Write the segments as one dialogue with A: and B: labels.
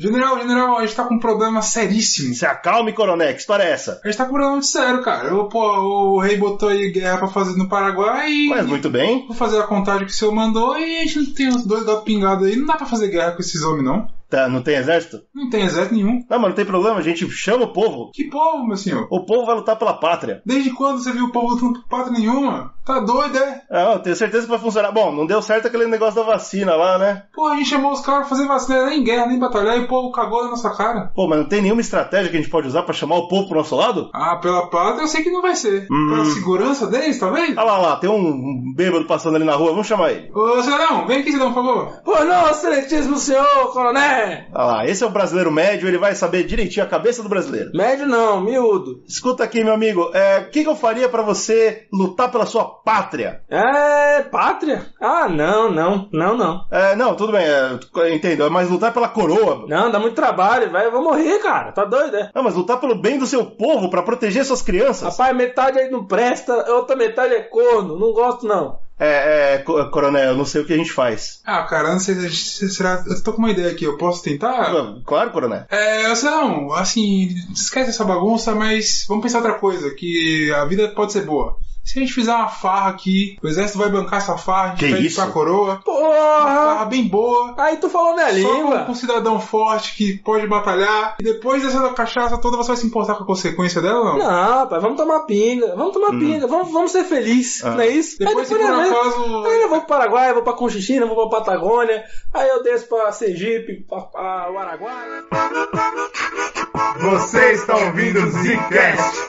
A: General, general, a gente tá com um problema seríssimo.
B: Se acalme, coronel, que história é essa?
A: A gente tá com um problema muito sério, cara. Eu, pô, o rei botou aí guerra pra fazer no Paraguai e.
B: Mas muito bem.
A: Vou fazer a contagem que o senhor mandou e a gente não tem os dois dados pingados aí. Não dá pra fazer guerra com esses homens, não.
B: Tá, não tem exército?
A: Não tem exército nenhum.
B: Não, mas não tem problema, a gente chama o povo.
A: Que povo, meu senhor?
B: O povo vai lutar pela pátria.
A: Desde quando você viu o povo lutando por pátria nenhuma? Tá doido, é?
B: Ah, eu tenho certeza que vai funcionar. Bom, não deu certo aquele negócio da vacina lá, né?
A: Pô, a gente chamou os caras pra fazer vacina, nem guerra, nem batalhar, e o povo cagou na nossa cara.
B: Pô, mas não tem nenhuma estratégia que a gente pode usar pra chamar o povo pro nosso lado?
A: Ah, pela pátria eu sei que não vai ser. Pela segurança deles, talvez?
B: Ah lá, lá, tem um bêbado passando ali na rua, vamos chamar ele.
A: Ô, cidadão, vem aqui, cidadão, por favor.
C: Ô, não, excelentíssimo senhor, coronel!
B: Ah lá, esse é o brasileiro médio, ele vai saber direitinho a cabeça do brasileiro.
C: Médio não, miúdo.
B: Escuta aqui, meu amigo, é, o que, que eu faria pra você lutar pela sua pátria?
C: É. pátria? Ah, não, não, não, não.
B: É, não, tudo bem, é, eu entendo, mas lutar pela coroa.
C: Não, dá muito trabalho, vai, eu vou morrer, cara. Tá doido, é?
B: Não, Ah, mas lutar pelo bem do seu povo, pra proteger suas crianças.
C: Rapaz, metade aí não presta, a outra metade é corno, não gosto não.
B: É, é, co- coronel, eu não sei o que a gente faz.
A: Ah, cara, não sei se a gente- se será. Eu tô com uma ideia aqui, eu posso tentar?
B: Ah, Claro, coronel.
A: É, cidadão, assim, esquece essa bagunça, mas vamos pensar outra coisa, que a vida pode ser boa. Se a gente fizer uma farra aqui, o exército vai bancar essa farra, a gente
B: Que
A: pede
B: isso?
A: pra coroa. Uma
C: Porra!
A: farra bem boa.
C: Aí tu falou minha
A: Só com,
C: É língua.
A: com um cidadão forte que pode batalhar. E depois dessa cachaça toda, você vai se importar com a consequência dela ou não?
C: Não, rapaz, vamos tomar pinga, vamos tomar pinga, vamos, vamos ser felizes,
B: Ah.
C: não é isso?
A: Hum. Depois, se
C: aí,
A: por
C: eu-
A: acaso-
C: aí eu vou pro Paraguai, vou pra Conchichina, vou pra Patagônia, aí eu desço pra Sergipe, pra, pra Araguaia.
D: Você está ouvindo o Zcast.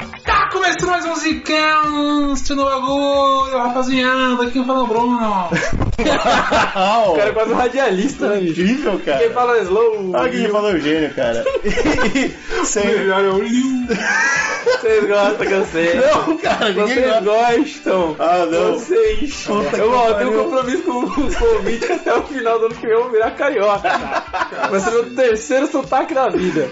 A: Está começando mais um Zicast no bagulho, rapaziada. Aqui fala o Bruno.
B: Ah,
C: O cara é quase um radialista, né, bicho?
B: Incrível, cara. Ah,
C: Quem fala slow,
B: Olha quem falou gênio, cara. Sem...
A: Melhor é o Liu.
C: vocês gostam que eu sei.
B: Não, cara, ninguém
C: Vocês
B: gosta.
C: gostam.
B: é Ah, não.
C: Vocês.
B: Puta
C: eu
B: que
C: ó, eu tenho
B: pariu.
C: um compromisso com os convites que até o final do ano que vem eu vou virar carioca. cara. Vai ser meu terceiro sotaque da vida.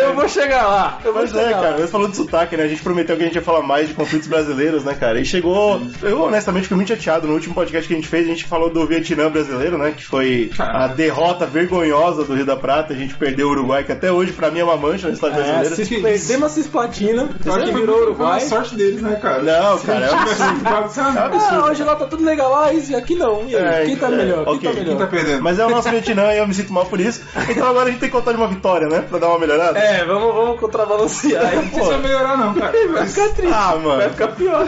C: eu vou chegar lá. Eu vou
B: Mas
C: chegar
B: é,
C: lá.
B: cara, você falou de sotaque, né? A gente prometeu que a gente ia falar mais de conflitos brasileiros, né, cara? E chegou. Eu honestamente fiquei muito chateado. No último podcast que a gente fez, a gente falou do Vietnã brasileiro, né? Que foi a derrota vergonhosa do Rio da Prata. A gente perdeu o Uruguai, que até hoje, pra mim, é uma mancha na história
C: É,
B: brasileira.
C: cis- perdemos a cisplatina,
A: Olha
C: que virou Uruguai.
A: Foi a sorte deles, né, cara?
B: Não,
A: Se
B: cara,
A: a
B: é um
A: gente tivesse ficado, sabe?
B: É um absurdo.
C: Ah, hoje lá tá tudo legal lá, e aqui não. E aí,
B: É,
C: quem tá
B: é,
C: melhor? Quem
B: ok.
C: tá
A: Quem tá
C: melhor?
A: perdendo?
B: Mas é o nosso Vietnã e eu me sinto mal por isso. Então agora a gente tem que contar de uma vitória, né? Pra dar uma melhorada.
C: É, vamos, vamos contrabalancear. aí,
A: Não precisa
C: pô.
A: melhorar, não, cara.
C: Vai ficar triste.
B: Ah, mano.
C: Vai ficar pior.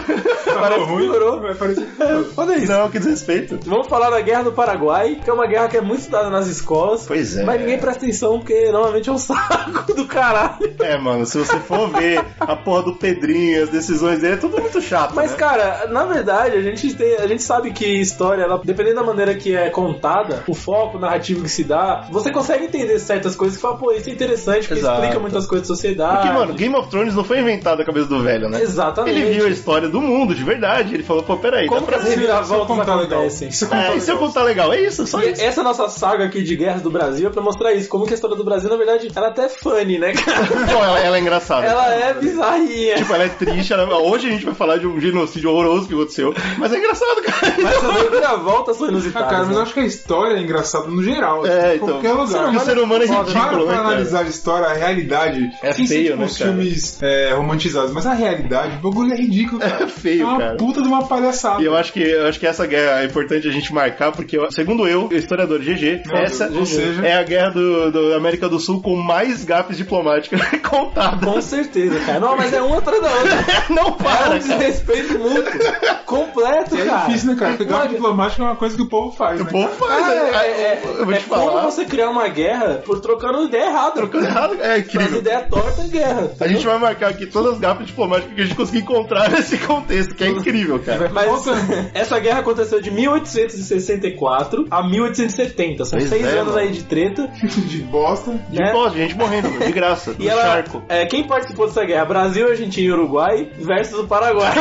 A: Parece ruim.
C: piorou.
A: Vai parecer que
C: Olha isso.
B: Não, é que desrespeito.
C: Vamos falar da guerra do Paraguai, que é uma guerra que é muito estudada nas escolas.
B: Pois é.
C: Mas ninguém presta atenção, porque normalmente é um saco do caralho.
B: É, mano, se você for ver a porra do Pedrinho, as decisões dele, é tudo muito chato.
C: Mas,
B: né?
C: cara, na verdade, a gente, tem, a gente sabe que história, ela, dependendo da maneira que é contada, o foco, o narrativo que se dá, você consegue entender certas coisas que fala, pô, isso é interessante, porque
B: Exato.
C: explica muitas coisas da sociedade.
B: Porque, mano, Game of Thrones não foi inventado a cabeça do velho, né?
C: Exatamente.
B: Ele viu a história do mundo, de verdade. Ele falou, pô, peraí,
C: Como
B: dá pra... né?
C: que as reviravoltas
A: contar legal.
C: acontecem?
A: Isso contar
B: É, e se eu
A: legal.
B: contar legal, é isso, só
C: E
B: isso.
C: essa nossa saga aqui de guerras do Brasil é pra mostrar isso. Como que a história do Brasil, na verdade, ela até é funny, né, cara?
B: Não, ela, ela é engraçada.
C: Ela é bizarrinha.
B: Tipo, ela é triste. ela- Hoje a gente vai falar de um genocídio horroroso que aconteceu. Mas é engraçado, cara.
C: Mas essas reviravoltas são
A: Ah,
C: inusitadas.
A: cara, mas eu
C: né?
A: acho que a história é engraçada no geral.
B: É,
A: em
B: então.
A: qualquer lugar.
B: O ser humano é
A: Olha,
B: ridículo,
A: para
B: né,
A: pra
B: cara?
A: analisar a história, a realidade.
B: É
A: Quem
B: feio,
A: sente
B: né,
A: os
B: cara?
A: filmes é, romantizados, mas a realidade, o bagulho é ridículo, cara.
B: É feio,
A: uma
B: cara.
A: puta de uma palhaçada.
B: E eu acho que eu acho que essa guerra é importante a gente marcar, porque, eu- segundo eu, o historiador GG,
A: Meu
B: essa
A: Deus, ou seja-
B: é a guerra do, do América do Sul com mais gafes diplomáticas contada.
C: Com certeza, cara. Não, mas é uma atrás da outra.
B: Não
C: É um
B: para, cara.
C: desrespeito muito. Completo,
A: E é
C: cara.
A: difícil, né, cara? Pegar
C: Olha,
A: diplomático é uma coisa que o povo faz,
B: O
A: né?
B: povo faz,
C: cara,
B: né?
C: é, é,
B: eu vou
C: é
B: te falar.
C: como você criar uma guerra por trocando ideia errada.
B: Coisa errada, É
C: As
B: incrível.
C: ideias tortas é guerra.
B: A gente vai marcar aqui todas as gafas diplomáticas que a gente conseguir encontrar nesse contexto, que é incrível, cara.
C: Mas
A: Voltando.
C: essa guerra aconteceu de 1864 a 1870. São
B: Pois
C: seis
B: é,
C: anos
B: mano.
C: aí de treta.
A: de bosta.
B: De
C: É.
B: pós, gente morrendo, de graça,
C: E
B: no
C: ela.
B: charco.
C: É, quem participou dessa guerra? Brasil, Argentina e Uruguai versus o Paraguai.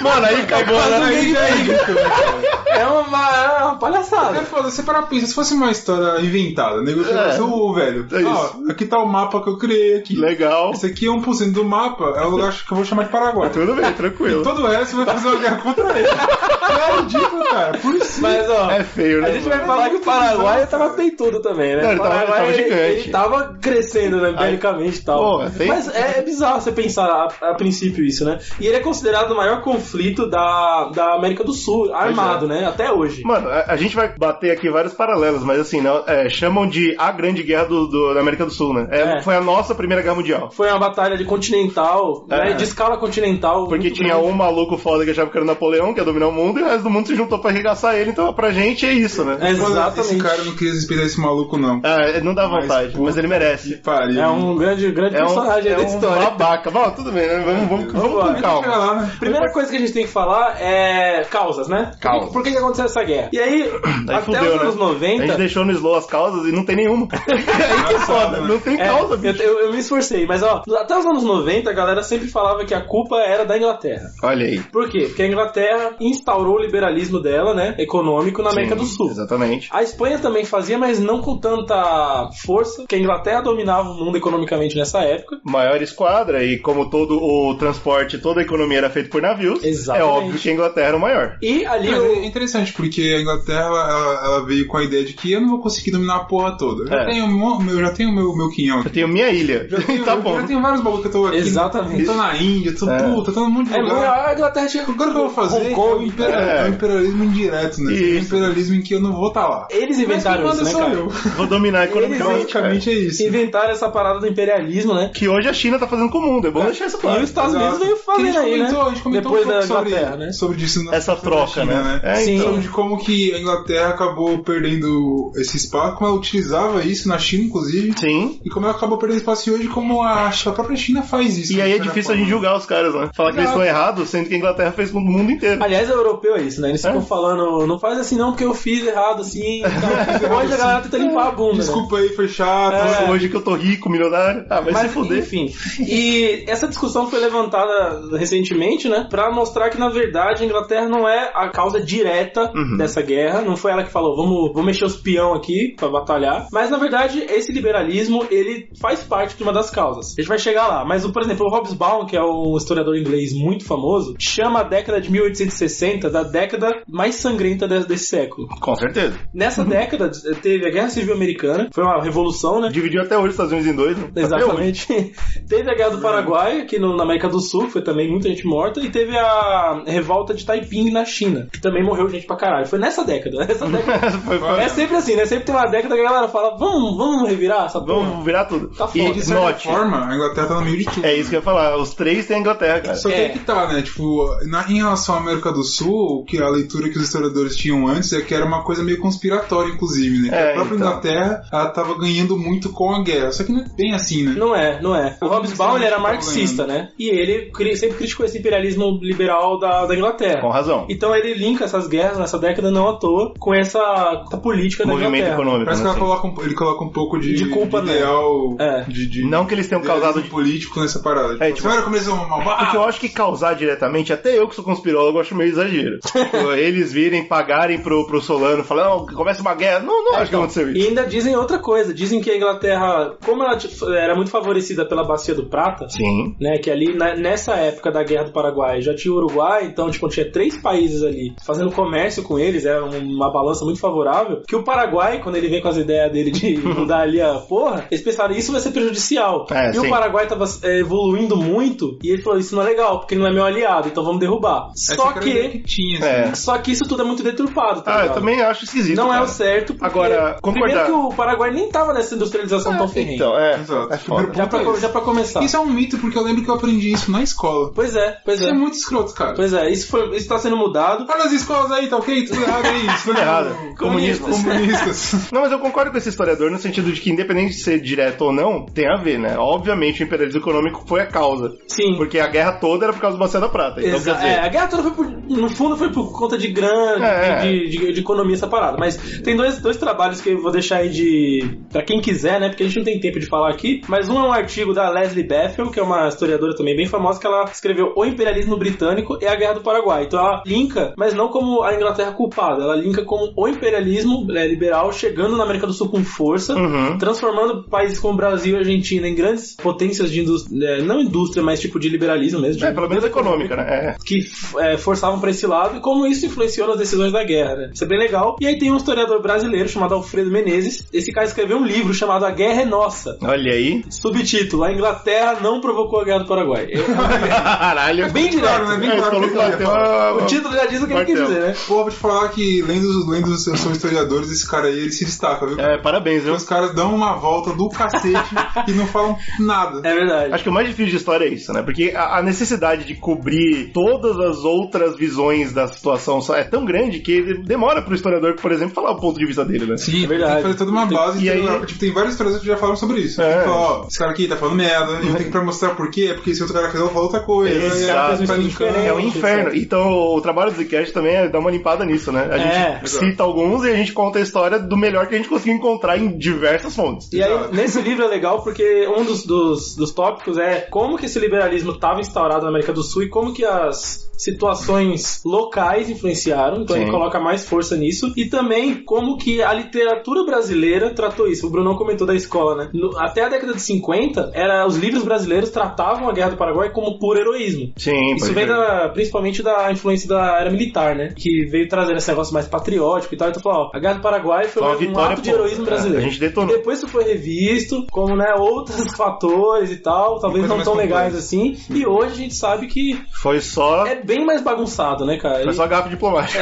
B: Mano, aí cagou,
C: quase
B: né?
C: um
B: Aí
C: meio
B: já-
C: é, uma, é uma palhaçada.
A: É foda, você para pra pensar, se fosse uma história inventada, nego chegasse,
B: É.
A: ô velho,
B: É
A: ó, aqui tá o mapa que eu criei aqui.
B: Legal.
A: Esse aqui é 1% do mapa, é o lugar que eu vou chamar de Paraguai.
B: Tudo bem, tranquilo.
A: Todo resto você vai fazer uma guerra contra ele. é ridículo, cara. Por isso.
C: Mas, ó,
B: É feio, né?
C: a gente vai
B: mano?
C: falar que o Paraguai tava peitudo também, né?
B: Não, ele
C: o
B: tava- ele
C: Paraguai,
B: tava gigante.
C: ele tava crescendo, né, belicamente e tal.
B: Pô, é feio.
C: Mas é, é bizarro você pensar a, a princípio isso, né? E ele é considerado o maior conflito da, da América do Sul,
B: é.
C: armado, né? Até hoje.
B: Mano, a, a gente vai bater aqui vários paralelos, mas assim, não, é, chamam de a Grande Guerra do, do- da América do Sul, né? É,
C: É.
B: Foi a nossa Primeira Guerra Mundial.
C: Foi uma batalha de continental,
B: É.
C: né, de escala continental.
B: Porque
C: muito
B: tinha
C: grande.
B: um maluco foda que achava que era o Napoleão, que ia dominar o mundo, e o resto do mundo se juntou pra arregaçar ele, então pra gente é isso, né?
C: Exatamente.
A: Esse cara não queria respeitar esse maluco, não.
B: É, não dá vontade, mas ele merece.
A: Que pariu.
C: É um grande, grande
B: É um,
C: personagem
B: é
C: da
B: um
C: história.
B: babaca. Bom, tudo bem, né? Vamos, vamos, vamos
C: Vamos
B: com
C: lá.
A: Chega
B: calma.
A: lá, né?
C: Primeira coisa que a gente tem que falar é causas, né?
B: Causas.
C: Por que, que aconteceu essa guerra? E aí,
B: Aí
C: até
B: fudeu,
C: os anos
B: né? A
C: 90.
B: gente deixou no slow as causas e não tem nenhuma. Aí que é foda, não tem
A: Então,
C: É,
B: causa,
C: eu,
B: bicho.
C: eu, eu me esforcei, mas ó, até os anos 90 a galera sempre falava que a culpa era da Inglaterra.
B: Olha aí.
C: Por quê? Porque a Inglaterra instaurou o liberalismo dela, né, econômico na América
B: Sim,
C: do Sul.
B: Exatamente.
C: A Espanha também fazia, mas não com tanta força, porque a Inglaterra dominava o mundo economicamente nessa época.
B: maior esquadra e como todo o transporte, toda a economia era feita por navios,
C: Exatamente.
B: é óbvio que a Inglaterra era o maior.
C: E ali
A: Mas
C: o-
A: é interessante, porque a Inglaterra ela, ela veio com a ideia de que eu não vou conseguir dominar a porra toda. Eu já
B: É.
A: tenho mo- meu, já tenho meu, meu quinhão
B: Eu
A: aqui.
B: tenho minha ilha.
A: Já tenho,
B: tá
A: eu
B: bom.
A: já tenho vários bagulho que eu tô aqui.
C: Exatamente.
A: Tô na Índia, tô
B: É.
A: puta, tô num monte de
C: É,
A: lugar.
C: a Inglaterra tinha
A: Agora o que eu vou fazer
C: Hong
A: é, o
C: Kong,
A: impera-
B: é.
A: é o imperialismo indireto, né? É o
B: Isso.
A: imperialismo em que eu não vou estar tá lá.
C: Eles inventaram
A: Mas quem
C: isso, né,
A: manda
C: cara?
A: sou
B: Vou dominar
A: eu.
B: economicamente.
A: Basicamente é isso.
C: Inventaram essa parada do imperialismo, né?
B: cara. Que hoje a China tá fazendo com o mundo. É bom deixar isso
C: E
B: claro.
C: os Estados
A: Exato.
C: Unidos veio
A: é Que a
C: fazer
A: gente
C: aí, né?
A: comentou, a gente comentou
C: Depois
A: um pouco
C: da
A: sobre,
C: Inglaterra, né?
A: sobre isso na-
B: Essa
A: sobre a
B: troca,
A: China,
B: né? É,
C: Sim.
B: então.
A: sobre como que a Inglaterra acabou perdendo esse espaço, como ela utilizava isso na China, inclusive,
B: Sim.
A: e como ela acabou perdendo espaço e hoje, como a, a própria China faz isso. né?
B: E aí é
A: de certa
B: difícil a
A: forma.
B: gente julgar os caras, né? Falar que eles
A: Exato.
B: estão errados, sendo que a Inglaterra fez com o mundo inteiro.
C: Aliás, europeu é isso, né? Eles ficam
B: É.
C: falando, não faz assim não, porque eu fiz errado assim. Então, hoje a galera tenta limpar a bunda. Né?
A: Desculpa aí, foi chato.
B: Nossa, Hoje que eu tô rico, milionário. Ah, vai
C: Mas,
B: se fuder.
C: enfim. E essa discussão foi levantada recentemente, né? Pra mostrar que, na verdade, a Inglaterra não é a causa direta
B: Uhum.
C: dessa guerra. Não foi ela que falou, vamos, vamos mexer os peão aqui pra batalhar. Mas, na verdade, esse liberalismo, ele faz parte de uma das causas. A gente vai chegar lá. Mas, por exemplo, o Hobbes Baum, que é um historiador inglês muito famoso, chama a década de 1860 da década mais sangrenta de- desse século.
B: Com certeza.
C: Nessa década teve a Guerra Civil Americana, foi uma revolução, né?
B: Dividiu até hoje os Estados Unidos em dois. Né? Até hoje.
C: Exatamente. teve a Guerra do Paraguai, aqui no- na América do Sul, que foi também muita gente morta, e teve a revolta de Taiping na China, que também morreu gente pra caralho. Foi nessa década. Essa década.
B: Foi- foi-
C: é sempre assim, né? Sempre tem uma década que a galera fala, vamos, vamos revirar essa porra.
B: Vamos virar tudo.
C: Tá
B: e
C: foda.
A: De certa
B: note,
A: é forma, a Inglaterra tá no meio de tudo.
B: É isso que eu ia falar. Os três têm a Inglaterra, cara.
A: Só que
C: É.
A: aí que tá, né? Tipo, na, em relação à América do Sul, o que a leitura que os historiadores tinham antes é que era uma coisa meio conspiratória, inclusive, né? Que
B: É,
A: a própria
B: então.
A: Inglaterra, ela tava ganhando muito com a guerra. Só que não é bem assim, né?
C: Não é, não é. O Hobbes Baum ele era marxista, né? E ele cri- sempre criticou esse imperialismo liberal da, da Inglaterra.
B: Com razão.
C: Então ele linka essas guerras nessa década não à toa com essa, essa política da
B: Movimento
C: Inglaterra.
B: econômico.
A: Parece que
B: né,
A: ela
B: assim.
A: coloca um- ele coloca um pouco de,
C: De culpa
A: de ideal
C: nela. É.
A: de, de
B: Não que eles tenham
A: idealismo
B: causado.
A: político nessa parada. É,
B: É, tipo-
A: tipo, agora começou uma
B: Porque
A: malvada.
B: eu acho que causar diretamente, até eu que sou conspirólogo, acho meio exagero. Tipo, Eles virem, pagarem pro, pro Solano, falar, não, começa uma guerra. Não,
C: É,
B: não acho que aconteceu
C: então, E
B: isso.
C: ainda dizem outra coisa. Dizem que a Inglaterra, como ela t- era muito favorecida pela Bacia do Prata,
B: Sim.
C: né, que ali na- nessa época da Guerra do Paraguai já tinha o Uruguai, então tipo, tinha três países ali fazendo comércio com eles, era um, uma balança muito favorável. Que o Paraguai, quando ele vem com as ideias dele de mudar ali a porra, eles pensaram isso vai ser prejudicial.
B: É,
C: e
B: sim.
C: o Paraguai tava é, evoluindo muito e ele falou isso não é legal porque ele não é meu aliado, então vamos derrubar.
A: Essa
C: Só
A: era a ideia
C: que,
A: que tinha, assim.
B: É.
C: só que isso tudo é muito deturpado. Tá
B: Ah, eu
C: ligado?
B: também acho esquisito.
C: Não é
B: cara.
C: o certo. Porque
B: Agora, concordar.
C: Primeiro que o Paraguai nem tava nessa industrialização tão ferrenha.
B: Então, é.
A: Exato.
B: é foda.
A: Primeiro
C: já, pra,
A: Puta,
C: já pra começar.
A: Isso é um mito, porque eu lembro que eu aprendi isso na escola.
C: Pois é, pois
A: Isso
C: é.
A: é muito escroto, cara.
C: Pois é, isso, foi, isso tá sendo mudado.
A: Olha as escolas aí, tá ok? Tudo errado aí. Isso
B: Tudo errado.
A: Comunistas. Comunistas.
B: Não, mas eu concordo com esse historiador no sentido de que, independente de ser direto ou não, tem a ver, né? Obviamente o imperialismo econômico foi a causa.
C: Sim.
B: Porque a guerra toda era por causa do Bacia da Prata. Então,
C: Exa-
B: quer dizer,
C: é, a guerra toda foi por, no fundo foi por conta de grana,
B: É.
C: de, de- de economia essa parada. Mas tem dois, dois trabalhos que eu vou deixar aí de. pra quem quiser, né? Porque a gente não tem tempo de falar aqui. Mas um é um artigo da Leslie Bethel, que é uma historiadora também bem famosa, que ela escreveu O Imperialismo Britânico e a Guerra do Paraguai. Então ela linka, mas não como a Inglaterra culpada, ela linka como o imperialismo né, liberal chegando na América do Sul com força.
B: Uhum.
C: Transformando países como Brasil e Argentina em grandes potências de indústria, né, não indústria, mas tipo de liberalismo mesmo. de
B: É, pelo menos econômica, né? É.
C: que é, forçavam pra esse lado, e como isso influenciou nas decisões da guerra, né? Isso é bem legal. E aí tem um historiador brasileiro chamado Alfredo Menezes. Esse cara escreveu um livro chamado A Guerra é Nossa.
B: Olha aí.
C: Subtítulo: A Inglaterra não provocou a guerra do Paraguai. Eu-
B: Caralho.
C: É bem direto, né?
A: né?
B: É, ele falou que bateu a-
C: O título já diz o que ele quer
B: Martelo.
C: dizer, né?
A: Pô, vou te falar que, além dos, além dos seus historiadores, esse cara aí, ele se destaca, viu?
B: É, parabéns, viu?
A: Os caras dão uma volta do cacete e não falam nada.
C: É verdade.
B: Acho que o mais difícil de história é isso, né? Porque a, a necessidade de cobrir todas as outras visões da situação só é tão grande que ele demora pro historiador, por exemplo, falar o ponto de vista dele, né?
A: Sim,
C: É verdade.
A: tem que fazer toda uma
B: Tem-
A: base.
B: e
A: tem-
B: aí-
A: tipo, tem vários historiadores que já falaram sobre isso.
B: É.
A: Tem que falar, ó, esse cara aqui tá falando merda, eu tenho que pra mostrar por quê, é porque esse outro cara que falou outra coisa.
B: Esse
A: e
B: cara
A: aí
B: fez um
A: tá linkando.
C: estudo diferente.
B: É um inferno.
C: Exato.
B: Então o trabalho do Zcast também é dar uma limpada nisso, né? A gente
C: É.
B: cita alguns e a gente conta a história do melhor que a gente conseguiu encontrar em diversas fontes.
C: E aí,
A: Exato.
C: nesse livro é legal porque um dos, dos, dos tópicos é como que esse liberalismo estava instaurado na América do Sul e como que as situações locais influenciaram. Então
B: Sim.
C: ele coloca mais força nisso. E também como que a literatura brasileira tratou isso. O Brunão comentou da escola, né? No- até a década de 50, era, os livros brasileiros tratavam a Guerra do Paraguai como puro heroísmo.
B: Sim,
C: Isso
B: pode
C: vem
B: ver.
C: da- principalmente da influência da era militar, né? Que veio trazendo esse negócio mais patriótico e tal. Então, falou, ó, a Guerra do Paraguai
B: Foi
C: foi
B: uma
C: um,
B: vitória,
C: ato de
B: pô.
C: heroísmo
B: É,
C: brasileiro.
B: a gente detonou.
C: Depois isso foi revisto, como, né, outros fatores e tal, talvez
A: coisa
C: não
A: mais
C: tão
A: complexa.
C: legais assim. E hoje a gente sabe que
B: Foi só.
C: é bem mais bagunçado, né, cara?
B: Foi
C: E-
B: só garfo diplomático.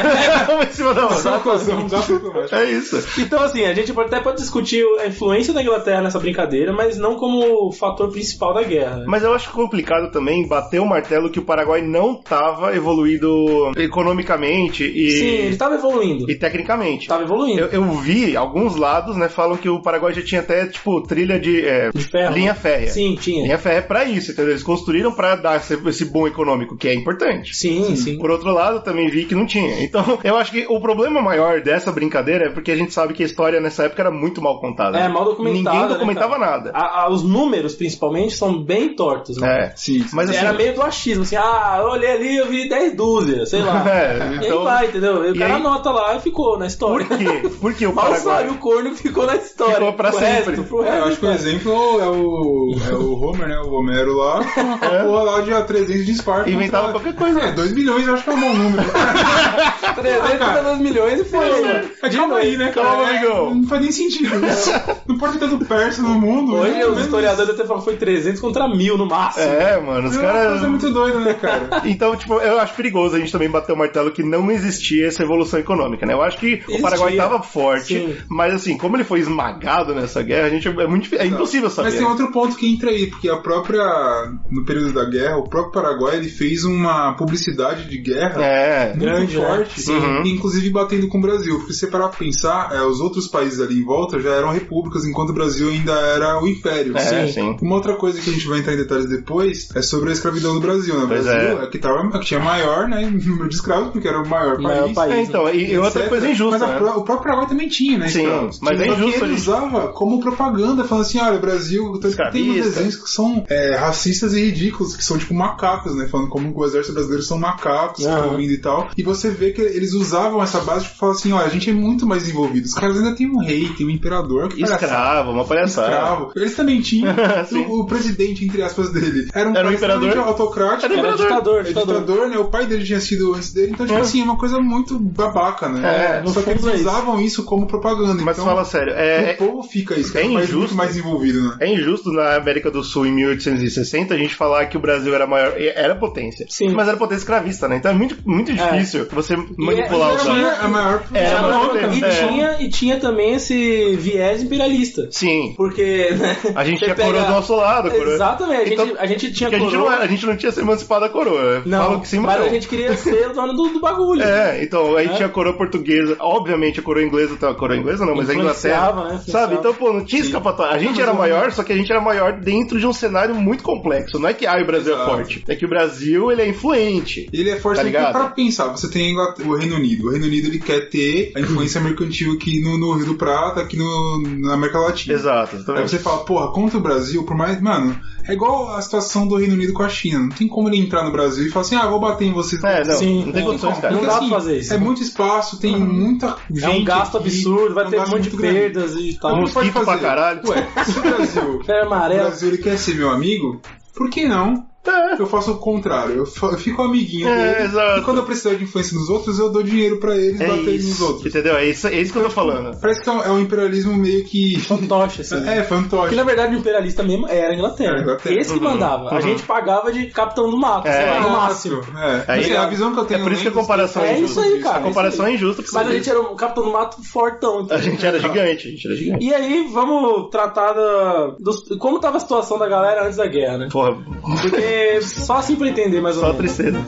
B: Em cima da
A: Só
B: mão.
A: uma coisa, não dá pra falar.
B: É isso.
C: Então, assim, a gente pode- até pode discutir a influência da Inglaterra nessa brincadeira, mas não como o fator principal da guerra. né?
B: É. Mas eu acho complicado também bater o martelo que o Paraguai não tava evoluído economicamente e,
C: Sim, ele tava evoluindo.
B: e tecnicamente.
C: Tava evoluindo.
B: Eu, eu vi alguns lados, né, falam que o Paraguai já tinha até, tipo, trilha de, é,
C: De ferro. né?
B: linha férrea.
C: Sim, tinha.
B: Linha férrea é pra isso, entendeu? Eles construíram pra dar esse, esse bom econômico, que é importante.
C: Sim, sim.
B: Por outro lado, também vi que não tinha. Então, eu acho que o problema maior dessa brincadeira é porque a gente sabe que a história nessa época era muito mal contada.
C: É, mal documentada.
B: Ninguém
C: né,
B: documentava
C: cara?
B: nada.
C: A- a- os números, principalmente, são bem tortos, né?
B: É.
A: Sim,
B: Mas assim,
C: Era meio do achismo, assim, ah, eu olhei ali, eu vi 10 dúzias, sei lá.
B: É,
C: e
B: então-
C: aí vai, entendeu? E o
B: e
C: cara
B: aí-
C: anota lá e ficou na história.
B: por quê? Porque o
C: Mal sabe,
B: Paraguai...
C: o corno ficou na história.
B: Ficou pra
C: pro
B: sempre.
C: Resto, pro
A: É, eu
C: resto,
A: acho que o exemplo é o, é o Homer, né? O Homero lá, com a
B: É.
A: porra lá de ah, 300 de Esparta.
B: Inventava
A: sei lá.
B: qualquer coisa.
A: É, 2 milhões eu acho que é um bom número.
C: 332 milhões e foi. mano.
A: É, calma aí, né, cara?
B: Calma, amigão.
A: Não faz nem sentido. Né? Não pode ter tanto persa no mundo. né?
C: Hoje os
A: Mas-
C: historiadores até falam que foi 300 contra 1000 no máximo.
B: É, mano, os
A: É uma
B: caras...
A: coisa muito doida, né, cara?
B: Então, tipo, eu acho perigoso a gente também bater o martelo que não existia essa evolução econômica, né? Eu acho que o
C: Existia.
B: Paraguai tava forte,
C: Sim.
B: mas assim, como ele foi esmagado nessa guerra, a gente é muito difí- é impossível saber.
A: Mas tem outro ponto que entra aí, porque a própria. No período da guerra, o próprio Paraguai ele fez uma publicidade de guerra.
B: É.
A: muito
C: Grande, né?
A: forte,
B: Sim. Uhum.
A: inclusive batendo com o Brasil. Porque se você parar pra pensar, é, os outros países ali em volta já eram repúblicas, enquanto o Brasil ainda era o império.
B: É, sim.
A: Uma outra coisa que a gente vai entrar em detalhes depois é sobre a escravidão do Brasil. Né? O
B: Pois
A: Brasil
B: é.
A: é que, tava, que tinha maior né, número de escravos, porque era o maior
C: Maior
A: país. né?
C: país.
B: É, então, e, e outra
A: etc.
B: coisa
A: Mas
B: injusta,
A: a
B: né?
A: pró- o próprio Paraguai também tinha, né?
B: Sim,
A: escravos.
B: mas é
A: Só que
B: injusto a
A: Ele
B: gente-
A: usava como propaganda, falando assim: olha, o Brasil, tanto que tem uns
B: Escravista.
A: desenhos que são é, racistas e ridículos, que são tipo macacos, né? Falando como o exército brasileiro são macacos, que
C: Aham.
A: estão vindo e tal. E você vê que eles usavam essa base, tipo, falar assim: olha, a gente é muito mais envolvido. Os caras ainda tem um rei, tem um imperador, que palhaçada.
B: Escravo, uma palhaçada.
A: Escravo. Eles também tinham.
B: Sim.
A: o, o presidente, entre aspas, dele era um
B: Era um
A: cara
B: imperador?
A: extremamente autocrático.
B: Era um
C: Era
B: imperador.
C: ditador,
A: É
C: ditador.
A: ditador, né? O pai dele tinha sido antes dele, então, tipo
B: É.
A: assim, é uma coisa muito babaca, né?
B: É,
C: no
A: Só que eles
C: fundo é isso.
A: usavam isso como propaganda.
B: Mas
A: então,
B: fala sério,
A: o
B: é,
A: povo fica isso, que
B: é
A: é um país
B: injusto.
A: muito mais envolvido, né?
B: é injusto na América do Sul em 1860 a gente falar que o Brasil era maior. Era potência.
C: Sim.
B: Mas era potência escravista, né? Então é muito, muito difícil você manipular
C: e
B: os
A: é, Era
C: era
B: dados.
A: a maior.
B: É,
A: a
B: era
A: maior-
B: maior-
C: e,
B: é.
C: tinha, e tinha também esse viés imperialista.
B: Sim.
C: Porque, né?
B: A gente
C: você
B: tinha coroa
C: pega-
B: do nosso lado, coroa.
C: Exatamente, a gente,
B: Então,
C: a gente tinha
B: Porque a gente, não,
C: coroa.
B: era- a gente não tinha se emancipado da coroa. né? Falam que sim, mas,
C: mas a
B: não.
C: gente queria ser o dono do, do bagulho.
B: É, então, aí
C: É.
B: tinha a coroa portuguesa. Obviamente a coroa inglesa, tá, a coroa inglesa não, mas a Inglaterra.
C: Influenciava, né? Influenciava.
B: Sabe? Então, pô, não tinha escapatória. A gente era maior, só que a gente era maior dentro de um cenário muito complexo. Não é que, ah, o Brasil é
A: Exato.
B: forte. É que o Brasil, ele é influente.
A: Ele é forte
B: Tá
A: porque,
B: ligado?
A: pra pensar. Você tem a Inglaterra- o Reino Unido. O Reino Unido ele quer ter a influência mercantil aqui no, no Rio do Prata, aqui no, na América Latina.
B: Exato,
A: Aí
C: É
B: exatamente.
A: você fala, porra, contra o Brasil, por mais. Mano, é igual a situação do Reino Unido com a China. Não tem como ele entrar no Brasil e falar assim, ah, vou bater em vocês.
B: É, não,
C: Sim,
B: não tem
C: é.
B: condições, cara.
C: Não
A: Porque,
C: dá pra
A: assim,
C: fazer isso.
A: É muito espaço, tem muita gente.
C: É um gasto
A: aqui,
C: absurdo, vai
A: é um
C: ter um
A: gasto
C: monte de
A: muito grande.
C: perdas e
A: Então,
C: tal.
A: o que pode
B: Mosquito pra
A: fazer?
B: caralho.
A: Ué, se o Brasil,
C: Fera
A: o
C: amarela.
A: Brasil ele quer ser meu amigo, por que não
B: Tá.
A: Eu faço o contrário. Eu fa- eu fico amiguinho
B: É,
A: deles.
B: exato.
A: E quando eu precisar de influência nos outros, eu dou dinheiro pra eles
B: É
A: baterem nos
B: isso,
A: outros.
B: entendeu? É isso, é isso que eu tô falando.
A: Parece que é um- é um imperialismo meio que.
C: Fantoche, assim.
A: É,
C: Porque
A: fantoche.
C: na verdade o imperialista mesmo era a Inglaterra.
A: Era a Inglaterra. Uhum.
C: Esse que mandava. A gente pagava de capitão do mato,
B: É.
C: sei lá, no
A: Exato,
C: máximo.
A: É.
B: Aí
A: Assim,
B: é-
A: a visão que eu
B: É
A: tenho.
B: por isso que a
A: lembro-
B: comparação
C: É isso
B: injusta.
C: aí, cara.
B: A comparação é injusta. porque
C: Mas a gente era o capitão do mato fortão.
B: A gente era gigante, a gente era gigante.
C: E aí, vamos tratar da, dos, como tava a situação da galera antes da guerra, né?
B: Porra,
C: Porque só assim pra entender mais ou
B: só
C: menos.
B: tristeza.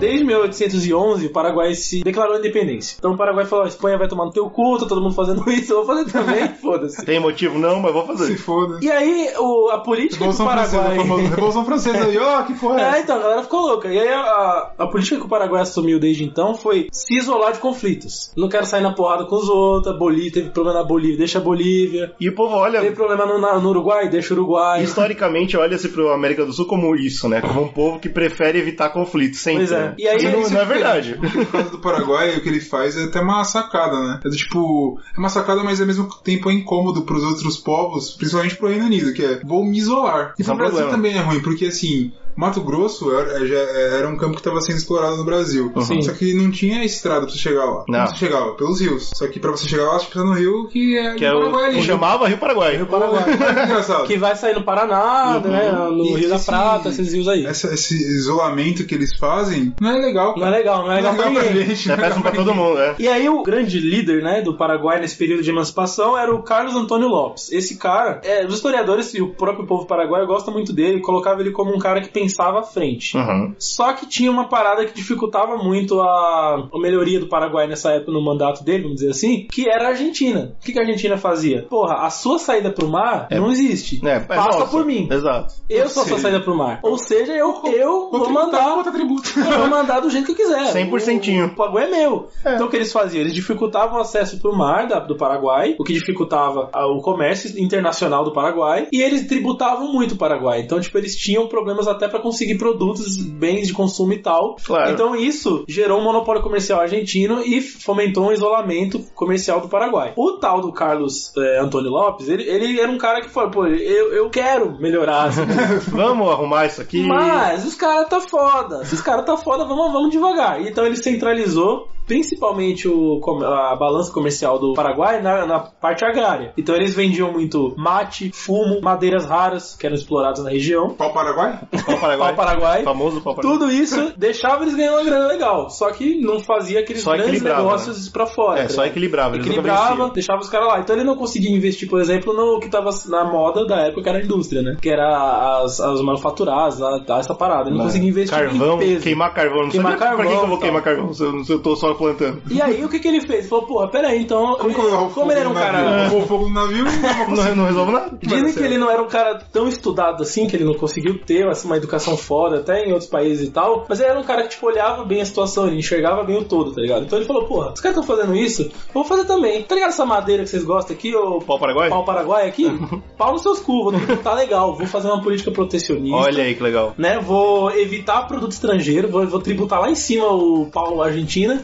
C: Desde 1811, o Paraguai se declarou independência. Então o Paraguai falou: "Ó, Espanha vai tomar no teu cu, tá todo mundo fazendo isso, eu vou fazer também, foda-se.
B: Tem motivo não, mas vou
A: né? Se
B: fazer.
A: foda.
C: E aí, o- a política do
A: Revolução Francesa,
C: Paraguai.
A: famoso. Revolução Francesa aí, ó, que porra é
C: É,
A: essa?
C: então, a galera ficou louca. E aí, a, a política que o Paraguai assumiu desde então foi se isolar de conflitos. Não quero sair na porrada com os outros. A Bolívia teve problema na Bolívia, deixa a Bolívia.
B: E o povo olha,
C: Teve problema no, na- no Uruguai, deixa o Uruguai.
B: historicamente, olha-se pro América do Sul como isso, né? Como um povo que prefere evitar conflitos sempre.
C: Pois é. E aí,
B: não,
C: isso
B: não é verdade.
A: Porque no caso do Paraguai, o que ele faz é até uma sacada, né? É do tipo, é uma sacada, mas ao mesmo tempo é incômodo pros outros povos, principalmente pro Reino Unido, que é vou me isolar. E
B: Isso
A: pro
B: é um
A: Brasil
B: problema.
A: também é ruim, porque assim. Mato Grosso era, já era um campo que estava sendo explorado no Brasil.
C: Sim.
A: Só que não tinha estrada pra você chegar lá.
B: Uhum. Não.
A: Como você chegava? Pelos rios. Só que pra você chegar lá, você precisa no rio que é
B: Que é o,
A: Paraguai ali.
B: o chamava Rio Paraguai. Rio
A: Paraguai. Olha que engraçado.
C: Que vai sair no Paraná, né? No
A: E
C: Rio da
A: esse-
C: Prata, esses rios aí.
A: Essa- esse isolamento que eles fazem não é legal.
C: Não é legal, não é legal pra ninguém.
B: É péssimo pra todo mundo, né?
C: E aí o grande líder, né, do Paraguai nesse período de emancipação era o Carlos Antônio Lopes. Esse cara, é, os historiadores e o próprio povo paraguaio gosta muito dele, colocava ele como um cara que pensava à frente.
B: Uhum.
C: Só que tinha uma parada que dificultava muito a, a melhoria do Paraguai nessa época no mandato dele, vamos dizer assim, que era a Argentina. O que, que a Argentina fazia? Porra, a sua saída pro mar não existe.
B: É, é
C: Passa
B: nossa.
C: por mim.
B: Exato.
C: Eu sou a sua
A: Sim.
C: saída pro mar. Ou seja, eu, eu vou
A: Contributo,
C: mandar
A: contra tributo.
C: eu vou mandar do jeito que eu quiser.
B: 100%.
C: É, O, o Paraguai é meu.
B: É.
C: Então o que eles faziam? Eles dificultavam o acesso pro mar da- do Paraguai, o que dificultava a- o comércio internacional do Paraguai, e eles tributavam muito o Paraguai. Então, tipo, eles tinham problemas até pra conseguir produtos, bens de consumo e tal.
B: Claro.
C: Então isso gerou um monopólio comercial argentino e fomentou um isolamento comercial do Paraguai. O tal do Carlos eh, Antônio Lopes, ele, ele era um cara que falou, pô, eu, eu quero melhorar essa
B: Vamos arrumar isso aqui.
C: mas os caras tá foda. Se os caras tá foda, vamos, vamos devagar. Então ele centralizou principalmente o, com- a balança comercial do Paraguai na, na parte agrária. Então eles vendiam muito mate, fumo, madeiras raras que eram exploradas na região.
A: Pau Paraguai?
B: Pau Paraguai.
C: Pau Paraguai.
B: Famoso Pau Paraguai.
C: Tudo isso deixava eles ganhando uma grana legal. Só que não fazia aqueles
B: Só
C: grandes
B: equilibrava, né?
C: negócios pra fora.
B: É,
C: tá
B: só
C: ligado?
B: equilibrava. Eles nunca
C: equilibrava,
B: venciam.
C: deixava os caras lá. Então ele não conseguia investir, por exemplo, no que tava na moda da época, que era a indústria, né? Que era as, as manufaturadas, a- a- essa parada. Ele não conseguia investir
B: Carvão,
C: em peso.
B: queimar carvão. Não
C: Queimar
B: sei pra- pra que que eu
C: carvão, então.
B: vou queimar
C: tal.
B: carvão se eu, se eu tô só plantando.
C: E aí, o que que ele fez? Ele falou, porra, peraí, então...
A: Como colocar o fogo
C: ele era um
A: no
C: cara...
A: navio? Colocou o fogo no navio
B: Não, não resolve nada.
C: Dizem
A: Mas,
C: que ele não era um cara tão estudado assim, que ele não conseguiu ter assim, uma educação foda, até em outros países e tal. Mas ele era um cara que, tipo, olhava bem a situação, ele enxergava bem o todo, tá ligado? Então ele falou, porra, os caras estão fazendo isso, eu vou fazer também. Tá ligado essa madeira que vocês gostam aqui, ô
B: Pau Paraguai?
C: pau Paraguai aqui, pau nos seus cu, vou tá legal, vou fazer uma política protecionista.
B: Olha aí que legal.
C: Né, vou evitar produto estrangeiro, vou, vou tributar lá em cima o pau Argentina,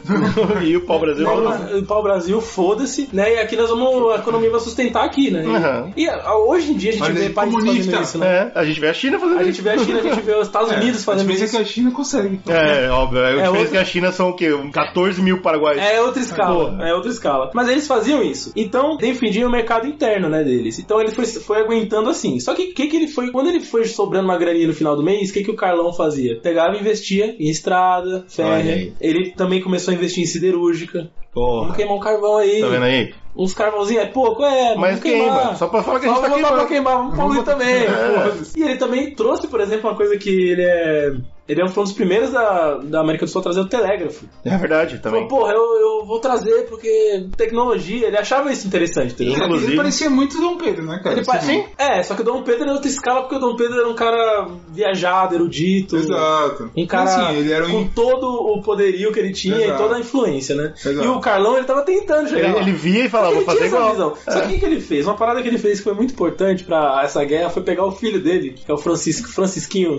B: e o pau Brasil.
C: né, o pau Brasil, foda-se, né? E aqui nós vamos, a economia vai sustentar aqui, né?
B: Uhum.
C: E a- hoje em dia a gente
A: Olha
C: vê
A: aí,
C: países
A: comunista.
C: fazendo isso,
B: É,
C: né?
B: a gente vê a China fazendo
C: A gente
B: isso.
C: vê a China, a gente vê os Estados Unidos
A: A
C: fazendo
A: diferença é
C: isso.
A: que a China consegue. então.
B: É, óbvio. A diferença é
C: outro-
B: que a China são o quê? Um 14 mil paraguaios.
C: É outra escala,
B: Boa.
C: é outra escala. Mas eles faziam isso. Então, defendiam o mercado interno, né, deles. Então ele foi, foi aguentando assim. Só que o que, que ele foi. Quando ele foi sobrando uma graninha no final do mês, o que, que o Carlão fazia? Pegava e investia em estrada,
B: Olha
C: ferro.
B: aí.
C: Ele também começou a investir em siderúrgica. Vamos
B: Porra.
C: queimar um carvão aí.
B: Tá vendo aí?
C: Uns carvãozinhos é pouco, é,
B: Mas
C: vamos queimar.
B: queima. Só pra falar que a
C: Só
B: gente tá
C: vamos lá pra
B: queimando.
C: queimar, vamos poluir também.
B: É.
C: foda-se. E ele também trouxe, por exemplo, uma coisa que ele é. Ele é um foi um dos primeiros da, da América do Sul a trazer o telégrafo.
B: É verdade,
C: Falou,
B: também.
C: porra, eu, eu vou trazer porque tecnologia, ele achava isso interessante, entendeu?
B: Sim. Inclusive-
A: Ele parecia muito Dom Pedro, né, cara?
C: Ele pa- É, só que o Dom Pedro era outra escala porque o Dom Pedro era um cara viajado, erudito.
A: Exato.
C: Um cara
A: Assim, ele era
C: com
A: um...
C: todo o poderio que ele tinha e
A: Exato.
C: toda a influência, né?
A: Exato.
C: E o Carlão, ele tava tentando chegar
B: Ele,
C: lá.
B: ele via e
C: Só
B: falava,
C: que
B: vou fazer
C: ele tinha essa
B: igual.
C: visão. Só que o que ele fez? Uma parada que ele fez que foi muito importante pra essa guerra foi pegar o filho dele, que é o Francisco, Francisquinho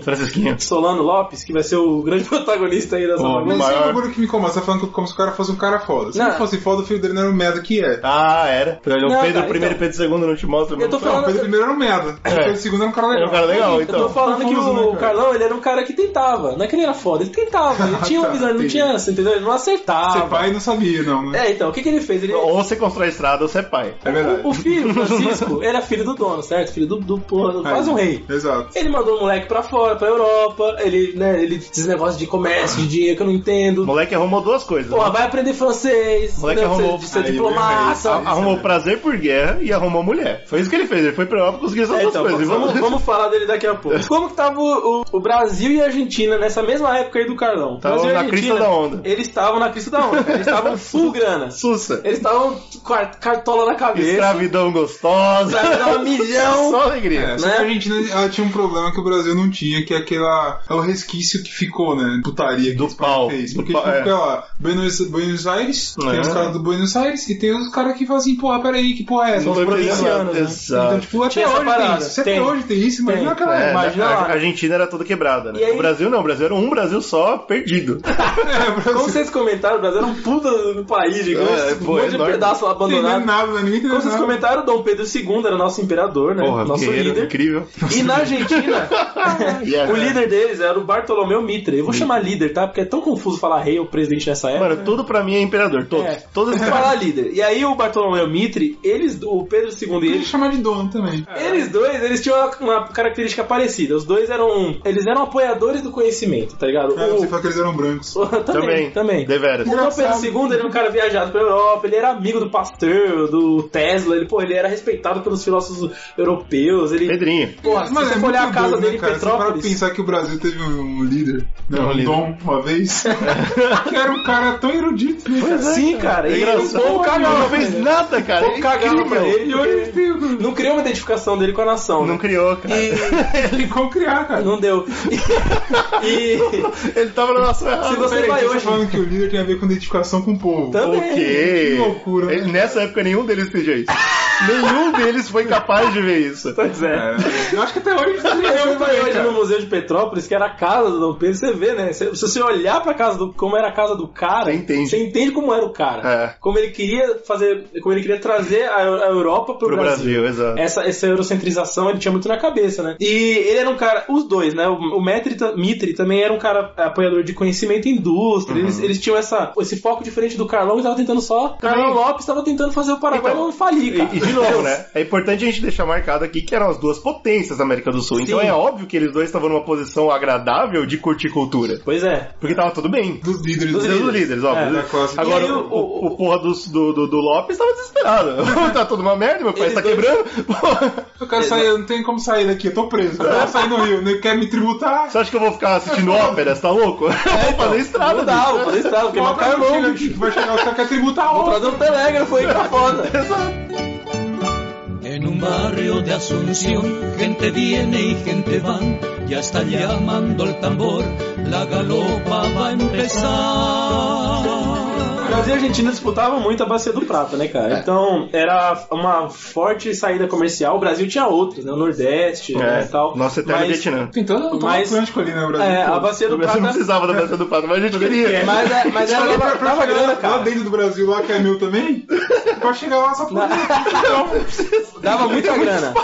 B: Francisquinho.
C: Solano Lopes, que vai ser o grande protagonista aí dessa
B: Oh,
C: novela.
A: Mas esse é
B: maior.
A: o bagulho que me incomoda. Você tá falando como se o cara fosse um cara foda. Se
C: Não.
A: ele fosse foda, o filho dele não era um merda que é.
B: Ah, era. Pedro
C: Não,
B: Pedro
C: cara,
B: I e
C: então-
B: Pedro II não te mostra.
C: Eu tô
B: mas-
A: Não, o
C: falando-
A: Pedro I era um merda. O Pedro II era um cara legal.
B: É. Era um cara legal,
C: Eu tô
B: então.
C: falando que
A: Confuso, né,
C: o
A: cara?
C: Carlão, ele era um cara que tentava. Não é que ele era foda, ele tentava. Ele tinha uma
A: Tá,
C: visão, ele não
A: entendi.
C: tinha essa, entendeu? Ele não
A: Ser
C: acertava.
A: é pai não sabia, não, né?
C: É, então, o que, que ele fez? Ele,
B: Ou você constrói estrada ou você é pai.
A: É, verdade.
C: o, o filho, Francisco, era filho do dono, certo? Filho do, do porra, do- quase um rei.
A: Exato.
C: Ele mandou o moleque pra fora, pra Europa. Ele, né, ele diz negócio de comércio, de dinheiro que eu não
B: O
C: entendo.
B: moleque arrumou duas coisas.
C: Porra,
B: né?
C: vai aprender francês.
B: Moleque
C: né, pra
B: arrumou-
C: Ser, ser
A: Aí,
C: diplomata.
A: beleza.
B: Arrumou prazer por guerra e arrumou mulher. Foi isso que ele fez. Ele foi pra Europa e conseguiu essas
C: É,
B: duas
C: então,
B: coisas.
C: vamos, vamos falar dele daqui a pouco. Como que tava o, o- o Brasil e a Argentina nessa mesma época aí do Carlão?
B: Tavam
C: Brasil e
B: na
C: Argentina,
B: crista da onda.
C: Eles estavam na crista da onda. cara. Eles estavam full grana.
B: Sussa.
C: Eles estavam com a cartola na cabeça.
B: Escravidão gostosa.
C: Escravidão a milhão.
B: Só alegria.
A: É, só
C: né?
A: que a Argentina ela tinha um problema que o Brasil não tinha, que é aquela. É o resquício que ficou, né? Putaria que
B: Do
A: os caras
B: pau.
A: Fez.
B: Do
A: Porque,
B: pau,
A: tipo,
B: é.
A: fica lá, Buenos, Buenos Aires,
B: É.
A: tem os caras do Buenos Aires e tem os caras que falam assim, porra, peraí, que porra é essa?
B: Não
A: Os
B: foi
A: provincianos.
B: provinciano.
C: provincianos, né?
A: Então,
B: Exato.
A: tipo, até
C: Tinha essa
A: hoje tem
C: parada.
A: isso. Se até
C: Tem.
A: hoje tem isso, imagina
C: Tem.
A: aquela
B: É,
A: época.
C: imagina
B: a-
C: lá.
B: a Argentina era toda quebrada, né?
C: E aí-
B: O Brasil não, o Brasil era um Brasil só perdido.
A: É, o Brasil
C: Como vocês comentaram, o Brasil era um puta no país, gigante.
B: É,
C: um
B: pô,
C: monte de
B: enorme.
C: pedaço lá
A: não entendeu
C: abandonado.
A: nada, né? ninguém entendeu
C: Como vocês
A: nada.
C: comentaram, Dom Pedro II era nosso imperador, né?
B: Porra,
C: nosso
B: guerreiro, é, né?
C: líder.
B: incrível.
C: E na Argentina,
B: Yeah.
C: o líder deles era o Bartolomeu Mitre. Eu vou chamar líder, tá? Porque é tão confuso falar rei ou presidente nessa época.
B: Mano, tudo pra mim é imperador. Todos.
C: É.
B: Todos esses
C: Vou
B: caras.
C: falar líder. E aí o Bartolomeu Mitre, eles, o Pedro II e
A: Podia
C: ele,
A: chamar de dono também.
C: eles dois, eles tinham uma, uma característica parecida. Os dois eram, eles eram apoiadores do conhecimento, tá ligado?
A: É,
C: O-
A: você fala que eles eram brancos.
C: também, também.
B: Deveras.
C: O Dom Pedro II ele era um cara viajado pela Europa, ele era amigo do Pasteur, do Tesla, ele, pô, ele era respeitado pelos filósofos europeus, ele...
B: Pedrinho.
C: Porra, se
A: Mas
C: você
A: é
C: for olhar a
A: muito
C: casa
A: doido,
C: dele
A: né,
C: em
A: cara? Você para
C: Petrópolis...
A: pensar que o Brasil teve um líder, né,
B: Um
A: um,
B: líder.
A: dom uma vez, que era um cara tão erudito. né, cara?
C: Sim, cara, um
B: É
C: e o
B: engraçado.
C: povo cagava
B: Não fez
C: pra ele.
B: nada, cara.
C: O povo
B: É
C: cagava pra
B: incrível.
C: ele,
A: E hoje ele
C: porque
A: tem o-
C: não criou uma identificação dele com a nação.
B: Não
C: né?
B: criou, cara.
A: tem como criar, cara.
C: Ah, Não deu. E,
B: Ele tava na nossa errada.
C: Se você
A: Peraí,
C: vai
A: vocês
C: hoje-
A: estão tá falando que o líder tem a ver com identificação com o povo.
C: Também.
B: O quê?
A: Que loucura.
B: Ele- nessa época nenhum deles pedia isso. nenhum deles foi capaz de ver isso.
C: pois é.
A: Cara, eu acho que até hoje
C: Se você
A: eu
C: vai
A: também,
C: um hoje no
A: cara.
C: Museu de Petrópolis, que era a casa do Dom Pedro, você vê, né? Se, se você olhar pra casa do. como era a casa do cara,
B: Você entende.
C: você entende como era o cara.
B: É.
C: Como ele queria fazer. Como ele queria trazer a, a Europa pro,
B: Pro
C: Brasil.
B: Brasil, É, exato.
C: Essa, essa eurocentrização ele tinha muito na cabeça, né? E ele era um cara, os dois, né? O, o Metri ta- Mitri também era um cara apoiador de conhecimento e indústria. Eles, eles tinham essa, esse foco diferente do Carlão que tava tentando só. Carlão Lopes tava tentando fazer o Paraguai
B: Então,
C: não falir, cara.
B: E, e de novo, né? É importante a gente deixar marcado aqui que eram as duas potências da América do Sul. Então
C: Sim.
B: é óbvio que eles dois estavam numa posição agradável de curtir cultura.
C: Pois é.
B: Porque tava tudo bem.
A: Dos líderes.
B: Dos
A: né?
B: líderes, óbvio.
C: É,
A: da classe.
B: Agora,
C: E aí,
B: o, o-
C: o-
B: o porra do, do, do- do Lopes tava desesperado. tá tudo uma merda, meu país
C: Eles
B: tá
C: dois-
B: quebrando. Porra,
A: Eu quero sair, eu não tenho como sair daqui, eu tô preso. Eu quero sair no Rio, né? quer me tributar?
B: você acha que eu vou ficar assistindo óperas, tá louco? Eu vou fazer estrada,
C: É, então, Não dá,
B: bicho.
C: vou fazer estrada, porque é
A: Uma
C: uma
A: cara
C: Carlão,
A: chega,
C: bicho.
A: vai chegar, você quer tributar
C: Vou
A: outro.
C: trazer um telégrafo aí pra foda.
E: En un barrio de Asunción, gente viene y gente va, ya está llamando el tambor, la galopa va a empezar.
C: Brasil e Argentina disputavam muito a Bacia do Prata, né,
B: É.
C: cara? Então, era uma forte saída comercial. O Brasil tinha outros, né? O Nordeste né,
B: É,
C: e tal.
B: nosso eterno
C: Mas-
B: Vietnã.
A: Tem todo o
C: Mas-
A: Atlântico ali, né, Brasil?
C: É, a
A: Pô.
C: Bacia
B: O
C: do
B: Brasil não
C: Prata...
B: precisava da Bacia do Pato, mas a gente queria.
C: Mas, é- mas ela
A: Pra- pra-
C: dava,
A: pra
C: dava
A: chegar
C: grana,
A: Lá
C: cara.
A: dentro do Brasil, lá que é meu também, pra chegar lá só pra...
C: Dava muita grana.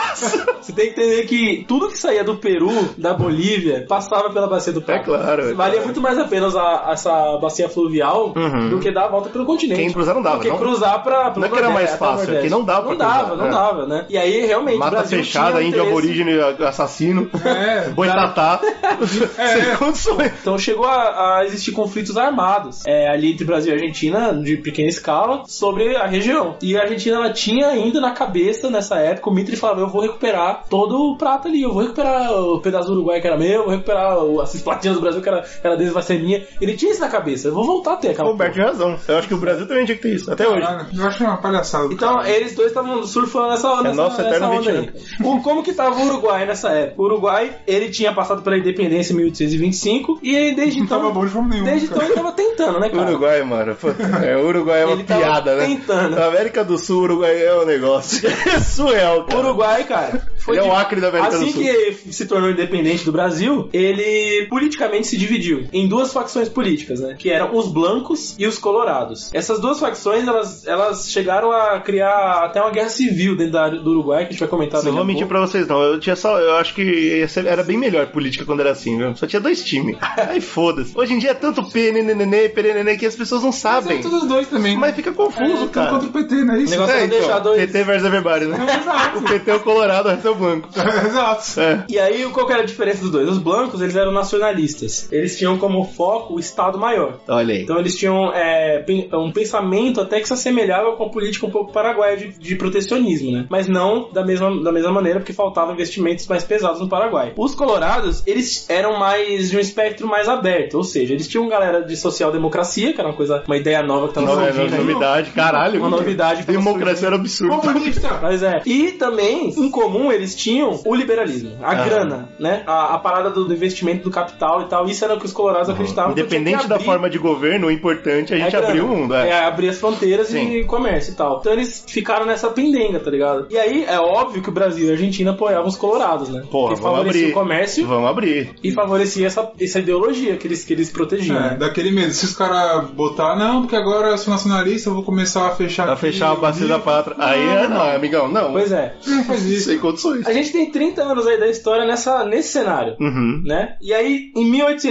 C: Você tem que entender que tudo que saía do Peru, da Bolívia, passava pela Bacia do Prata.
B: É claro, é
C: Valia
B: claro.
C: muito mais a pena usar essa bacia fluvial
B: Uhum.
C: do que dar a volta pelo continente.
B: Quem cruzar não dava,
C: Do que
B: não-
C: cruzar pra... pro
B: não é que era mais
C: Nordeste, até o
B: fácil, é que
C: Nordeste.
B: não dava pra
C: Não dava,
B: cruzar,
C: não
B: é.
C: dava, né? E aí, realmente, o
B: Mata
C: Brasil
B: fechada,
C: tinha um
B: índio
C: interesse.
B: aborígene assassino.
A: É,
B: Boitatá. Sem
A: é.
B: condições.
C: Então chegou a, a existir conflitos armados é, ali entre Brasil e Argentina, de pequena escala, sobre a região. E a Argentina ela tinha ainda na cabeça nessa época, o Mitre falava: eu vou recuperar todo o prata ali, eu vou recuperar o pedaço do Uruguai que era meu, vou recuperar o- as platinas do Brasil que era, que era deles, vai ser minha. Ele tinha isso na cabeça, eu vou voltar a ter aquela.
B: O Humberto
C: porra.
B: tinha razão. Eu acho que o Brasil também tinha que ter isso, até hoje.
A: Caralho, Eu acho uma palhaçada. é do
C: Então,
A: cara.
C: eles dois estavam surfando nessa, nessa,
B: É nosso
C: nessa
B: eterno
C: onda aí.
B: veterano,
C: O, como que tava o Uruguai nessa época? O Uruguai, ele tinha passado pela independência em 1825 e ele desde
A: Não
C: então.
A: tava bom de forma nenhuma,
C: Desde então
A: cara.
C: ele tava tentando, né,
B: O
C: cara?
B: Uruguai, mano. pô, É, o Uruguai é uma
C: Ele tava
B: piada, né?
C: tentando.
B: Na América do Sul, o Uruguai é um negócio. É surreal,
C: O
B: cara.
C: Uruguai, cara, foi
B: Ele é
C: de-
B: o Acre da América
C: assim
B: do Sul.
C: que se tornou independente do Brasil, ele politicamente se dividiu em duas facções políticas, né? Que eram os blancos e os colorados. Essas duas facções, elas, elas chegaram a criar até uma guerra civil dentro da, do Uruguai, que a gente vai comentar
B: Não
C: daqui a
B: vou mentir pra
C: pouco.
B: vocês, não. Eu tinha só. Eu acho que esse era bem melhor a política quando era assim, viu? Só tinha dois times. Aí foda-se. Hoje em dia é tanto PNNN, PNNN que as pessoas não sabem.
A: Mas é todos os dois também.
B: Mas fica confuso,
A: é,
B: cara.
A: contra o PT, não é isso?
C: O então, negócio é não deixar dois-
B: PT versus Everybody, né? o PT é o colorado, o resto é o branco.
A: Exato.
B: É.
C: E aí, qual que era a diferença dos dois? Os blancos, eles eram nacionalistas. Eles tinham como foco o Estado Maior.
B: Olha aí.
C: Então eles tinham é, pen- um pensamento até que se assemelhava com a política um pouco paraguaia de, de protecionismo, né? Mas não da mesma, da mesma maneira, porque faltavam investimentos mais pesados no Paraguai. Os colorados, eles eram mais de um espectro mais aberto, ou seja, eles tinham galera de social-democracia, que era uma coisa, uma ideia nova que tava
B: Nova-
C: surgindo aí.
B: novidade, caralho.
C: assim, né? Uma novidade que
B: Democracia era absurdo.
A: Comunista.
C: Pois é. E também, em comum, eles tinham o liberalismo, a
B: Ah.
C: grana, né? A, a parada do, do investimento do capital e tal. Isso era o que os colorados acreditavam. que tinha
B: Uhum. Independente
C: que
B: da
C: abrir-
B: forma de governo, o importante é a gente
C: grana.
B: abrir o mundo.
C: É,
B: É.
C: abrir as fronteiras e
B: Sim.
C: comércio e tal. Então eles ficaram nessa pendenga, tá ligado? E aí, é óbvio que o Brasil e a Argentina apoiavam os colorados, né?
B: Porra,
C: que
B: vamos
C: favorecia
B: abrir.
C: o comércio
B: Vamos abrir.
C: e favorecia essa, essa ideologia que eles, que eles protegiam.
A: É,
C: né?
A: daquele medo. Se os caras botar, não, porque agora eu sou nacionalista, eu vou começar a fechar.
B: Pra
A: aqui,
B: fechar a bacia da
A: aqui.
B: pátria. Aí é não, amigão, não.
C: Pois é.
A: Não faz isso.
B: Sem condições.
C: A gente tem 30 anos aí da história nessa, nesse cenário.
B: Uhum.
C: né? E aí, em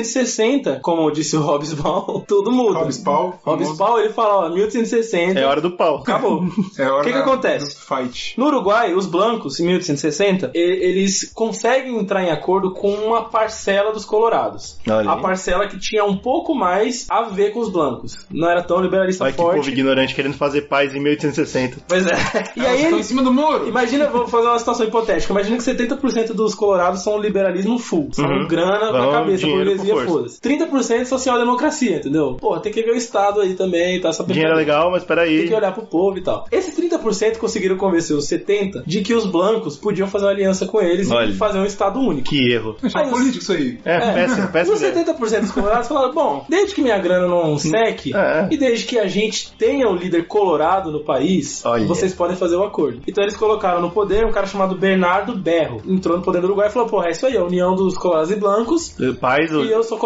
C: 1860, como disse o Hobbes Ball, tudo muda.
A: Hobbes Paul.
C: Hobbes
A: famoso.
C: Ball, ele fala, ó, 1860,
B: É hora do pau.
C: acabou.
A: É a hora
C: O que que
A: da-
C: acontece?
A: do Fight.
C: No Uruguai, os blancos, em 1860, e- eles conseguem entrar em acordo com uma parcela dos colorados.
B: Olha
C: A
B: aí.
C: parcela que tinha um pouco mais a ver com os blancos. Não era tão liberalista
B: Olha que povo
C: forte.
B: ignorante querendo fazer paz em 1860.
C: Pois é. E
A: Elas
C: aí,
A: estão tá em
C: eles-
A: cima do muro. É
C: imagina, vou fazer uma situação hipotética. Imagina que 70% dos colorados são liberalismo full. São
B: Uhum.
C: grana na
B: Vão,
C: cabeça,
B: dinheiro com
C: burguesia,
B: força.
C: foda-se. 30% social-democracia, entendeu? Porra, tem que ver o Estado aí também, tá? Essa
B: Dinheiro é legal, mas
C: Tem
B: peraí.
C: que olhar pro povo e tal. Esses 30% conseguiram convencer os 70% de que os blancos podiam fazer uma aliança com eles
B: Olha.
C: e fazer um Estado único.
B: Que erro.
A: Isso é político isso aí.
B: É, péssimo, péssimo.
C: Os 70% dos colorados falaram: bom, desde que minha grana não seque
B: É.
C: e desde que a gente tenha um líder colorado no país,
B: Olha.
C: vocês podem fazer o acordo. Então eles colocaram no poder um cara chamado Bernardo Berro. Entrou no poder do Uruguai e falou: porra, é isso aí, a união dos colorados e blancos.
B: Paz,
C: E eu sou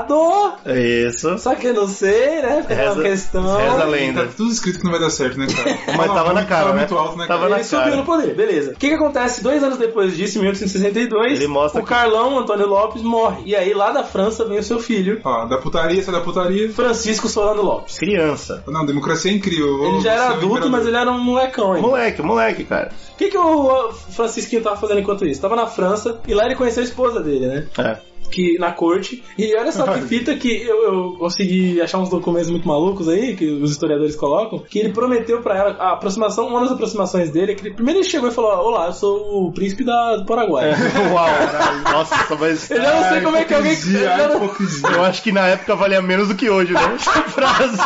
C: colorado,
B: isso.
C: só que eu não sei, né? Fica
B: Reza-
C: uma questão.
B: reza a lenda.
A: Tá tudo escrito que não vai dar certo, né, cara?
B: Mas
A: Fala
B: tava na
A: muito-
B: cara,
A: fala
B: né?
A: muito alto, né,
B: Tava
A: cara?
B: na
C: Ele subiu
B: cara.
C: no poder, beleza. O que, que acontece? Dois anos depois disso, em 1862,
B: Ele mostra
C: o
B: que-
C: Carlão Antônio Lopes morre. E aí, lá da França, vem o seu filho,
A: Ó, da putaria, sai da putaria.
C: Francisco Solano Lopes.
B: Criança.
A: Não, democracia é incrível. eu vou
C: Ele já era
A: ser o
C: adulto,
A: imperador.
C: mas ele era um molecão ainda.
B: Moleque, moleque, cara.
C: O que, que o uh, Francisquinho tava fazendo enquanto isso? Tava na França e lá ele conheceu a esposa dele, né?
B: É.
C: Que, na corte. E olha só que fita que eu, eu consegui achar uns documentos muito malucos aí, que os historiadores colocam, que ele prometeu pra ela a aproximação, uma das aproximações dele, é que ele, primeiro ele chegou e falou: Olá, eu sou o príncipe da, do Paraguai.
B: Uau, caralho. Nossa, mas.
C: Eu já não sei
A: Ah,
C: como é que alguém.
A: hipocrisia,
C: eu já não-
A: ah, hipocrisia.
B: Eu acho que na época valia menos do que hoje, né? Essa frase.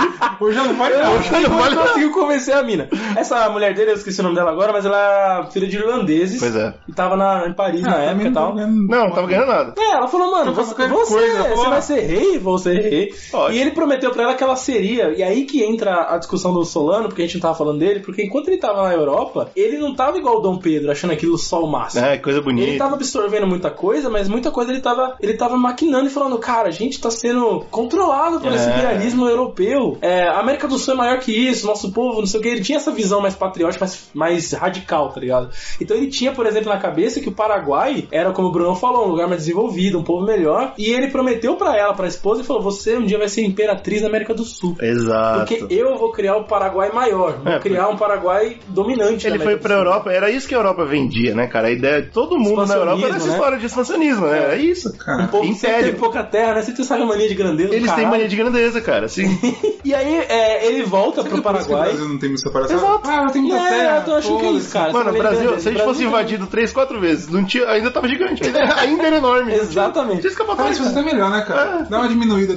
A: Hoje ela não vai
C: Eu
A: dar.
C: não sei
B: Não
C: como
B: vale
C: ele
B: nada.
C: conseguiu convencer a mina. Essa mulher dele, eu esqueci o nome dela agora, mas ela é filha de irlandeses.
B: Pois é.
C: E tava na, em Paris
A: Ah,
C: na época e tal.
B: Não, não tava ganhando nada.
C: É, ela falou, mano,
A: Não faz
C: você,
A: qualquer
C: você,
A: coisa,
C: você
A: porra.
C: vai ser rei, vou ser rei.
B: Ótimo.
C: E ele prometeu pra ela que ela seria. E aí que entra a discussão do Solano, porque a gente não tava falando dele, porque enquanto ele tava na Europa, ele não tava igual o Dom Pedro, achando aquilo só o máximo.
B: É, coisa
C: Ele
B: bonita.
C: tava absorvendo muita coisa, mas muita coisa ele tava, ele tava maquinando e falando, cara, a gente tá sendo controlado por esse
B: É.
C: imperialismo europeu. É, a América do Sul é maior que isso, nosso povo, não sei o que. Ele tinha essa visão mais patriótica, mais, mais radical, tá ligado? Então ele tinha, por exemplo, na cabeça que o Paraguai era, como o Bruno falou, um lugar mais desenvolvido, um povo melhor. E ele prometeu pra ela, pra esposa, e falou: Você um dia vai ser imperatriz da América do Sul.
B: Exato.
C: Porque eu vou criar o Paraguai maior, vou
B: É,
C: criar um Paraguai dominante.
B: Ele
C: na
B: foi
C: América
B: pra
C: do Sul.
B: Europa, era isso que a Europa vendia, né, cara? A ideia de todo mundo na Europa era essa
C: Expansionismo, né?
B: história de expansionismo, né? Era isso.
C: Um povo que sempre
B: Império.
C: teve pouca terra, né? Sempre teve essa mania de grandeza. do
B: Eles têm
C: caralho.
B: mania de grandeza, cara. Assim,
C: E aí é, ele volta
A: Será que
C: pro
A: é por isso que o
C: Paraguai.
A: Brasil não tem muita separação.
B: Exato.
A: Ah, tem muita
C: É,
A: terra.
C: eu tô achando que é isso,
A: foda-se.
C: cara.
B: mano,
C: Essa
B: o Brasil,
C: grandeza,
B: se a gente
C: o
B: fosse
C: Brasil- é
B: invadido três, quatro vezes, não tinha, ainda tava gigante, ainda, ainda era enorme.
C: Exatamente.
B: Tinha
A: Ah,
B: escapatória,
A: isso tá
B: cara.
A: melhor, né, cara? Dá uma diminuída, dá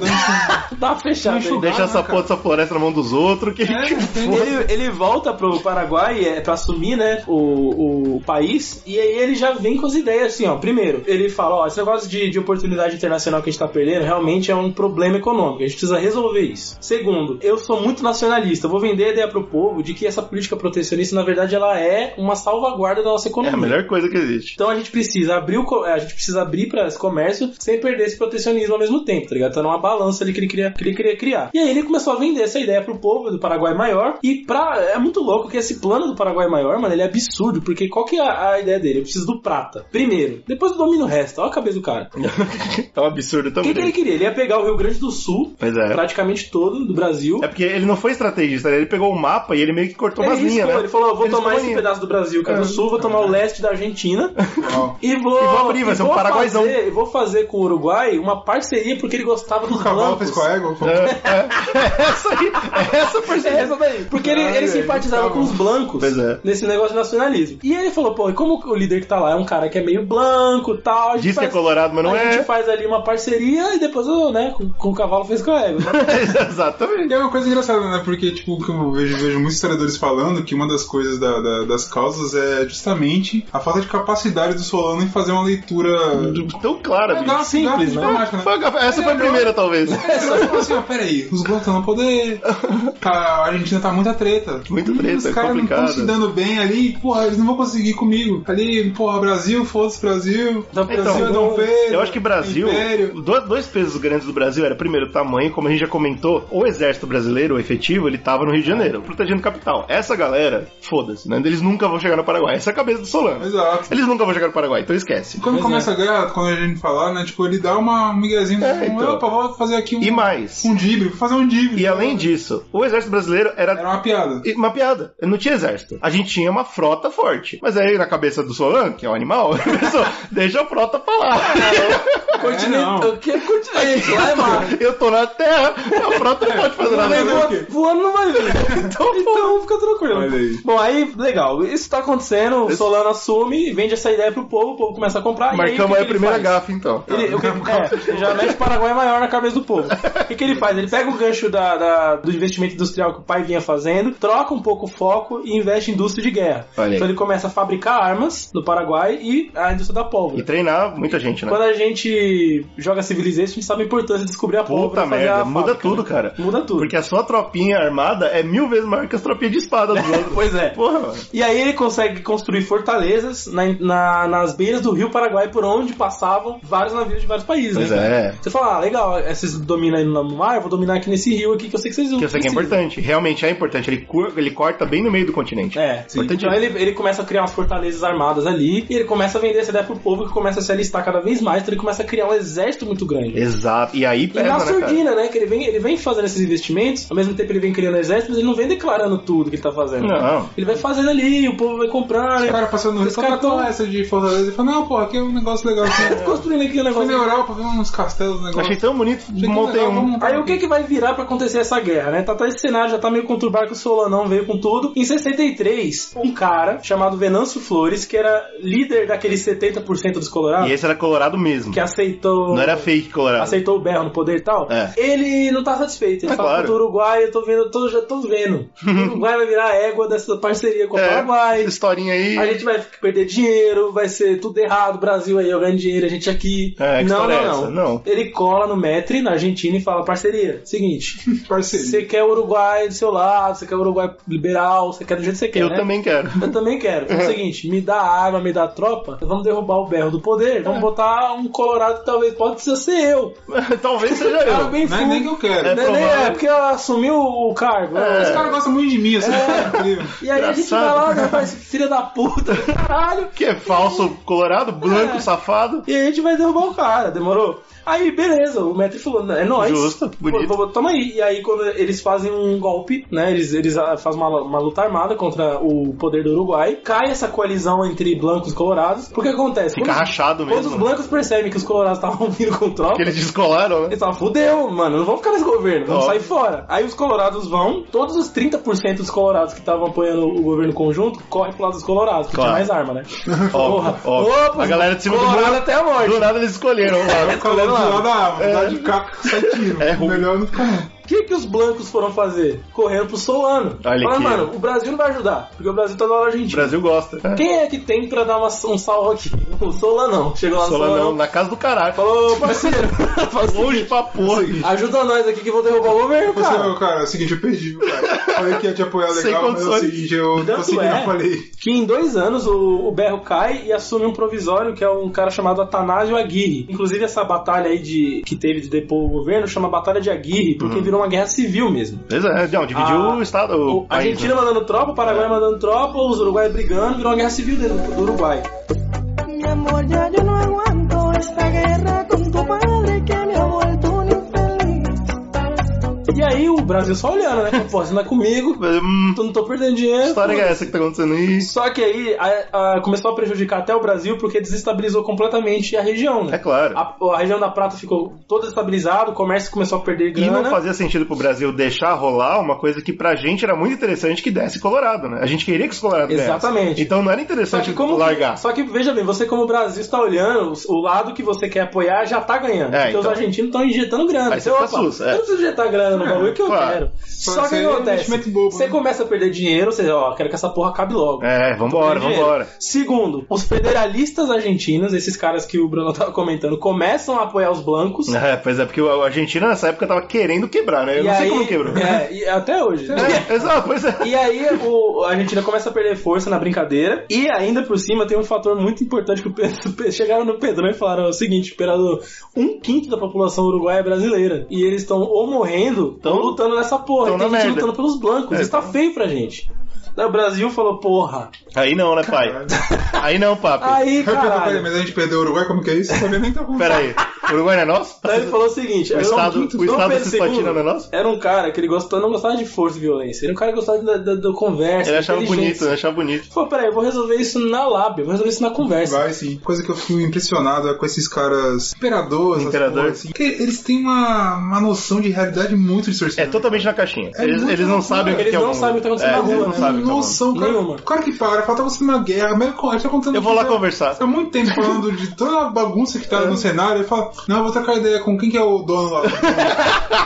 A: um
C: Dá uma fechada aí.
A: Enxugar.
B: Deixar
A: Ah,
B: essa
A: cara.
B: porra dessa floresta na mão dos outros,
C: É,
B: que a gente
A: tem-
B: foda.
C: Ele, ele volta pro Paraguai é, pra assumir, né, o, o país, e aí ele já vem com as ideias assim, ó. Primeiro, ele fala, ó, esse negócio de, de oportunidade internacional que a gente tá perdendo realmente é um problema econômico, a gente precisa resolver isso. Segundo, eu sou muito nacionalista, eu vou vender a ideia pro povo de que essa política protecionista, na verdade, ela é uma salvaguarda da nossa
B: É
C: economia.
B: a melhor coisa que existe.
C: Então a gente precisa abrir o co- é, a gente precisa abrir para esse comércio sem perder esse protecionismo ao mesmo tempo, tá ligado? Tá numa balança ali que ele queria, que ele queria criar. E aí ele começou a vender essa ideia pro povo do Paraguai Maior e pra é muito louco que esse plano do Paraguai Maior, mano, ele é absurdo, porque qual que é a, a ideia dele? Eu preciso do prata. Primeiro, depois eu domino o resto. Olha a cabeça do cara.
B: É um absurdo
C: O que,
B: também.
C: que ele queria? Ele ia pegar o Rio Grande do Sul,
B: Pois é.
C: praticamente todo do Brasil.
B: É porque ele não foi estrategista, né? ele pegou o mapa e ele meio que cortou
C: ele
B: umas linhas,
C: riscou,
B: né?
C: É ele falou, eu vou
B: Ele
C: tomar
B: riscou
C: esse
B: uma linha.
C: pedaço do Brasil, que é do sul, vou tomar o leste da Argentina.
A: Uau.
C: E vou,
B: E vou abrir, vai ser um
C: vou
B: paraguaizão.
C: Fazer, e vou fazer com o Uruguai uma parceria porque ele gostava dos
A: O cavalo fez
C: blancos.
A: com a égua. pô.
B: Essa aí, essa por
C: É essa daí. Porque ele,
A: Caralho,
C: ele simpatizava
A: tá
C: com os
A: bom.
C: blancos
B: Pois é.
C: nesse negócio de nacionalismo. E ele falou, pô, e como o líder que tá lá é um cara que é meio blanco e tal. a gente
B: Diz que é
C: faz-
B: colorado, mas não
C: a
B: é.
C: gente faz ali uma parceria e depois, eu, né, com, com o cavalo fez com a égua.
B: Exatamente.
A: E é uma coisa engraçada, né? Porque, tipo, o que eu vejo, vejo muitos historiadores falando que uma das coisas da- da- das causas é justamente a falta de capacidade do Solano em fazer uma leitura
B: Tão clara,
A: É, dá uma
B: bicho.
A: cidade
C: simples, né?
A: diplomática, né?
B: Hum. Foi a- Essa
A: É,
B: foi a
A: não.
B: primeira, talvez.
A: É, só que fala assim, ó, peraí, os blocos estão no poder. Tá, a Argentina tá muita treta.
B: Muita treta,
A: Os caras não estão
B: complicado.
A: se dando bem ali, porra, eles não vão conseguir comigo. Ali, porra, Brasil, foda-se Brasil.
C: Então,
A: Brasil é
C: então,
A: Dom Pedro.
B: Eu acho que Brasil,
A: Império.
B: do- dois pesos grandes do Brasil era primeiro o tamanho, como a gente já comentou, o exército brasileiro, o efetivo, ele tava no Rio de Janeiro, protegendo a capital. Essa galera, foda-se, né? Eles nunca vão chegar no Paraguai. Essa é a cabeça do Solano.
A: Exato.
B: Eles nunca vão chegar no Paraguai, então
A: E
B: esquece.
A: quando
C: Pois é.
A: começa a guerra, quando a gente falar, né? Tipo, ele dá uma miguezinha,
B: É,
A: tipo,
B: então.
A: opa, vou fazer aqui um,
B: E mais.
A: um dibre, vou fazer um dibre.
B: E além disso, o exército brasileiro
A: Era uma piada.
B: E uma piada. Não tinha exército. A gente tinha uma frota forte. Mas aí na cabeça do Solan, que é um animal, ele pensou, deixa a frota pra
A: É,
B: lá.
A: não.
C: continente, o que é continente? Lá é mar.
B: Eu tô na terra, a frota não pode fazer
A: Não
B: nada.
A: vai ver o
C: Voando,
A: quê?
C: voando não vai ver. Então, fica tranquilo.
A: Olha aí.
C: Bom, aí, legal. Isso tá acontecendo, o Solano assume, vende essa ideia pro povo, o povo começa a comprar.
B: Marcamos
C: e
B: aí
C: aí,
B: a primeira
C: gafa.
B: gafa, então.
C: Ele, o que, é, já mete o Paraguai maior na cabeça do povo. O que, que ele faz? Ele pega o gancho da, da- do investimento industrial que o pai vinha fazendo, troca um pouco o foco e investe em indústria de guerra.
B: Olha aí.
C: Então ele começa a fabricar armas no Paraguai e a indústria da
B: E
C: pólvora.
B: treinar muita gente, né?
C: Quando é a gente joga Civilization, a gente sabe a importância de descobrir a pólvora.
B: Puta
C: e fazer a
B: merda, muda
C: fábrica,
B: tudo,
C: né?
B: cara.
C: Muda tudo.
B: Porque a sua tropinha armada é mil vezes maior que as tropinhas de espada dos outros.
C: Pois é.
B: Porra, mano.
C: E aí ele consegue construir fortalezas na- na- nas beiras do rio Paraguai, por onde passavam vários navios de vários países,
B: Pois
C: né? cara?
B: é.
C: Você fala, ah, legal, é, vocês dominam aí no mar, eu vou dominar aqui nesse rio aqui, que eu sei que vocês
B: Que eu sei que é
C: precisam.
B: importante. Realmente é importante. Ele, cur- ele corta bem no meio do continente.
C: É,
B: Sim.
C: então ele, ele começa a criar umas fortalezas armadas ali, e ele começa a vender essa ideia pro povo, que começa a se alistar cada vez mais, então ele começa a criar um exército muito grande.
B: Exato. E aí
C: E na
B: pesa, né, cara?
C: surdina, né? Que ele vem, ele vem fazendo esses investimentos, ao mesmo tempo ele vem criando exército, mas ele não vem declarando tudo que ele tá fazendo.
B: Não.
C: Ele vai fazendo ali, o povo vai comprar,
A: O
C: né?
A: cara passando no Rio,
C: Os
A: só
C: caras
B: tá
A: catou
C: tão-
A: essa de Fortaleza e falou, não, porra, aqui é um negócio legal.
C: Tá
A: Assim.
C: construindo aqui o
A: Fui na
C: negócio.
A: Europa, vi uns castelos, um negócio.
B: Achei tão bonito,
A: Achei que
B: montei
A: legal, vamos
B: um.
A: montar
C: Aí o
A: aqui.
C: que, que vai virar pra acontecer essa guerra, né? Tá, tá esse cenário já tá meio conturbado que o Solanão veio com tudo. Em 63, um cara chamado Venâncio Flores, que era líder daqueles 70% dos
B: E
C: Colorados,
B: esse era colorado mesmo.
C: que é aceitou.
B: Não era fake colorado.
C: Aceitou o berro no poder e tal,
B: É.
C: ele não tá satisfeito. Ele
B: É
C: fala
B: claro.
C: pro Uruguai, eu tô vendo, eu tô, já tô vendo. O Uruguai vai virar a égua dessa parceria com o
B: É,
C: Paraguai.
B: Historinha aí.
C: A gente vai perder dinheiro, vai ser tudo errado, Brasil aí, eu ganho dinheiro, a gente aqui.
B: É, que
C: não,
B: história
C: não,
B: é essa?
C: não,
B: Não.
C: Ele cola no Metri, na Argentina, e fala, parceria, seguinte,
A: Parceria.
C: você quer o Uruguai do seu lado, você quer o Uruguai liberal, você quer do jeito que você quer,
B: Eu
C: né?
B: também quero.
C: Eu também quero. Então É o seguinte, me dá arma, me dá tropa, vamos derrubar o berro do poder,
B: É.
C: vamos botar um colorado que talvez possa ser eu.
B: Talvez seja
C: Cara
B: eu.
C: bem
A: Não é nem que
C: fundo.
A: eu quero.
B: É
C: Não é nem-
B: provável. É,
C: É, porque ela assumiu o cargo. né?
A: Os caras gostam muito de mim, assim, é incrível.
C: E aí a gente vai lá, né, faz filha da puta, caralho.
B: Que é falso colorado, branco, safado.
C: E aí a gente vai derrubar bom, cara, demorou. Aí, beleza, o Metri falou, é nóis.
B: Justo, bonito.
C: Pô, pô, Toma aí. E aí, quando eles fazem um golpe, né? Eles, eles ah, fazem uma, uma luta armada contra o poder do Uruguai. Cai essa coalizão entre blancos e colorados. Porque acontece?
B: Fica
C: quando-
B: rachado
C: Quando
B: mesmo,
C: os
B: né?
C: blancos percebem que os colorados estavam vindo com tropa,
B: Que eles descolaram, né?
C: eles falam, fudeu, mano, não vão ficar nesse governo, vamos
B: Óbvio.
C: sair fora. Aí os colorados vão, todos os 30% dos colorados que estavam apoiando o governo conjunto, corre pro lado dos colorados, que
B: Claro.
C: tinha mais arma, né?
B: Ó, ó,
C: Opa,
B: a galera de cima do
C: colorado
B: muro,
C: até É. a morte.
B: do nada eles escolheram. ó.
A: O cara do lado da arma,
B: É.
A: dá de cá, sai tiro.
B: É ruim.
A: Melhor não ficar não.
C: O que, que os blancos foram fazer? Correram pro Solano.
B: Olha
C: Falaram,
B: aqui.
C: mano, o Brasil não vai ajudar, porque o Brasil tá do lado da
B: O
C: Argentina.
B: Brasil gosta. né?
C: Quem é que tem pra dar uma- um salvo aqui? O Solanão. Chegou lá no Solanão.
B: Solanão, na casa do caralho.
C: Falou, parceiro, faz o
B: Longe
C: seguinte,
B: pra porra.
C: ajuda nós aqui que vou derrubar o governo,
A: Você,
C: cara.
A: cara, é o seguinte, eu perdi, cara. Falei que ia te apoiar
B: Ah. Sem
A: legal, mas é o
B: condições.
A: seguinte, eu não
C: Tanto
A: consegui,
C: é.
A: não falei.
C: que em dois anos o, o Berro cai e assume um provisório que é um cara chamado Atanásio Aguirre. Inclusive essa batalha aí de, que teve de depor o governo chama Batalha de Aguirre, porque virou uma guerra civil mesmo.
B: Pois é, não, dividiu
C: Ah,
B: o estado. Uhum. O
C: O- a
B: país,
C: Argentina
B: né?
C: mandando tropa, o Paraguai mandando tropa, os uruguaios brigando, virou uma guerra civil dentro do Uruguai.
F: Mi amor, ya yo no aguanto esta guerra con tu madre que me ha vuelto un infeliz.
C: E aí o Brasil só olhando, né? Pô, você não é comigo,
B: Mas, hum,
C: tu não tô perdendo dinheiro.
B: que história que é essa que tá acontecendo aí?
C: Só que aí a- a- começou a prejudicar até o Brasil porque desestabilizou completamente a região, né?
B: É claro.
C: A, a região da Prata ficou toda estabilizada, o comércio começou a perder
B: E
C: grana.
B: não fazia sentido pro Brasil deixar rolar uma coisa que pra gente era muito interessante que desse Colorado, né? A gente queria que os Colorado
C: Exatamente.
B: dessem. Então não era
C: Só
B: interessante
C: que, como,
B: largar.
C: só que veja bem, você como Brasil está olhando, o- o lado que você quer apoiar já tá ganhando.
B: É,
C: porque
B: então.
C: os argentinos estão injetando grana.
B: Aí você
C: Então,
B: fica sus, é.
C: Eu não preciso injetar grana no bagulho que eu
B: claro.
C: quero. Só
A: isso
C: que
A: aí é
C: o que acontece?
A: investimento bobo,
C: você
A: né?
C: começa a perder dinheiro, você, ó, quero que essa porra acabe logo.
B: É, vambora,
C: Tô perdendo
B: vambora.
C: dinheiro. Segundo, os federalistas argentinos, esses caras que o Bruno tava comentando, começam a apoiar os blancos.
B: É, pois é, porque a Argentina nessa época tava querendo quebrar, né? Eu
C: e
B: não sei
C: aí-
B: como quebrou.
C: É, e até hoje.
B: É, exato, pois é.
C: E aí o, a Argentina começa a perder força na brincadeira. E ainda por cima tem um fator muito importante que o Pedro- pe- chegaram no Pedrão e falaram o seguinte, imperador, um quinto da população uruguaia é brasileira. E eles estão ou morrendo
B: Tão-
C: ou lutando nessa porra.
B: tão
C: E tem
B: na
C: gente
B: merda.
C: lutando pelos blancos.
B: É,
C: Isso tá
B: tão-
C: feio pra gente. Daí o Brasil falou, porra.
B: Aí não, né, pai? Aí não, papi.
C: Aí,
A: Peraí, peraí, peraí,
C: caralho.
A: mas a gente perdeu o Uruguai, como que é isso? Eu sabia nem que tá acontecendo.
B: Pera aí. O Uruguai não é nosso?
C: Daí Tá, ele falou o seguinte:
B: O
C: era um
B: Estado-
C: quinto-
B: o
C: não,
B: Estado
C: Pedro
B: se espatina,
C: II
B: não é nosso?
C: Era um cara que ele gostava, não gostava de força e violência. Ele era um cara que gostava da, da, da conversa.
B: Ele achava
C: é inteligência.
B: bonito, né? Achava bonito.
C: Ele falou: peraí, eu vou resolver isso na lábia, eu vou resolver isso na conversa.
A: Vai, sim. Coisa que eu fico impressionado é com esses caras imperadores, essas
B: Imperador.
A: porra, assim, que eles têm uma, uma noção de realidade muito
B: É
A: distorcida.
B: totalmente na caixinha.
A: É
B: eles,
A: muito
B: eles não
A: loucura.
B: sabem o que
C: Eles
B: que é o
C: não
B: mundo.
C: sabem o que tá acontecendo
B: É,
C: na rua,
B: Eles não
C: né?
B: sabem o que é o mundo.
A: noção, cara.
C: Nenhuma.
A: O cara que para, fala, tá acontecendo uma guerra, mas ele tá contando.
B: Eu vou lá
A: tudo, né?
B: conversar.
A: Fica muito tempo falando de toda a bagunça que
C: É.
A: tá no cenário. Ele fala, não, eu vou trocar ideia com quem que é o dono lá.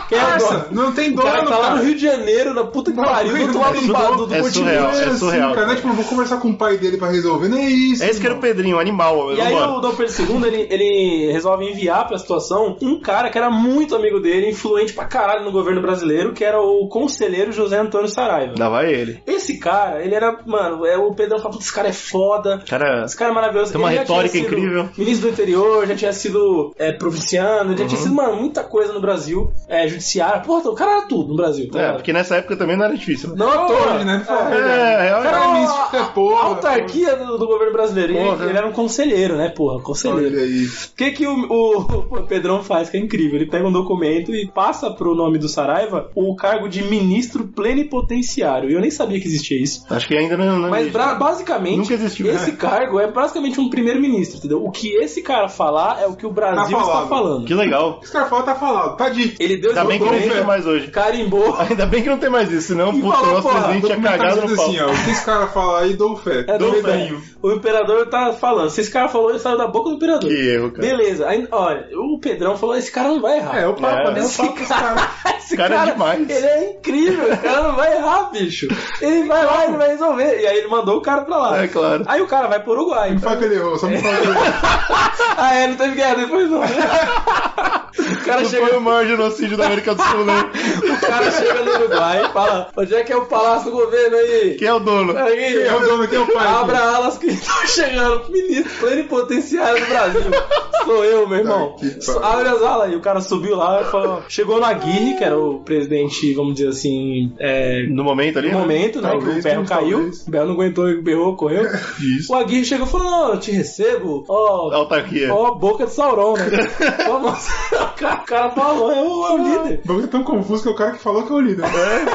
C: Quem é o dono?
A: Nossa, não tem
C: O
A: dono,
C: cara
A: cara.
C: que tá lá no Rio de Janeiro, na puta que
A: Não,
C: pariu, do outro lado
B: é
C: do, do, do
B: surreal, é
C: continente.
B: surreal. é
A: assim,
B: surreal,
A: cara, né?
B: cara.
A: Tipo, eu vou conversar com o pai dele pra resolver. Não é isso.
B: É esse que era o Pedrinho, animal.
C: E aí
B: vambora.
C: o Dom Pedro II, ele, ele resolve enviar pra situação um cara que era muito amigo dele, influente pra caralho no governo brasileiro, que era o conselheiro José Antônio Saraiva.
B: Lá vai ele.
C: Esse cara, ele era, mano, é, o Pedrão fala, putz, esse cara é foda,
B: Cara,
C: Esse cara é maravilhoso.
B: Tem uma
C: Ele já tinha
B: retórica
C: sido
B: incrível.
C: Ministro do interior, já tinha sido é, provinciano, já
B: Uhum.
C: tinha sido, mano, muita coisa no Brasil. É, judiciário. Porra, o cara era tudo no Brasil. Tá
B: é,
C: ligado?
B: porque nessa época também não era difícil. né?
C: Não à toa.
A: Hoje, né? Ele fala,
B: É, é, é, né?
A: cara,
C: Cara,
A: místico, é
C: a-
A: porra.
C: a autarquia do, do governo brasileiro. E
B: Porra.
C: Ele, ele era um conselheiro, né, porra? Conselheiro.
A: Olha aí.
C: O que, que o, o- o Pedrão faz, que é incrível? Ele pega um documento e passa pro nome do Saraiva o cargo de ministro plenipotenciário. E Eu nem sabia que existia isso.
B: Acho que ainda não. não
C: Mas
B: existe.
C: bra- basicamente,
B: Nunca existiu,
C: esse
B: né?
C: cargo é basicamente um primeiro-ministro, entendeu? O que esse cara falar é o que o Brasil
A: Tá
C: está
A: falado.
C: falando.
B: Que legal.
A: Esse cara fala, tá falado. Tá dito.
C: Ele deu
B: Ainda
C: esse
B: bem que não
C: documento,
B: existe mais hoje.
C: carimbou.
B: Ainda bem que não tem mais isso, senão
C: E
B: puto, o
C: falou,
B: nosso
C: porra,
B: presidente tinha cagado
A: Tá
B: no
A: dito
B: pau.
A: assim, ó, o que esse cara fala aí, dou fé.
C: É,
A: Dou fé.
C: dou fé. O imperador tá falando. Se esse cara falou, ele saiu da boca do imperador.
B: Que erro, cara.
C: Beleza. Aí, olha, o Pedrão falou, esse cara não vai errar.
A: É, o papo,
B: É.
A: né? O
C: Esse
A: papo desse cara.
C: Esse
B: cara é demais.
C: Ele é incrível, o cara não vai errar, bicho. Ele vai lá, ele vai resolver. E aí ele mandou o cara pra lá.
B: É, claro.
C: Aí o cara vai pro Uruguai.
A: Não fala que ele errou, só me fala que ele errou.
C: Ah, é, não teve guerra depois não. O cara
B: não
C: chega-
B: foi o maior genocídio da América do Sul, né?
C: O cara chega no Uruguai e fala: onde é que é o palácio do governo aí?
B: Quem é o dono?
C: Aí,
A: É o dono que é o pai.
C: Abra alas que estão chegando. Ministro plenipotenciário do Brasil. Sou eu, meu irmão.
A: que
C: So-
A: pariu.
C: Abre as alas. E o cara subiu lá e falou. Chegou no Aguirre, que era o presidente, vamos dizer assim, é,
B: No momento ali?
C: no
B: né?
C: momento, né?
A: Talvez,
C: que o Berro
A: talvez.
C: caiu. O Berro não aguentou, o berrou, correu.
B: Isso.
C: O Aguirre chegou e falou: Não, eu te recebo. Ó,
B: Autarquia.
C: Ó, a boca de Sauron, né? Vamos. o cara- o cara falou, é o, é o líder.
A: O bagulho é tão confuso que é o cara que falou que é o líder.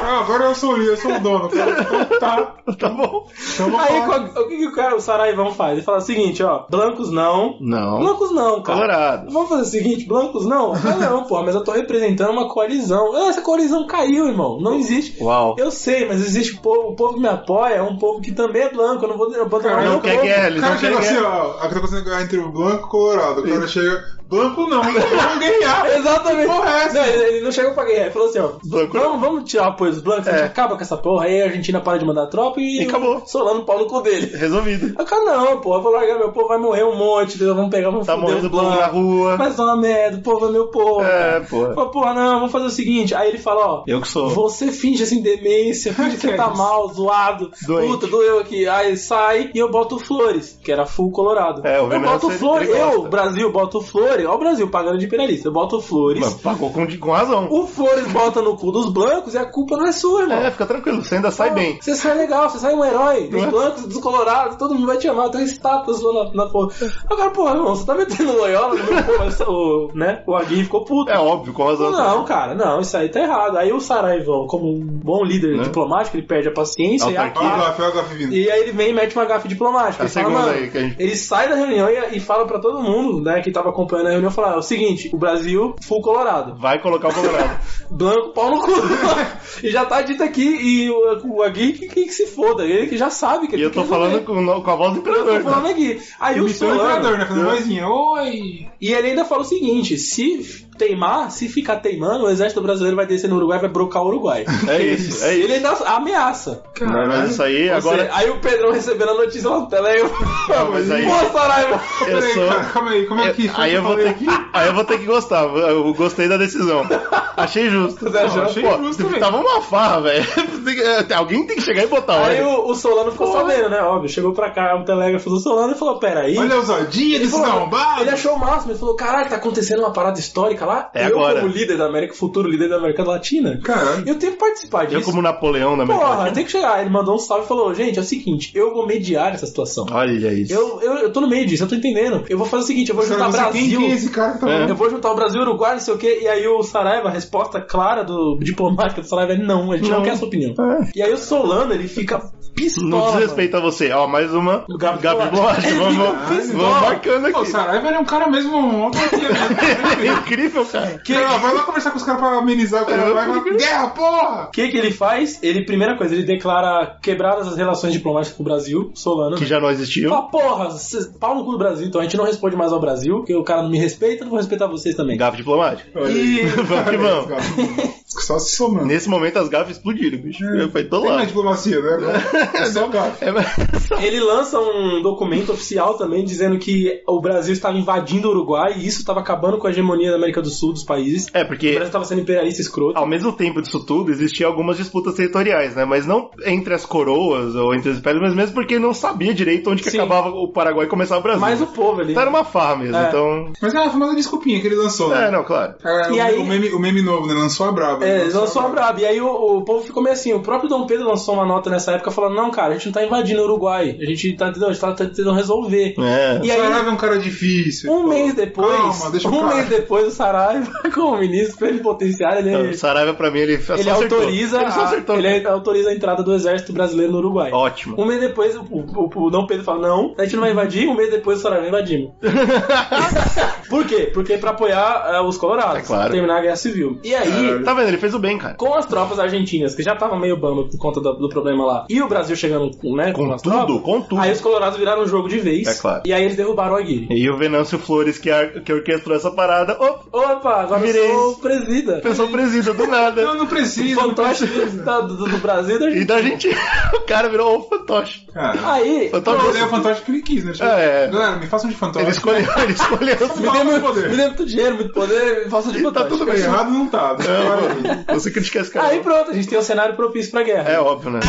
A: Ah, agora eu sou o líder, eu sou o dono. Então, Tá,
B: Tá bom.
A: então vou
C: Aí
A: falar.
C: qual- o que, que o cara, o Saraivão faz? Ele fala o seguinte, ó, blancos não.
B: Não.
C: Blancos não, cara.
B: Colorado.
C: Vamos fazer o seguinte, blancos não? Ah, não, porra, mas eu tô representando uma coalizão. Ah, Essa coalizão caiu, irmão. Não existe.
B: Uau.
C: Eu sei, mas existe o povo, o povo que me apoia, é um povo que também é blanco. Eu não vou, eu vou tomar
A: Não
C: meu
B: quer
C: povo.
B: guerra, eles
A: O cara
B: não querem
A: chega assim,
B: guerra.
A: ó, a que tá acontecendo entre o branco e o colorado. O cara chega, branco não, né?
C: Ah.
A: vamos ganhar.
C: Exatamente.
A: Que porra é essa?
C: Não, ele, ele não chegou pra guerra. Ele falou assim, ó.
B: Blanco não.
C: vamos, vamos tirar o apoio dos blancos, a gente
B: É.
C: acaba com essa porra, aí a Argentina para de mandar tropa e,
B: E acabou.
C: o Solano pau no cu dele.
B: Resolvido.
C: Aí o cara, não, porra, eu vou largar meu povo, vai morrer um monte, entendeu? vamos pegar, vamos
B: Tá
C: foder
B: morrendo
C: os
B: povo
C: blancos.
B: na rua.
C: Mas é uma merda, o povo é meu povo.
B: É,
C: cara.
B: porra.
C: Fala, porra, não, vamos fazer o seguinte. Aí ele fala, ó.
B: Eu que sou.
C: Você finge assim demência, finge que
A: Que
C: tá
A: isso?
C: mal, zoado,
B: Doente.
C: puta, doeu aqui. Aí sai e eu boto flores, que era full colorado.
B: É, o
C: eu
B: Renan,
C: boto
B: ele-
C: flores,
B: ele gosta.
C: eu, Brasil, boto flores. Ó, o Brasil pagando de imperialista, eu boto flores.
B: Mas É, pagou com, com razão.
C: O Flores bota no cu dos blancos e a culpa não é sua, irmão.
B: É, fica tranquilo, você ainda sai bem.
C: Você sai legal, você sai um herói dos
B: É.
C: blancos, dos colorados, todo mundo vai te amar, tem estátuas lá na, na porra. Agora, porra, irmão, você tá metendo Loyola no meu povo, mas o, né? O Aguirre ficou puto.
B: É óbvio, com razão.
C: Não, cara, não, isso aí tá errado. Aí o Saraivão, como um bom líder
B: Né? É
C: diplomático, ele perde a paciência e a
B: Autarquia.
A: Olha o
C: pá.
A: gafe, olha o gafe vindo.
C: E aí ele vem e mete uma gafe diplomática.
B: É A
C: Ele fala,
B: segunda
C: "Mano,
B: aí que a gente-
C: Ele sai da reunião e, e fala pra todo mundo, né, que tava acompanhando a reunião, falar, "É o seguinte, o Brasil full colorado.
B: Vai colocar o Colorado.
C: Blanco, pau no cu. e já tá dito aqui, e o, o Agui que, que se foda, ele que já sabe que
B: e
C: ele
B: eu
C: tem
B: tô
C: que
B: falando
C: resolver.
B: com, né? com a voz do
C: Eu
B: imperador.
C: tô falando aqui. Aí o
A: Imitando o
C: Solano,
A: imperador, né? Fazendo vozinha. Oi!
C: e ele ainda fala o seguinte: se teimar, se ficar teimando, o exército brasileiro vai descer no Uruguai e vai brocar o Uruguai.
B: É isso, é
C: Ele
B: isso.
C: ainda ameaça.
B: Mas, mas isso aí,
C: Ou
B: agora. Ah,
C: seja, aí o Pedrão recebendo a notícia na tela, aí eu.
B: mas aí-
C: Pô, Saraiva!
B: Eu
A: Peraí,
B: sou-
A: cara, calma aí, como é que foi
B: aí
A: que
C: um
B: eu vou
A: falei?
B: ter que, aí eu vou ter que gostar. Eu gostei da decisão. Achei justo.
C: Você achou?
A: achei justo, velho.
B: Tava uma farra, velho. Tem que- é, Alguém tem que chegar e botar
C: Aí
B: ordem.
C: o, o Solano ficou sabendo, né? Óbvio, chegou pra cá o telégrafo do Solano e falou: peraí.
A: Olha a ousadia
C: Ele
A: desse
C: falou-
A: arrombado.
C: Ele achou o máximo, ele falou: caralho, tá acontecendo uma parada histórica lá.
B: É
C: eu,
B: agora.
C: como líder da América, futuro líder da América Latina,
A: Caralho.
C: eu tenho que participar disso.
B: Eu, como Napoleão na América
C: Porra,
B: Latina.
C: tem que chegar. Ele mandou um salve e falou: gente, é o seguinte, eu vou mediar essa situação.
B: Olha isso.
C: Eu, eu, eu tô no meio disso, eu tô entendendo. Eu vou fazer o seguinte: eu vou
A: Cara,
C: juntar
A: você tem
C: Brasil.
A: quem é esse cara que tá
B: É.
C: Eu vou juntar o Brasil, Uruguai, não sei o quê. E aí o Saraiva, a resposta clara do diplomática do Saraiva é não, a gente não,
B: Não.
C: quer a sua opinião.
B: É.
C: E aí o Solano, ele fica pistola.
B: Não
C: mano.
B: desrespeita você. Ó, mais uma.
C: O
B: Gabi
C: Gabi
B: Bolacha.
C: Bolacha.
B: Vamos,
C: Ele
B: vamos, vamos
C: fica pistola.
B: É, marcando
A: Pô, o
B: aqui.
A: Saraiva era um cara mesmo, um autarquia mesmo.
B: É incrível, cara.
A: Que... Ela vai lá conversar com os caras pra amenizar o cara. Vai lá, guerra, porra!
C: O que, que ele faz? Ele, primeira coisa, ele declara quebradas as relações diplomáticas com o Brasil, Solano.
B: Que já não existiu.
C: Fala, porra, cês- pau no cu do Brasil, então a gente não responde mais ao Brasil, porque o cara não me respeita, eu não vou respeitar vocês também.
B: Gafe diplomático.
C: E-
B: Vamos que vamos.
A: Só se somando.
B: Nesse momento as gafas explodiram, bicho.
C: É.
B: Foi todo
A: Tem mais
B: lado.
A: diplomacia, né? Agora É só gafe.
B: É, mas-
C: Ele lança um documento oficial também dizendo que o Brasil estava invadindo o Uruguai e isso estava acabando com a hegemonia da América do Sul dos países.
B: é,
C: O
B: porque
C: Brasil estava sendo imperialista escroto.
B: ao mesmo tempo disso tudo, existiam algumas disputas territoriais, né? Mas não entre as coroas ou entre as impérios, mas mesmo porque não sabia direito onde que
C: Sim.
B: acabava o Paraguai e começava o Brasil.
C: Mas o povo ali.
B: Então era uma farra mesmo,
C: É.
B: então...
A: Mas é a famosa desculpinha que ele lançou.
B: É,
A: né?
B: não, claro.
A: É,
C: E
A: o,
C: aí-
A: o meme, o meme novo, né? Lançou a braba.
C: É, eles lançou a braba. E aí o, o povo ficou meio assim. O próprio Dom Pedro lançou uma nota nessa época falando: não, cara, a gente não tá invadindo o Uruguai. A gente tá, entendeu? A gente tá tentando resolver.
B: É.
C: E
A: O
C: aí,
A: Saraiva é um cara difícil.
C: um
B: tipo,
A: Pô,
C: mês depois,
A: Calma, deixa o
C: um
A: cara.
C: mês depois, o Saraiva, como ministro plenipotenciário,
B: Então,
C: ele,
B: o Saraiva, pra mim, ele, só
C: ele
B: acertou.
C: autoriza,
B: Ele só acertou.
C: a, ele autoriza a entrada do exército brasileiro no Uruguai.
B: Ótimo.
C: Um mês depois, o, o, o Dom Pedro fala: não, a gente não vai invadir. Um mês depois, o Saraiva invadimos. Por quê? Porque pra apoiar eh, os colorados.
B: É claro.
C: Terminar a guerra civil. E aí.
B: Tá vendo? Ele fez fez o bem, cara.
C: Com as tropas argentinas, que já estavam meio bamba por conta do, do problema lá, e o Brasil chegando né, com,
B: Com
C: as
B: tudo,
C: tropas,
B: com tudo.
C: aí os colorados viraram o jogo de vez.
B: É claro.
C: E aí eles derrubaram o Aguirre.
B: E o Venâncio Flores, que, ar- que orquestrou essa parada, opa,
C: Opa, agora
B: Mirei.
C: eu sou o presida.
B: pensou presida do
A: Eu
B: nada.
A: não preciso. não
C: Fantoche
A: preciso.
C: do, da- do, do Brasil e da
B: E
C: Argentina.
B: da gente, o cara virou o fantoche.
A: Cara,
C: Aí,
A: eu
B: Fantoche.
A: olhei o fantoche que ele quis, né?
B: É.
A: Galera, me façam de fantoche.
B: Ele escolheu, ele escolheu. assim.
C: me dê,
A: Fala
C: meu,
A: do poder.
C: me dê muito dinheiro, muito poder, faça de
B: E tá
C: fantástico.
B: tudo bem.
A: Errado não tá.
B: Não, pô, Você criticar esse cara.
C: Aí pronto, a gente tem um cenário propício pra guerra.
B: É óbvio, né?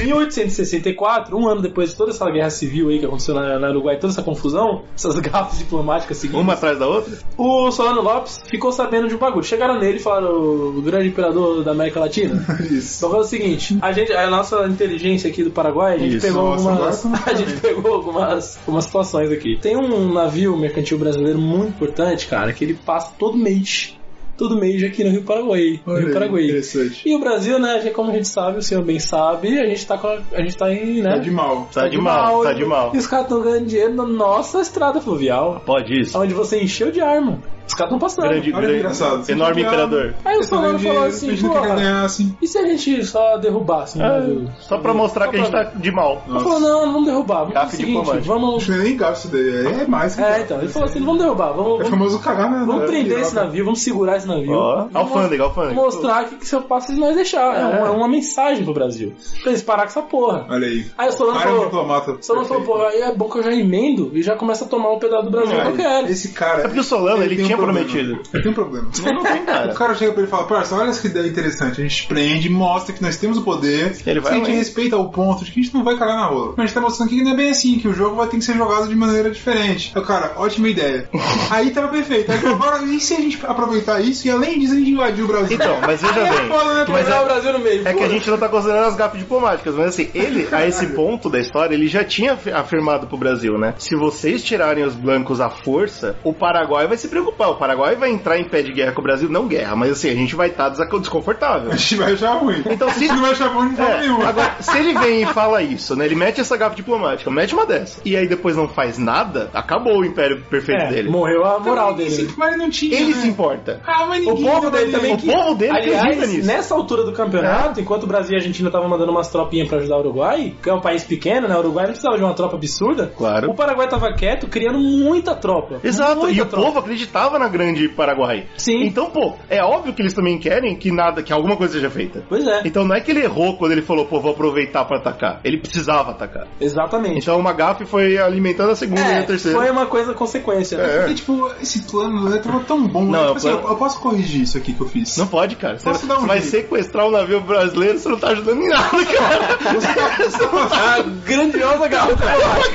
C: Em 1864, um ano depois de toda essa guerra civil aí que aconteceu na, na Uruguai, toda essa confusão, essas gafas diplomáticas seguindo,
B: Uma atrás da outra?
C: o Solano Lopes ficou sabendo de um bagulho. Chegaram nele e falaram, o grande imperador da América Latina.
A: Isso.
C: Então foi o seguinte, a gente, a nossa inteligência aqui do Paraguai, a gente
B: Isso,
C: pegou
A: nossa,
C: algumas,
A: agora eu tô
C: a gente pegou algumas, algumas situações aqui. Tem um navio mercantil brasileiro muito importante, cara, que ele passa todo mês, todo mês aqui no Rio Paraguai, no Rio Paraguai.
A: Interessante.
C: E o Brasil, né, já como a gente sabe, o senhor bem sabe, a gente tá com a, a gente tá em, né?
A: Tá de mal.
B: Tá de mal, tá de mal.
C: E os caras estão ganhando dinheiro na nossa estrada fluvial,
B: Pode isso.
C: onde você encheu de arma. Os caras estão passando.
B: Grande,
A: Olha que
B: grande,
A: engraçado.
B: enorme
A: Você tá
B: imperador.
C: Aí o Solano falou
A: a
C: assim,
A: gente não
C: porra,
A: quer ganhar assim.
C: e se a gente só derrubasse?
B: Ah,
C: né?
B: só pra mostrar que a gente tá de mal.
C: Ele falou, não, não vamos derrubar, vamos
B: Gafe
C: fazer o seguinte,
B: diplomático.
A: Acho
C: vamos...
A: que não é nem gasto isso daí. É mais que
C: É,
A: gasto.
C: então, ele falou assim, não vamos derrubar, vamos...
A: É
C: vamos...
A: famoso cagar na.
C: vamos
A: na
C: prender
A: piroca.
C: esse navio, vamos segurar esse navio.
B: Ó,
C: Vamos
B: alfândega, alfândega.
C: Mostrar que, que se eu passo se nós deixar. É, uma, é uma mensagem pro Brasil. Pra eles parar com essa porra.
A: Olha aí.
C: Aí o Solano
A: Cara é um
C: falou.
A: diplomata.
C: Solano falou,
A: Perfeito.
C: pô, aí é bom que eu já emendo e já começa a tomar um pedaço do Brasil que eu quero.
A: Esse cara.
B: É porque o Solano, ele
A: tem
B: tinha
A: problema.
B: prometido.
A: Ele tem um problema.
B: Não tem, cara.
A: O cara chega pra ele e fala, parça, olha essa ideia interessante. A gente prende, mostra que nós temos o poder.
B: Ele vai
A: se a gente
B: além.
A: respeita o ponto de que a gente não vai cagar na rola. Mas a gente tá mostrando aqui que não é bem assim, que o jogo vai ter que ser jogado de maneira diferente. Então, cara, ótima ideia. Aí tava perfeito. Aí, agora, e se a gente aproveitar isso e além disso a gente invadir o Brasil?
B: Então, mas veja
A: Aí é
B: bem.
A: foda, né, cara?
B: Mas
C: Mas
B: é-
C: o Brasil no meio.
B: É que a
C: pô.
B: gente não tá considerando as gafas diplomáticas, mas assim, ele, a esse ponto da história, ele já tinha af- afirmado pro Brasil, né? Se vocês tirarem os blancos à força, o Paraguai vai se preocupar. O Paraguai vai entrar em pé de guerra com o Brasil, não guerra, mas assim, a gente vai estar desconfortável.
A: A gente vai achar ruim.
B: Então,
A: a
B: se-
A: gente não vai achar bom de forma
B: É,
A: nenhuma.
B: agora, se ele vem e fala isso, né? Ele mete essa gafa diplomática, mete uma dessa, e aí depois não faz nada, acabou o império perfeito
C: É,
B: dele.
C: morreu a moral
A: Então,
C: dele.
A: sim, Mas ele não tinha.
B: Ele
A: né?
B: se importa.
A: Ah, mas
C: O
A: ninguém
C: povo dele
A: dava
C: também
A: nem-
B: O povo dele acredita
C: Aliás, né,
B: nisso.
C: nessa altura do campeonato, enquanto o Brasil e a Argentina estavam mandando umas tropinhas pra ajudar o Uruguai, que é um país pequeno, né? O Uruguai não precisava de uma tropa absurda.
B: Claro.
C: O Paraguai tava quieto, criando muita tropa.
B: Exato,
C: Muita
B: e o
C: tropa.
B: povo acreditava na grande Paraguai.
C: Sim.
B: Então, pô, é óbvio que eles também querem que nada, que alguma coisa seja feita.
C: Pois é,
B: Então não é que ele errou quando ele falou, pô, vou aproveitar pra atacar. Ele precisava atacar.
C: exatamente.
B: Então uma gafe foi alimentando a segunda e
C: É,
B: a terceira.
C: foi uma coisa consequência.
B: É.
C: né?
A: Porque, tipo, esse plano né, tava tão bom.
B: Não,
A: né?
B: é o
A: tipo, assim,
B: plano-
A: eu, eu posso corrigir isso aqui que eu fiz.
B: Não pode, cara. Você
A: Posso dar um
B: você vai
A: jeito?
B: sequestrar o navio brasileiro, você não tá ajudando em nada, cara.
A: Você tá- você tá fazendo-
C: A grandiosa garota,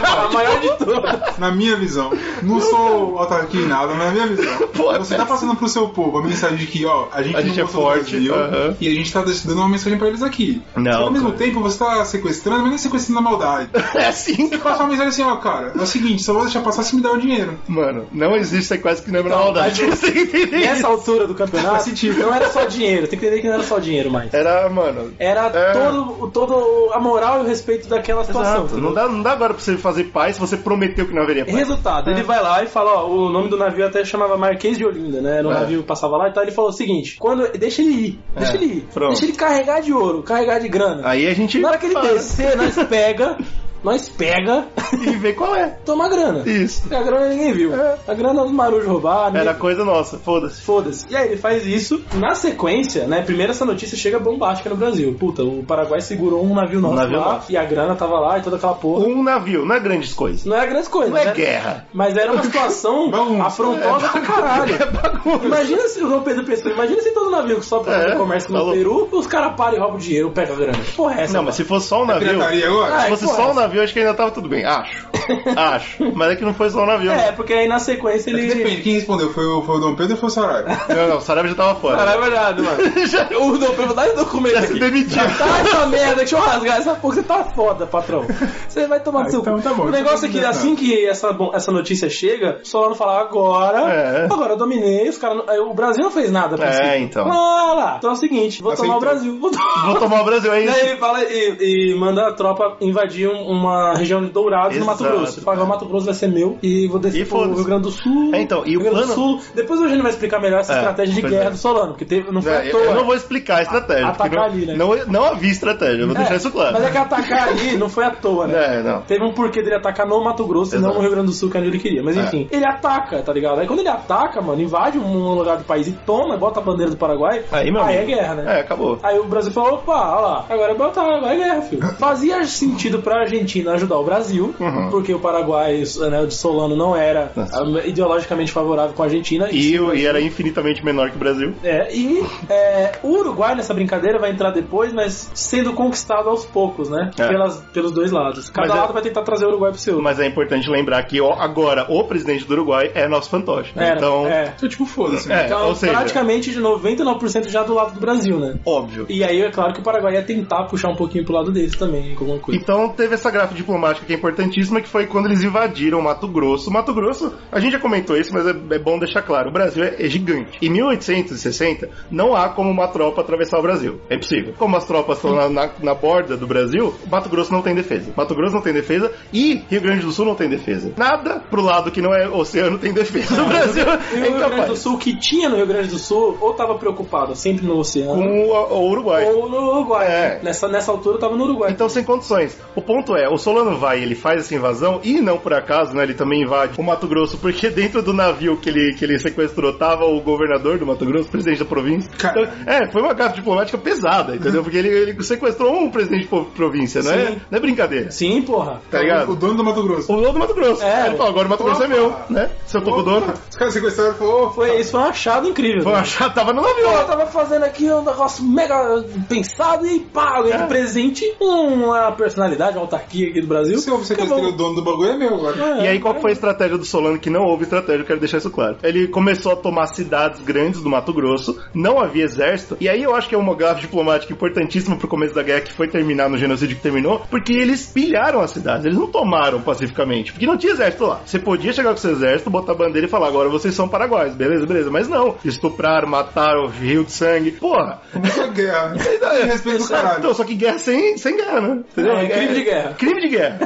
C: a maior de todas.
A: Na minha visão, não sou autarquia em nada, mas na minha visão,
B: Pô, é
A: você tá passando pro seu povo a mensagem de que, ó, a gente,
B: A gente
A: não
B: é
A: gostou
B: forte,
A: do Brasil
B: aham.
A: e a gente tá dando uma mensagem pra eles aqui.
B: Não,
A: Só que ao mesmo
B: cara.
A: tempo você tá sequestrando, mas não é sequestrando a maldade.
B: É assim,
A: Você passa uma mensagem assim, ó, cara, é o seguinte, só vou deixar passar se me der o dinheiro.
B: Mano, não existe sequestro que não é na maldade.
C: Nessa altura do campeonato, não era só dinheiro. Tem que entender que não era só dinheiro mais.
B: Era, mano.
C: Era
B: É.
C: todo, todo a moral e o respeito daquela situação.
B: Exato.
C: entendeu?
B: Não dá, não dá agora pra você fazer paz se você prometeu que não haveria paz.
C: Resultado, ele vai lá e fala, ó, o nome do navio até chamava Marquês de Olinda, né? Era um
B: É.
C: navio que passava lá e tal. Ele falou o seguinte: quando. Deixa ele ir, deixa
B: É,
C: ele ir.
B: pronto.
C: Deixa ele carregar de ouro, carregar de grana.
B: Aí a gente.
C: Na hora que ele
B: para
C: descer, nós pega, nós pega,
B: E vê qual é.
C: toma a grana.
B: Isso.
C: Porque a grana ninguém viu.
B: É.
C: A grana dos marujos roubaram.
B: Era coisa nossa, foda-se.
C: Foda-se. E aí ele faz isso. Na sequência, né? Primeiro essa notícia chega bombástica no Brasil. Puta, o Paraguai segurou um navio nosso
B: navio
C: lá
B: nosso.
C: e a grana tava lá e toda aquela porra.
B: Um navio, não é grandes coisas.
C: Não é grande coisa.
B: Não é
C: né?
B: guerra.
C: Mas era uma situação
B: né?
A: Bagunça.
C: afrontosa pra caralho.
B: É
C: Imagina se o João Pedro pensou, imagina se todo navio que só pra fazer
B: É,
C: comércio
B: tá
C: no
B: louco.
C: Peru, os caras param e roubam dinheiro, pegam a grana. Que Porra, é essa.
B: Não, mas se fosse só um navio.
A: Pirataria agora?
C: Ah,
B: Se fosse
C: porra,
B: só um
C: essa.
B: navio, acho que ainda tava tudo bem. Acho. Acho. Mas é que não foi só um navio.
C: É, porque aí na sequência
A: É que
C: ele.
A: Depende, quem respondeu? Foi o, foi o Dom Pedro ou foi o Saraiva?
B: Não, não, o Saraiva já tava fora.
C: Caralho, é verdade, mano.
B: já
C: O Dom Pedro, dá esse documento
B: já se
C: aqui.
B: demitiu.
C: Tá essa merda, deixa eu rasgar essa porra, você tá foda, patrão. Você vai tomar
A: Ah,
C: seu.
A: então
C: cu.
A: tá bom,
C: o
A: então
C: negócio é
A: tá
C: que
A: bom,
C: assim que essa, bom- essa notícia chega, o Solano fala agora,
B: É.
C: agora eu dominei, os caras. não- aí O Brasil não fez nada pra
B: É,
C: isso.
B: então. Assim tá.
C: Lá, lá. Então é o seguinte, vou tomar
A: Aceitou.
C: o Brasil. Vou tomar...
B: Vou tomar o Brasil, é
C: E
B: isso.
C: aí ele fala e, e manda a tropa invadir um- uma região de Dourados no Mato Grosso. Ele falava, Mato Grosso vai ser meu e vou descer
B: é. E
C: pro
B: foda-se.
C: Rio Grande do Sul.
B: É, então, e o
C: Rio Grande do
B: plano-
C: Sul. Depois o Eugênio vai explicar melhor essa
B: É,
C: estratégia de
B: pois
C: guerra
B: é.
C: do Solano, porque teve, não foi
B: É,
C: à
B: eu,
C: toa.
B: eu não vou explicar a estratégia.
C: Atacar
B: porque não,
C: ali, né?
B: não, não havia estratégia, eu vou deixar
C: É,
B: isso claro.
C: Mas é que atacar ali não foi à toa, né?
B: É, não.
C: Teve um porquê dele atacar no Mato Grosso e
B: Exato.
C: não no Rio Grande do Sul, que era onde ele queria. Mas
B: É.
C: enfim, ele ataca, tá ligado? Aí quando ele ataca, mano, invade um lugar do país e toma, bota a bandeira do Paraguai,
B: Aí, meu
C: é
B: amigo.
C: guerra, né?
B: É, acabou.
C: Aí o Brasil falou, opa, olha lá, agora é batalha, agora é guerra, filho. Fazia sentido pra Argentina ajudar o Brasil,
B: Uhum.
C: porque o Paraguai, né, o de Solano não era ah, ideologicamente favorável com a Argentina.
B: E, o- e era infinitamente menor que o Brasil.
C: É, e é, o Uruguai nessa brincadeira vai entrar depois, mas sendo conquistado aos poucos, né?
B: É.
C: Pelas, pelos dois lados. Cada
B: Mas é-
C: lado vai tentar trazer o Uruguai pro seu.
B: Mas é importante lembrar que ó, agora o presidente do Uruguai é nosso fantoche.
C: Era,
B: então,
C: é.
A: Então, tipo, foda-se.
B: É,
C: Então,
B: ou seja-
C: praticamente de 99% já do lado do Brasil, né?
B: óbvio.
C: E aí é claro que o Paraguai ia tentar puxar um pouquinho pro lado deles também, com alguma coisa.
B: Então teve essa grafa diplomática que é importantíssima, que foi quando eles invadiram Mato Grosso. Mato Grosso, a gente já comentou isso, mas é, é bom deixar claro, o Brasil é, é gigante. Em 1860, não há como uma tropa atravessar o Brasil. É impossível. Como as tropas estão na, na- na borda do Brasil, Mato Grosso não tem defesa. Mato Grosso não tem defesa e Rio Grande do Sul não tem defesa. Nada pro lado que não é oceano tem defesa. O Brasil
C: E
B: é
C: o Então, Rio Grande do
B: incapaz.
C: Sul, que tinha no Rio Grande do Sul, ou tava preocupado sempre no oceano,
B: Com o, o Uruguai.
C: ou no Uruguai.
B: É.
C: Nessa, nessa altura tava no Uruguai.
B: Então, sem condições. O ponto é, o Solano vai, ele faz essa invasão, e não por acaso, né, ele também invade o Mato Grosso, porque dentro do navio que ele, que ele sequestrou tava o governador do Mato Grosso, presidente da província.
A: Cara.
B: Então, é, foi uma gafa diplomática pesada, entendeu? Porque ele, ele sequestrou um presidente de po- província, não é,
C: Sim.
B: não é brincadeira.
C: Sim, porra.
A: Então,
B: Tá
A: O
B: ligado?
A: dono do Mato Grosso.
B: O dono do Mato Grosso.
C: É.
B: Ele falou, agora o Mato Grosso é
A: Opa.
B: meu, né? Se eu tô com o dono,
A: Os caras sequestraram e falaram, ô,
C: Foi, isso foi um achado incrível.
B: vou
C: né?
B: achar, tava no navio.
C: Pô,
B: lá.
C: eu tava fazendo aqui um negócio mega pensado e pá, eu
B: É.
C: ganhei de presente uma personalidade, uma autarquia aqui do Brasil.
A: se eu
B: Tá
A: sequestrei o
C: Acabou.
A: dono do bagulho, é meu agora.
C: É,
B: E aí, qual que foi a estratégia do Solano? Que não houve estratégia, eu quero deixar isso claro. Ele começou a tomar cidades grandes do Mato Grosso, não havia exército, e aí eu acho que é uma gafe diplomática importantíssima pro começo da guerra que foi terminar no genocídio que terminou, porque eles pilharam as cidades, eles não tomaram pacificamente, porque não tinha exército lá. Você podia chegar com seu exército, botar a bandeira e falar, agora vocês são paraguaios, beleza, beleza, mas não. Estupraram, mataram, rio de sangue, porra.
A: Muita é guerra.
B: Tá
A: Que Respeito do caralho.
B: Então, só que guerra sem, sem guerra, né? Entendeu?
C: É, crime de guerra.
B: Crime de guerra.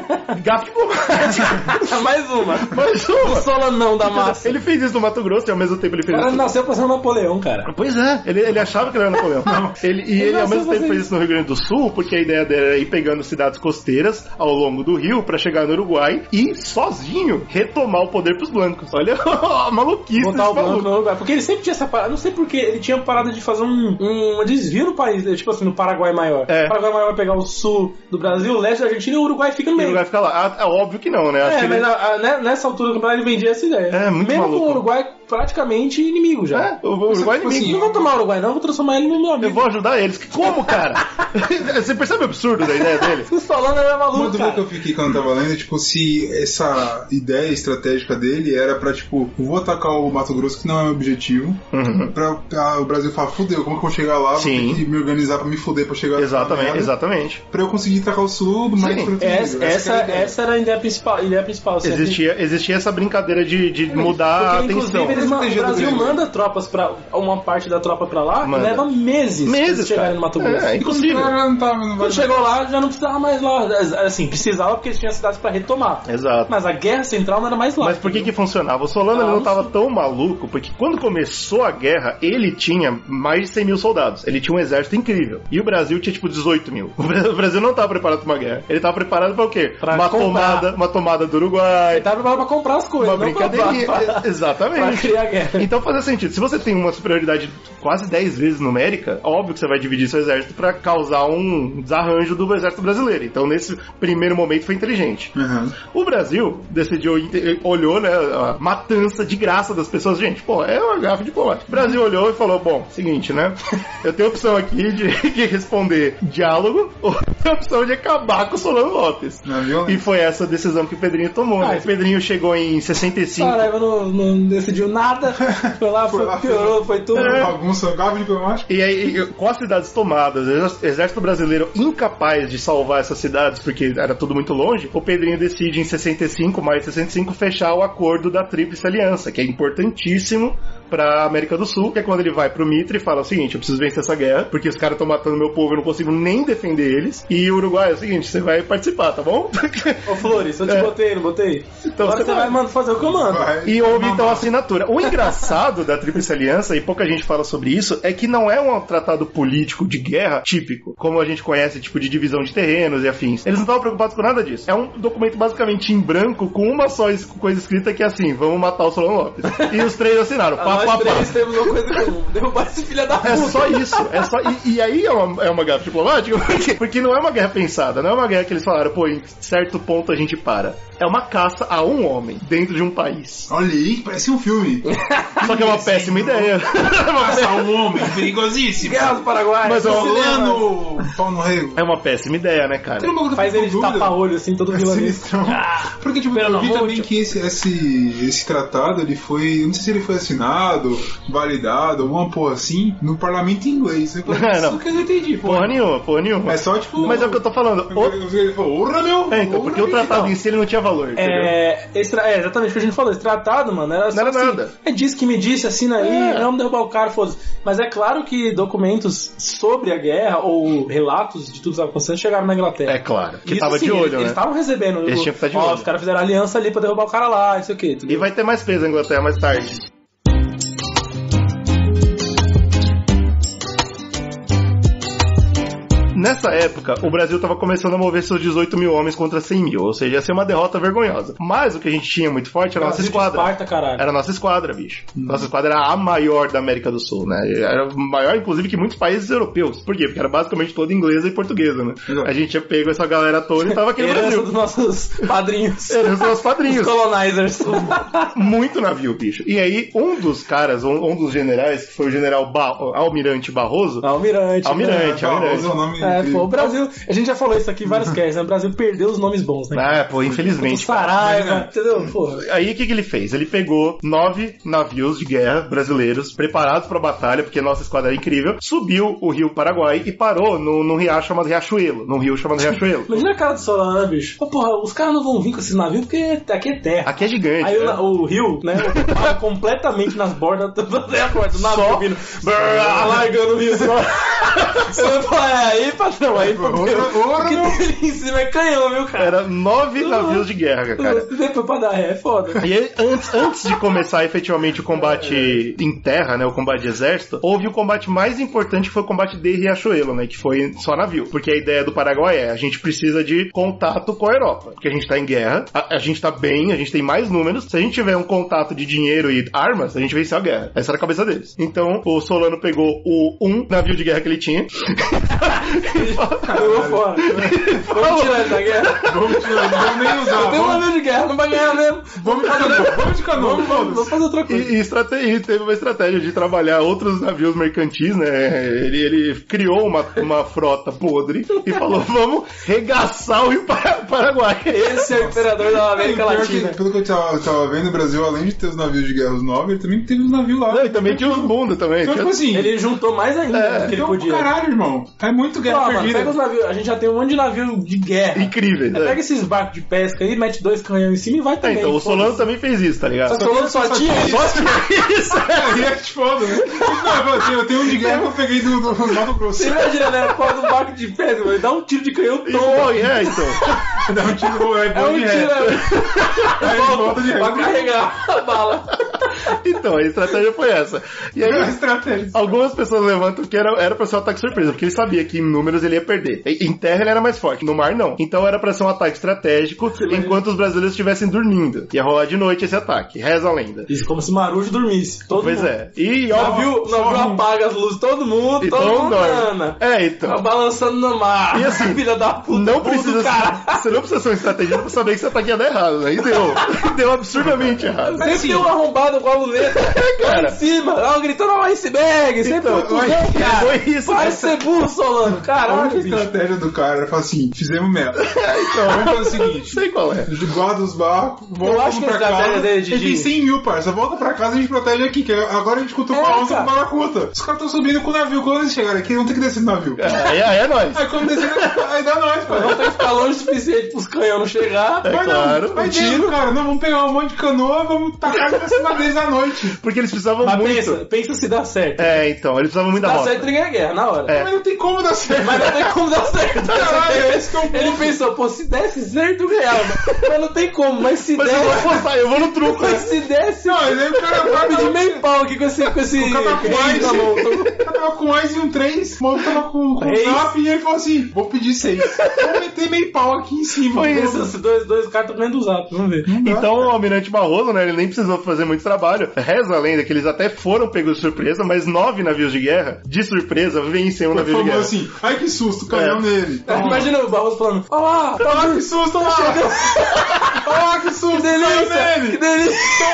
B: Gafe diplomática.
C: Mais uma.
B: Mais uma.
C: O Solanão da massa.
B: Ele fez isso no Mato Grosso e ao mesmo tempo ele
C: O
B: fez
C: cara
B: isso.
C: nasceu pra ser um Napoleão, cara.
B: Pois é, ele, ele achava que ele era Napoleão. Ele, e ele, ao
C: nasceu
B: mesmo tempo
C: fazendo
B: fez isso no Rio Grande do Sul, porque a ideia dele era ir pegando cidades costeiras ao longo do rio pra chegar no Uruguai e sozinho retomar o poder pros blancos. Olha a maluquice
C: Botar
B: desse
C: o banco
B: maluco.
C: no lugar. Porque ele sempre tinha essa parada. Não sei porque ele tinha parada de fazer um, um desvio no país, né? tipo assim, no Paraguai maior.
B: É.
C: O Paraguai maior vai pegar o sul do Brasil, o leste da Argentina e o Uruguai fica
B: E
C: no
B: o
C: meio.
B: Uruguai fica lá. Ah, é óbvio que não, né? Acho que
C: É,
B: ele-
C: mas a- a- né- nessa altura do campeonato ele vendia essa ideia.
B: É, muito
C: Mesmo com
B: maluco.
C: o Uruguai praticamente inimigo já.
B: É, o Uruguai é
A: Tipo
B: inimigo.
A: assim,
C: Não vou tomar o Uruguai, não, vou transformar ele no meu
B: Eu
C: amigo.
B: vou ajudar eles. Como, cara? Você percebe o absurdo da ideia dele?
C: O Solano era
A: Uma
C: maluco,
A: dúvida que
C: cara.
A: eu fiquei quando tava lendo, tipo, se essa ideia estratégica dele era pra, tipo, vou atacar o Mato Grosso, que não é meu objetivo,
B: Uhum.
A: pra ah, o Brasil falar, fudeu, como que eu vou chegar lá?
B: Sim.
A: Vou ter que me organizar pra me fuder pra chegar lá. tá
B: Exatamente, exatamente.
A: Pra eu conseguir atacar o sul, mas...
B: Sim.
A: protegido.
C: Essa, essa,
A: que era é a ideia.
C: essa era a ideia principal. Ideia principal assim,
B: Existia, existia essa brincadeira de, de mudar
C: Porque,
B: a
C: inclusive,
B: Ah, atenção.
C: eles mandam- o
A: Protegido do
C: Brasil
A: Grêmio.
C: manda tropas pra. uma parte da tropa pra lá
B: Manda.
C: e leva meses, pra
B: Meses,
C: eles chegarem
B: cara.
C: no Mato
B: É,
C: Grosso.
B: é
A: Os
B: impossível.
A: caras não tava- não vai-
C: Quando chegou lá, já não precisava mais lá. Assim, precisava porque eles tinham cidades pra retomar.
B: Exato.
C: Mas a guerra central não era mais lá.
B: Mas por que que funcionava? O Solano ele
C: Ah,
B: não
C: não
B: estava tão maluco, porque quando começou a guerra, ele tinha mais de 100 mil soldados. Ele tinha um exército incrível. E o Brasil tinha, tipo, 18 mil. O Bra- o Brasil não estava preparado para uma guerra. Ele estava preparado para o quê?
C: Pra
B: uma,
C: comprar.
B: tomada, uma tomada do Uruguai,
C: Dava pra- pra comprar as coisas,
B: uma
C: não pra-
B: brincadeirinha.
C: pra-
B: E- Exatamente.
C: pra criar guerra.
B: Então fazia sentido. Se você tem uma superioridade quase 10 vezes numérica, óbvio que você vai dividir seu exército para causar um desarranjo do exército brasileiro. Então nesse primeiro momento foi inteligente.
A: Uhum.
B: O Brasil decidiu, inte- olhou, né, a matança de graça das pessoas. Gente, pô, é uma gafa diplomática. O Brasil olhou e falou, bom, seguinte, né, eu tenho a opção aqui de, de responder diálogo ou eu tenho a opção de acabar com o Solano Lopes.
A: Na violência.
B: E foi essa decisão que o Pedrinho tomou, né?
C: Ah,
B: O Pedrinho chegou em 65.
C: Saraiva não, não decidiu nada. Foi lá,
A: Foi
C: foi,
A: lá,
C: piorou, foi tudo.
B: É.
A: Bagunça, cabo diplomático.
B: E aí, e- com as cidades tomadas, o exército brasileiro incapaz de salvar essas cidades porque era tudo muito longe, o Pedrinho decide em 65 mais 65 fechar o acordo da Tríplice Aliança, que é importantíssimo pra América do Sul, que é quando ele vai pro Mitre e fala o seguinte, eu preciso vencer essa guerra, porque os caras estão matando meu povo, eu não consigo nem defender eles, e o Uruguai é o seguinte, você vai participar, tá bom?
C: Ô Flores, eu te
B: É.
C: botei, não botei?
B: Então,
C: Agora
B: você
C: você vai,
B: vai.
C: mano, fazer o que eu mando.
A: Vai.
B: E houve então a assinatura. O engraçado da Tríplice Aliança, e pouca gente fala sobre isso, é que não é um tratado político de guerra típico, como a gente conhece, tipo de divisão de terrenos e afins. Eles não estavam preocupados com nada disso. É um documento basicamente em branco, com uma só es- coisa escrita que é assim: vamos matar o Solon Lopes. E os três assinaram. Pá,
C: Ah, Nós
B: pá, pá.
C: três temos uma coisa em comum. Derrubar esse filho da puta.
B: É só isso, é só. E, e aí é uma, é uma guerra diplomática, porque, porque não é uma guerra pensada, não é uma guerra que eles falaram, pô, em certo ponto a gente para. É uma caça a um homem dentro de um país.
A: Olha aí, parece um filme.
B: Só que é uma péssima ideia.
A: Passar um homem perigosíssimo.
C: Guerra do Paraguai.
B: Mas, ó,
A: Fulano, pau no rei.
B: É uma péssima ideia, né, cara?
A: Tem uma coisa que eu
C: Faz
A: fico
C: ele de
A: com dúvida.
C: tapa-olho, assim, todo
A: É
C: vilanês.
A: sinistrão. Porque, tipo,
C: pelo
A: eu vi
C: amor
A: também
C: de-
A: que esse, esse, esse tratado, ele foi... eu Não sei se ele foi assinado, validado, alguma porra assim, no parlamento inglês. Eu falei,
B: É, não.
A: isso que eu não entendi, pô.
B: Porra nenhuma, porra nenhuma.
A: É só, tipo...
B: Mas é o que eu tô falando. O...
A: Ele falou, "Ora, meu!
B: É, então,
A: ora,
B: porque o
A: meu."
B: tratado em si ele não tinha valor, entendeu?
C: É, esse tra- é, exatamente o que a gente falou. Esse tratado, mano, era só
B: Não era
C: assim,
B: nada.
C: É disso que me disse, assina aí,
B: É.
C: não derrubar o cara, foda-se. Mas é claro que documentos sobre a guerra ou relatos de tudo que estava acontecendo chegaram na Inglaterra.
B: É claro, que
C: Isso,
B: tava
C: sim,
B: de
C: eles,
B: olho,
C: Eles
B: né?
C: estavam recebendo.
B: Eles
C: o-
B: tinham que tá de
C: ó,
B: olho.
C: os caras fizeram aliança ali pra derrubar o cara lá, isso aqui.
B: E vai ter mais peso na Inglaterra mais tarde. Nessa época, o Brasil estava começando a mover seus 18 mil homens contra 100 mil, ou seja, ia ser uma derrota vergonhosa. Mas o que a gente tinha muito forte era a nossa esquadra.
C: Esparta, caralho.
B: Era a nossa esquadra, bicho. Nossa esquadra era a maior da América do Sul, né? Era maior, inclusive, que muitos países europeus. Por quê? Porque era basicamente toda inglesa e portuguesa, né?
A: Exato.
B: A gente tinha pego essa galera toda e tava aqui no
C: Herança
B: Brasil.
C: dos nossos padrinhos.
B: Eram só os
C: Os
B: padrinhos.
C: colonizers.
B: Muito navio, bicho. E aí, um dos caras, um, um dos generais, que foi o general ba Almirante Barroso,
C: Almirante.
B: Almirante,
A: Ah,
B: Almirante.
A: usa o nome
C: né? É,
A: incrível.
C: pô, o Brasil. A gente já falou isso aqui em vários casts, né? O Brasil perdeu os nomes bons, né?
B: Ah, pô,
C: O
B: infelizmente. Né?
C: Saraiva, entendeu? Porra.
B: Aí o que, que ele fez? Ele pegou nove navios de guerra brasileiros preparados pra batalha, porque nossa esquadra era incrível, subiu o rio Paraguai e parou num, num riacho chamado Riachuelo, num rio chamado Riachuelo.
C: Imagina a cara do Solana, né, bicho. Pô, porra, os caras não vão vir com esses navios porque aqui é terra.
B: Aqui é gigante.
C: Aí o,
B: né?
C: na- o rio, né, tava completamente nas bordas, tudo até a borda, o
B: Só-
C: navio vindo, brrr, largando o rio. Só... Você fala, é aí, patrão, aí,
A: Ora,
C: porque
A: ora, meu.
C: o que tem ali em cima é canhão, viu, cara?
B: Era nove navios de guerra, cara.
C: Depois pra dar ré, é foda.
B: E aí, antes, antes de começar efetivamente o combate em terra, né, o combate de exército, houve o combate mais importante que foi o combate de Riachuelo, né, que foi só navio. Porque a ideia do Paraguai é, a gente precisa de contato com a Europa. Porque a gente tá em guerra, a, a gente tá bem, a gente tem mais números. Se a gente tiver um contato de dinheiro e armas, a gente venceu a guerra. Essa era a cabeça deles. Então, o Solano pegou o um navio de guerra que ele tinha.
C: Jogou fora. Vamos tirar ele da guerra.
A: Vamos tirar, não vamos nem usar.
C: Tem um
A: Vamos,
C: navio de guerra, não vai ganhar mesmo.
A: vamos de canoa, vamos de canoa,
C: Vamos, vamos, vamos
A: foda-se.
C: fazer outra
B: E,
C: coisa.
B: e, estrate- e teve uma estratégia de trabalhar outros navios mercantis, né? Ele, ele criou uma, uma frota podre e falou: vamos regaçar o Rio Para- Paraguai.
C: Esse é o imperador da América
A: Pior que,
C: Latina.
A: pelo que eu tava, tava vendo, o Brasil, além de ter os navios de guerra os nove, ele também teve os navios lá.
B: Não, e também tinha os bundos também.
A: Então, tipo
B: tinha-
A: assim,
C: Ele juntou mais ainda do um que ele
A: então,
C: podia.
A: caralho, irmão. É muito
C: Ó,
A: guerra
C: é, mano,
A: perdida.
C: pega os navios. A gente já tem um monte de navio de guerra.
B: Incríveis.
C: Aí
B: né?
C: É, Pega esses barcos de pesca aí, mete dois canhões em cima e vai
B: É,
C: também.
B: então, o Solano também fez isso, tá ligado?
C: Só que o Solano só tinha isso.
B: Só tinha isso.
A: Aí é que te foda, né? Não, eu, tenho, eu tenho um de guerra que eu peguei do, do, do Mato Grosso.
C: Você imagina, né? Fora do barco de pesca, mano, dá um tiro de canhão
B: E
C: todo.
B: foi, é, então.
A: Dá um tiro, é
C: É
A: bom de
C: um tiro,
A: ré.
C: é,
A: Aí ele volta de
C: pra
A: ré.
C: carregar a bala.
B: Então, a estratégia foi essa. E
A: É uma
B: aí,
A: estratégia.
B: Algumas pessoas levantam que era, era pra ser um ataque surpresa, porque ele sabia que em números ele ia perder. E- Em terra ele era mais forte, no mar não. Então era pra ser um ataque estratégico enquanto os brasileiros estivessem dormindo. Ia rolar de noite esse ataque, reza a lenda.
C: Isso, como se Marujo dormisse. Todo
B: Pois
C: mundo.
B: é. E óbvio.
C: Navio, navio apaga as luzes, todo mundo,
B: Então
C: todo mundo
B: dorme.
C: anda.
B: É,
C: Tá
B: então.
C: balançando no mar.
B: E assim,
C: filha da puta,
B: Não
C: burro do
B: precisa
C: caralho.
B: ser, você não precisa tá ser um estrategista pra saber que esse ataque ia dar errado, né? E deu. deu absurdamente errado.
C: Mas tem um arrombado com a muleta lá em cima, lá gritando "Ó, iceberg, sempre
B: Então,
C: tudo
B: foi-
C: bem, cara.
B: foi isso,
C: Para
B: cara.
C: de ser burro, Solano.
A: A única
C: Caralho, bicho.
A: estratégia do cara era falar assim: fizemos merda. Então, vamos fazer o
B: Não
A: seguinte:
B: sei qual é.
A: guarda os barcos, volta
C: acho que a
A: pra
C: estratégia
A: casa.
C: dele de-
A: Ele tem
C: de-
A: 100 mil, parça. Volta pra casa e a gente protege aqui, que agora a gente cutuca
C: É,
A: a onça
C: cara.
A: com baracuta. Os caras estão subindo com o navio. Quando eles chegarem aqui, eles vão ter que descer do navio.
B: Aí, aí é nóis.
A: Aí quando descer, aí dá nós, pô.
C: Não tem que ficar longe o suficiente pros canhão não chegar.
B: É
A: Vai
B: claro.
A: não, vai dentro, cara. Não, vamos pegar um monte de canoa, vamos tacar pra cima deles à noite.
B: Porque eles precisavam
C: Mas
B: muito.
C: pensa, pensa se dá certo.
B: É, então, eles precisavam muito da
C: dá
B: rota.
C: Tá certo, ele ganha a guerra, na hora.
B: É.
A: Mas não tem como dar certo.
C: Mas não tem como dar certo.
A: Caralho, é esse que é o
C: ele
A: ponto.
C: pensou, pô, se desse certo, eu ganhava. Mas não tem como, mas se
B: Mas é. eu vou
C: desse.
B: forçar, eu vou no truco. né?
C: Mas se desse.
A: Não, mas aí o cara vai
C: eu tava de
A: de meio.
C: meio pau aqui com esse. Com esse
A: O cara tava com
C: crente na
A: ice.
C: mão. Tô-
A: O cara tava com mais e um 3, o maluco tava com, com um
C: Reis.
A: zap e ele falou assim: vou pedir 6. Vou meter meio pau aqui em cima.
B: Foi
A: Vou-
C: Esses esses dois, dois caras estão ganhando os zap, vamos ver.
A: Não dá,
B: Então o Almirante Barroso, né, ele nem precisou fazer muito trabalho. Reza a lenda que eles até foram pegos de surpresa, mas nove navios de guerra, de surpresa, venceu um
A: Foi
B: navio de
A: famoso
B: guerra.
A: assim, ai que susto, canhão
B: É.
A: nele.
C: Imagina o Barroso falando: Olha lá, tá
A: Ah, que susto, olha lá. Ah, que susto,
C: que delícia!
A: canhão nele.
C: Que delícia!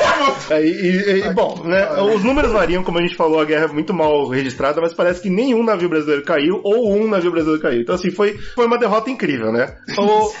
B: Aí, É, e, e- bom, né, os números variam, como a gente falou, a guerra é muito mal registrada, mas parece que nenhum navio brasileiro caiu ou um navio brasileiro caiu. Então, assim, foi, foi uma derrota incrível, né? O,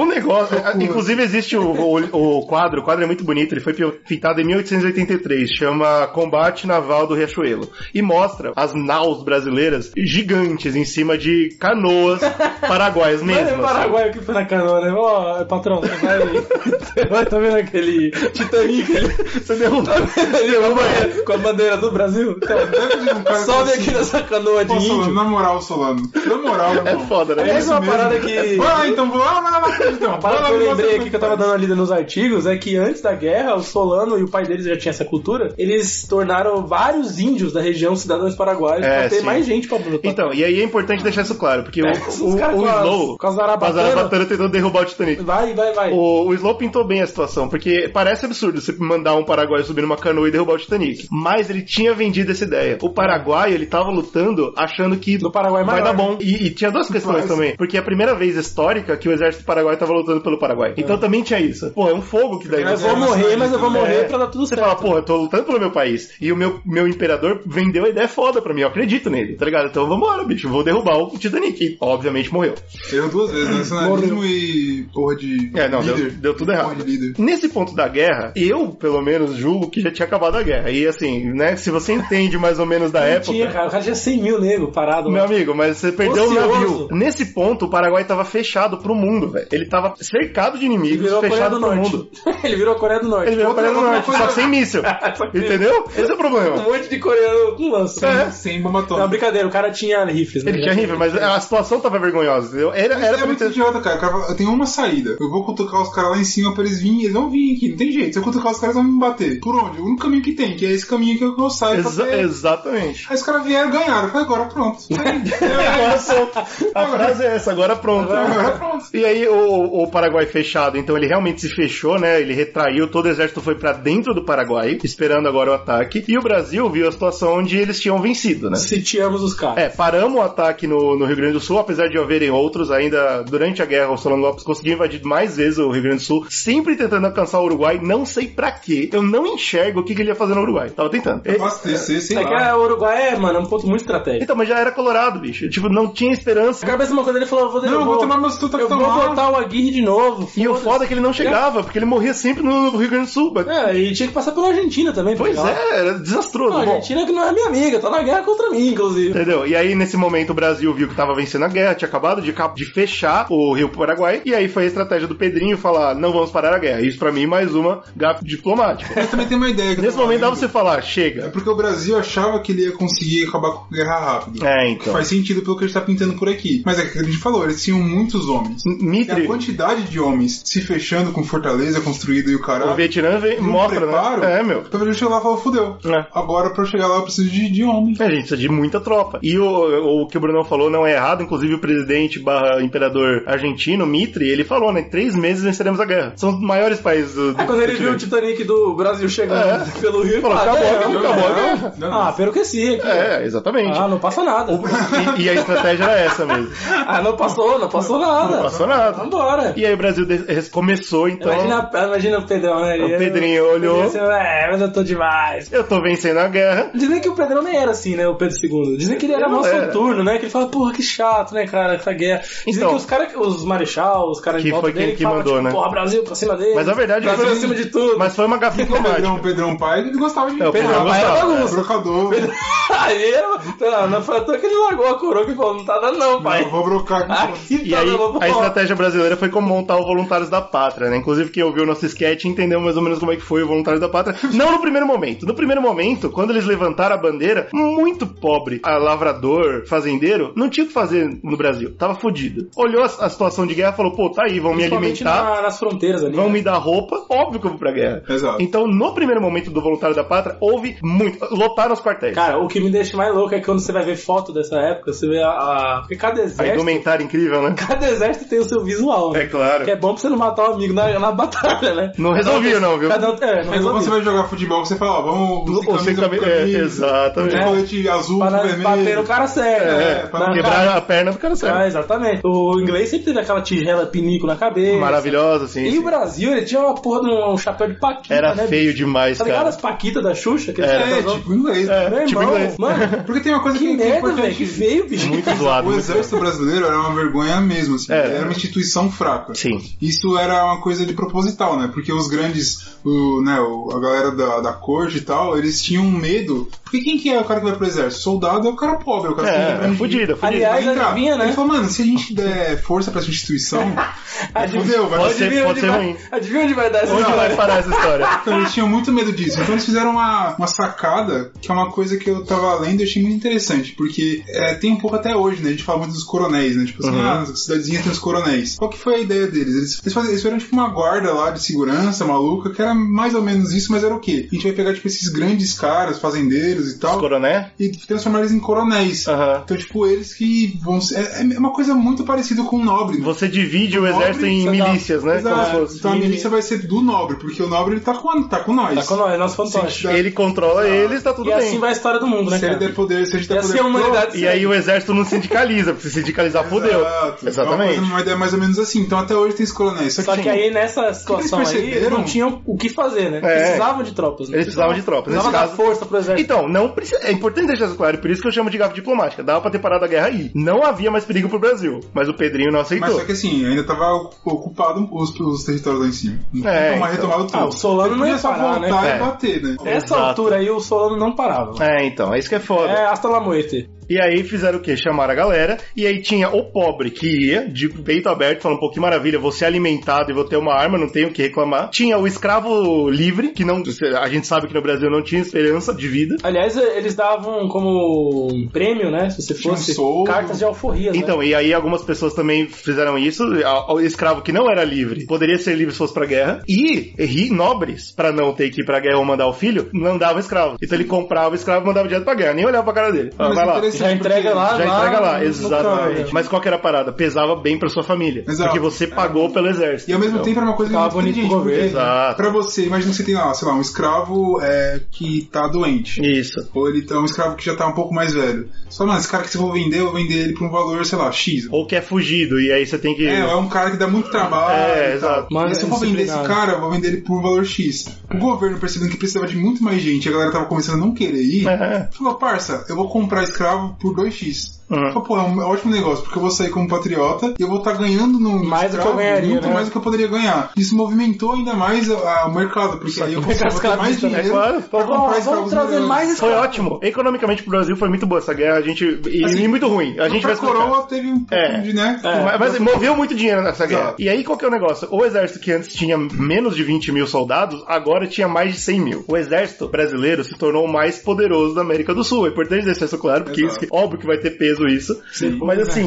B: o negócio, a- inclusive existe o, o, o quadro, o quadro é muito bonito, ele foi pi- pintado em 1883, chama Combate Naval do Riachuelo, e mostra as naus brasileiras gigantes em cima de canoas paraguaias
C: Mas é
B: mesmo. assim.
C: o Paraguai que foi na canoa, né? Ó, patrão, você vai. Você vai, tá vendo aquele Titanic ali? Tá
B: Você derruba.
C: Ele vai morrer com a bandeira do Brasil? Então,
A: Deve ter um cara
C: sobe
A: que-
C: aqui nessa canoa de
A: Pô, Solano,
C: índio.
A: na moral, Solano. Na moral,
B: É
A: irmão.
B: foda, né?
C: É
A: isso
C: uma
A: mesmo.
C: parada que-
A: Vai lá então, vou lá, vai lá, vai lá, então.
C: A parada
A: Vai
C: que
A: lá,
C: eu lembrei
A: mostra
C: aqui que eu tava dando uma lida nos artigos é que antes da guerra, o Solano e o pai deles já tinha essa cultura, eles tornaram vários índios da região cidadãos paraguaios
B: É,
C: pra ter
B: sim.
C: mais gente pra lutar.
B: Então, e aí é importante deixar isso claro, porque o,
C: Esses
B: o, o
C: caras É, com as-
B: Slow,
C: com as zarabatana.
B: com as zarabatana tentando derrubar o Titanic.
C: Vai, vai, vai.
B: O, o Slow pintou bem a situação, porque parece absurdo você mandar um paraguaio subir numa canoa e derrubar o Titanic. Mas ele tinha vendido essa ideia. O paraguaio, ele tava lutando achando que
C: Do Paraguai
B: vai
C: maior.
B: dar bom. E, e tinha duas questões
A: Mas-
B: também. Porque é a primeira vez histórica que o exército paraguaio tava lutando pelo Paraguai. Então também tinha isso. Pô, é um fogo que daí
A: Eu
C: Eu
B: você
C: vou morrer, mas eu vou morrer
B: É.
C: pra dar tudo
B: Você
C: certo. né?"
B: fala, porra, eu tô lutando pelo meu país. E o meu, meu imperador vendeu a ideia foda pra mim, eu acredito nele, tá ligado? Então vambora, bicho, vou derrubar o Titanic. E, obviamente morreu.
A: Errou duas vezes, né? Nacionalismo e porra de.
B: É, não, deu,
A: líder.
B: deu tudo errado.
A: Porra de líder.
B: Nesse ponto da guerra, eu, pelo menos, julgo que já tinha acabado a guerra. E assim, né, se você entende mais ou menos da época.
C: Tinha, cara, o cara tinha 100 mil nego parado.
B: Meu
C: lá.
B: amigo, mas você perdeu o navio.
C: Ocioso.
B: Nesse ponto, o Paraguai tava fechado pro mundo, velho. Ele tava cercado de
C: Ele
B: inimigos,
C: virou a Coreia
B: fechado
C: do
B: pro mundo.
C: Norte. um Ele virou a Coreia do Norte.
B: Ele virou a Coreia do
A: outra
B: Norte,
A: coisa-
B: só que sem míssil.
C: Só que-
B: Entendeu? Esse é o
C: Um
B: problema.
C: monte de coreano com lança.
A: Sem, sem bomba
C: Não,
A: atômica.
C: brincadeira, o cara tinha rifles. né?
B: Ele tinha rifle, mas a situação tava vergonhosa, entendeu? Era,
A: Mas
B: era
A: é
B: pra
A: muito
B: ter...
A: idiota, cara. O cara fala, Eu tenho uma saída. Eu vou cutucar os caras lá em cima pra eles virem. Eles vão vir aqui, não tem jeito. Se eu cutucar os caras, eles vão me bater. Por onde? O único caminho que tem, que é esse caminho que eu saio pra
B: Exa-
A: ter-
B: exatamente.
A: Aí os caras vieram, ganharam. Eu falei, agora pronto.
B: Agora pronto. A frase é essa, agora pronto.
A: agora pronto.
B: E aí o, o Paraguai fechado, então ele realmente se fechou, né? Ele retraiu, todo o exército foi pra dentro do Paraguai, esperando agora o ataque. E o Brasil viu a situação onde eles tinham vencido, né?
C: Sitiamos os caras.
B: É, paramos o ataque no, no Rio Grande do Sul, apesar de haverem outros ainda durante a guerra, o Solano Lopes conseguiu invadir mais vezes o Rio Grande do Sul, sempre tentando alcançar o Uruguai, não sei pra quê. Eu não enxergo o que, que ele ia fazer no Uruguai. Tava tentando. Ele-
A: Abastecer, sei
C: É que
A: lá.
C: a Uruguai é, mano, é um ponto muito estratégico.
B: Então, mas já era colorado, bicho. Tipo, não tinha esperança.
C: A cabeça uma coisa ele falou, eu vou,
A: Não,
C: eu
A: eu vou tomar meus tuta que tá
C: eu vou
A: tomar.
C: botar o Aguirre de novo.
B: E o
C: foda-se.
B: foda é que ele não chegava, porque ele morria sempre no Rio Grande do Sul. Mas...
C: É, e tinha que passar pela Argentina também. pra
B: Pois
C: chegar lá.
B: é, era
C: Não,
B: desastroso.
C: a
B: Bom,
C: Argentina que não é minha amiga, tá na guerra contra mim, inclusive.
B: Entendeu? E aí, nesse momento, o Brasil viu que tava vencendo a guerra, tinha acabado de, ca- de fechar o Rio Paraguai, e aí foi a estratégia do Pedrinho falar, não vamos parar a guerra. Isso pra mim, mais uma gafe diplomática.
A: Mas também tem uma ideia. que eu
B: nesse
A: tô
B: momento, dá
A: falando.
B: pra você falar,
A: É
B: chega.
A: porque o Brasil achava que ele ia conseguir acabar com a guerra rápido.
B: É, então.
A: Faz sentido pelo que a gente tá pintando por aqui. Mas é o que a gente falou, eles tinham muitos homens.
B: M-
A: E a
B: Mitre,
A: quantidade de homens se fechando com fortaleza construída e o
B: o
A: caralho.
B: Vietnã vem,
C: um
A: não
B: mostra,
A: preparo,
B: né? É, meu.
A: Talvez eu chegar lá e falar, fudeu.
B: É.
A: Agora pra eu chegar lá eu preciso de, de homem.
B: A gente precisa de muita tropa. E o, o que o Brunão falou não é errado, inclusive o presidente barra imperador argentino, Mitre, ele falou, né? Três meses venceremos a guerra. São os maiores países do, do
C: É, Ah, Quando ele viu o Titanic do Brasil chegando
B: É.
C: pelo Rio,
B: Falou,
C: ah,
B: acabou,
C: ganhamos,
B: acabou,
C: ganhamos.
B: acabou.
C: Ah, pelo que sim. aqui.
B: É, exatamente.
C: Ah, não passa nada.
B: E, e a estratégia era essa mesmo.
C: Ah, não passou, não passou nada.
B: Não passou nada.
C: Vambora.
B: E aí o Brasil de- começou, então.
C: Imagina, imagina o Pedrão, né? Ele-
B: O Pedrinho olhou.
C: Ele disse, é, mas eu tô demais.
B: Eu tô vencendo a guerra.
C: Dizem que o Pedrão nem era assim, né? O Pedro II. Dizem que ele era
B: Não
C: mal
B: era.
C: soturno, né? Que ele fala, porra, que chato, né, cara? Essa guerra. Dizem
B: Então.
C: que os caras, os marechal, os caras
B: Que
C: de volta
B: foi quem
C: dele
B: que
C: falam,
B: mandou,
C: tipo,
B: né?
C: porra, Brasil pra cima dele.
B: Mas a verdade é
C: Brasil
B: foi-
C: acima de tudo.
B: Mas foi uma gafa
A: O Pedrão,
B: diplomática.
A: Pedrão pai, ele gostava de
B: É, o Pedrão
A: Pedrão,
C: Mas era
B: gostava.
C: bagunça.
A: brocador.
C: Aí, não, não foi à toa que ele largou a coroa e falou, não tá dando não, pai.
A: Eu vou brocar aqui.
C: Aqui
B: E
C: tá
B: aí,
C: dando,
B: a
C: pô.
B: estratégia é brasileira foi como montar o Voluntários da Pátria, né? Inclusive, quem ouviu o nosso sketch entendeu mais ou menos como é que foi o Voluntários da Pátria. Não no primeiro momento. No primeiro momento, quando eles levantaram a bandeira, muito pobre, a lavrador, fazendeiro, não tinha o que fazer no Brasil. Tava fudido. Olhou a, a situação de guerra e falou, pô, tá aí, vão me
C: Principalmente
B: alimentar.
C: na- nas fronteiras ali.
B: Vão
C: né?
B: me dar roupa, óbvio que eu vou pra guerra.
A: Exato.
B: Então, no primeiro momento do Voluntário da Pátria, houve muito. Lotaram os quartéis.
C: Cara, o que me deixa mais louco é que quando você vai ver foto dessa época, você vê a. a- Porque cada
B: a
C: exército,
B: indumentária incrível, né?
C: cada exército tem o seu visual, né?
B: É claro.
C: Que é bom pra você não matar um amigo na, na batalha, né?
B: Não resolvia, não, viu?
C: Cada um, é, não
A: Aí quando você
C: resolvia.
A: vai jogar futebol, você fala, ó, vamos
B: Ou sem camisa- é, exatamente.
A: De colete azul,
C: Para
A: vermelho.
C: bater o cara certo.
B: É,
C: né?
A: pra
C: Na-
B: Quebraram a perna do cara
C: Ah,
B: certo.
C: exatamente. O inglês sempre teve aquela tigela pinico na cabeça.
B: Maravilhosa, sim.
C: E
B: sim.
C: o Brasil, ele tinha uma porra de um, um chapéu de paquita,
B: Era
C: né?
B: feio
C: bicho?
B: demais,
C: Tá ligado
B: cara.
C: as paquitas da Xuxa? Que
B: É,
A: É, tipo inglês.
B: É,
C: Meu
B: tipo
C: irmão,
B: inglês.
C: mano,
A: Porque tem uma coisa
C: que
A: que, que é
C: merda, velho,
A: importante.
C: que feio, bicho.
B: Muito zoado.
A: O
B: muito zoado.
A: exército brasileiro era uma vergonha mesmo, assim.
B: Era.
A: Era uma instituição fraca.
B: É. Sim.
A: Isso era uma coisa de proposital, né? Porque os grandes, o, né, o- a galera da, da corte e tal, eles tinham um medo. Porque quem que é o cara que vai pro exército? Soldado é o cara pobre, é o cara que tem
B: É,
A: pra
B: é
A: ninguém.
B: fudido, é fudido.
C: Aliás,
A: Vai entrar.
C: adivinha, né?
A: Ele falou, mano, se a gente der força pra essa instituição, fudeu, vai
B: Pode ser-
C: Adivinha
B: pode
C: onde
B: ser
C: vai-
B: ruim.
C: Adivinha onde vai dar essa
B: Onde vai
A: é.
C: história?
B: parar essa história?
A: Então, eles tinham muito medo disso. Então eles fizeram uma, uma sacada, que é uma coisa que eu tava lendo e achei muito interessante, porque é, tem um pouco até hoje, né? A gente fala muito dos coronéis, né? Tipo assim, ah, nas cidadezinhas tem os coronéis. Qual que foi a ideia deles? Eles, eles, faziam, eles fizeram tipo uma guarda lá de segurança maluca, que era mais ou menos isso, mas era o quê? A gente vai pegar tipo esses grandes caras, fazendeiros e
B: Os Ah.
A: tal,
B: coroné?
A: e transformar eles em coronéis.
B: Aham.
A: Então, tipo, eles que vão ser. É, é uma coisa muito parecida com o nobre. né?
B: Você divide o exército
C: tá-
B: em
A: Nobre,
B: milícias, né?
A: Exato.
B: Como se
A: Então a
B: fosse-
A: milícia vai ser do nobre, porque o nobre ele tá com, tá com nós.
C: Tá com nós, nosso fantoche.
A: Sim,
B: Ele controla eles, tá tudo
C: E assim
B: bem.
C: vai a história do mundo, né,
A: Se ele
C: cara?
A: der poder, se a gente
C: E
A: der
C: assim
A: poder.
C: a humanidade
B: E aí o exército não sindicaliza, porque se sindicalizar, fudeu.
A: Exato.
B: Exatamente.
A: Então, Uma ideia mais ou menos assim. Então até hoje tem esse coronéis. Só que,
C: Só que aí nessa
A: eles
C: situação aí, eles
A: perceberam?
C: não tinham o que fazer, né?
B: um. É.
C: Precisavam de tropas, né?
B: Eles precisavam de tropas. Nesse
C: Precisavam dar
B: caso-
C: força pro exército.
B: Então, não precisa. É importante deixar isso claro, por isso que eu chamo de gafa diplomática. Dava pra ter parado a guerra aí. Não havia mais perigo pro Brasil. Mas o Pedrinho não aceitou.
A: Mas só que assim, ainda tava ocupado os, os territórios lá em cima. Então,
B: É,
A: uma
B: então.
A: retomada tudo.
C: Ah, o Solano
A: Ele
C: não ia
A: podia só
C: parar,
A: voltar
B: né?
A: e
B: É.
A: bater, né?
C: Nessa
B: Exato.
C: altura aí o Solano não parava.
B: É, então, é isso que é foda.
C: É, hasta la muerte.
B: E aí fizeram o quê? Chamaram a galera. E aí tinha o pobre que ia, de peito aberto, falando, pô, que maravilha, vou ser alimentado e vou ter uma arma, não tenho o que reclamar. Tinha o escravo livre, que não. A gente sabe que no Brasil não tinha esperança de vida.
C: Aliás, eles davam como prêmio, né? Se você
A: Tinha um
C: fosse,
A: soldo.
C: cartas de alforria. né?
B: Então, e aí algumas pessoas também fizeram isso. A- O escravo que não era livre poderia ser livre se fosse pra guerra. E, e nobres, pra não ter que ir pra guerra ou mandar o filho, mandava escravo. Então ele comprava o escravo e mandava direto pra guerra. Nem olhava pra cara dele. Ah,
A: Mas
B: vai lá.
A: interessante,
C: Já entrega
A: porque-
C: lá,
B: Já
C: lá
B: entrega lá,
C: no- no
B: exatamente.
C: cara.
B: Mas qual que era a parada? Pesava bem pra sua família.
A: Exato.
B: Porque você pagou pelo exército. então.
A: E ao mesmo tempo
B: entendeu?
A: era uma coisa
C: Então, Ficava
A: muito
C: bonito pro
A: inteligente, porque
C: governo.
B: Exato.
A: pra você, imagina que você tem lá, sei lá, um escravo é, que tá doente.
B: Isso.
A: Ou ele é um escravo que já tá um pouco mais velho. Você fala, mano, esse cara que você vou vender, eu vou vender ele por um valor, sei lá, X.
B: Ou que é fugido, e aí você tem que.
A: É, é então. um cara que dá muito trabalho.
B: É,
A: e tal.
B: exato.
C: Mas
A: e se eu for vender esse
C: disciplinado.
A: cara, eu vou vender ele por um valor X. O governo, percebendo que precisava de muito mais gente, e a galera tava começando a não querer ir,
B: É.
A: falou, parça, eu vou comprar escravo por 2X.
B: Uhum.
A: Falou, pô, é um ótimo negócio, porque eu vou sair como patriota e eu vou estar ganhando no
C: Mais do que eu
A: escravo,
C: ganharia,
A: muito
C: né?
A: mais do que eu poderia ganhar. Isso movimentou ainda mais a- a- o mercado, porque aí eu
C: que
A: consigo
C: mercado
A: ter mais
C: escravista, né?
A: dinheiro
B: É, Claro.
A: pra
C: Vamos-
A: comprar escravos
C: vamos trazer
A: melhores.
C: mais
B: Foi
C: escravos.
B: ótimo. Economicamente pro Brasil foi muito boa essa guerra. A gente. E,
A: Assim,
B: e muito ruim. A gente
A: pra
B: vai explicar.
A: coroa teve um pouco
B: É.
A: de, né?
C: É.
B: Mas, mas moveu muito dinheiro nessa guerra.
A: Exato.
B: E aí, qual que é o negócio? O exército que antes tinha menos de 20 mil soldados, agora tinha mais de 100 mil. O exército brasileiro se tornou o mais poderoso da América do Sul. É importante deixar isso claro, porque
A: Exato.
B: isso, que- óbvio que vai ter peso tudo isso. Mas assim,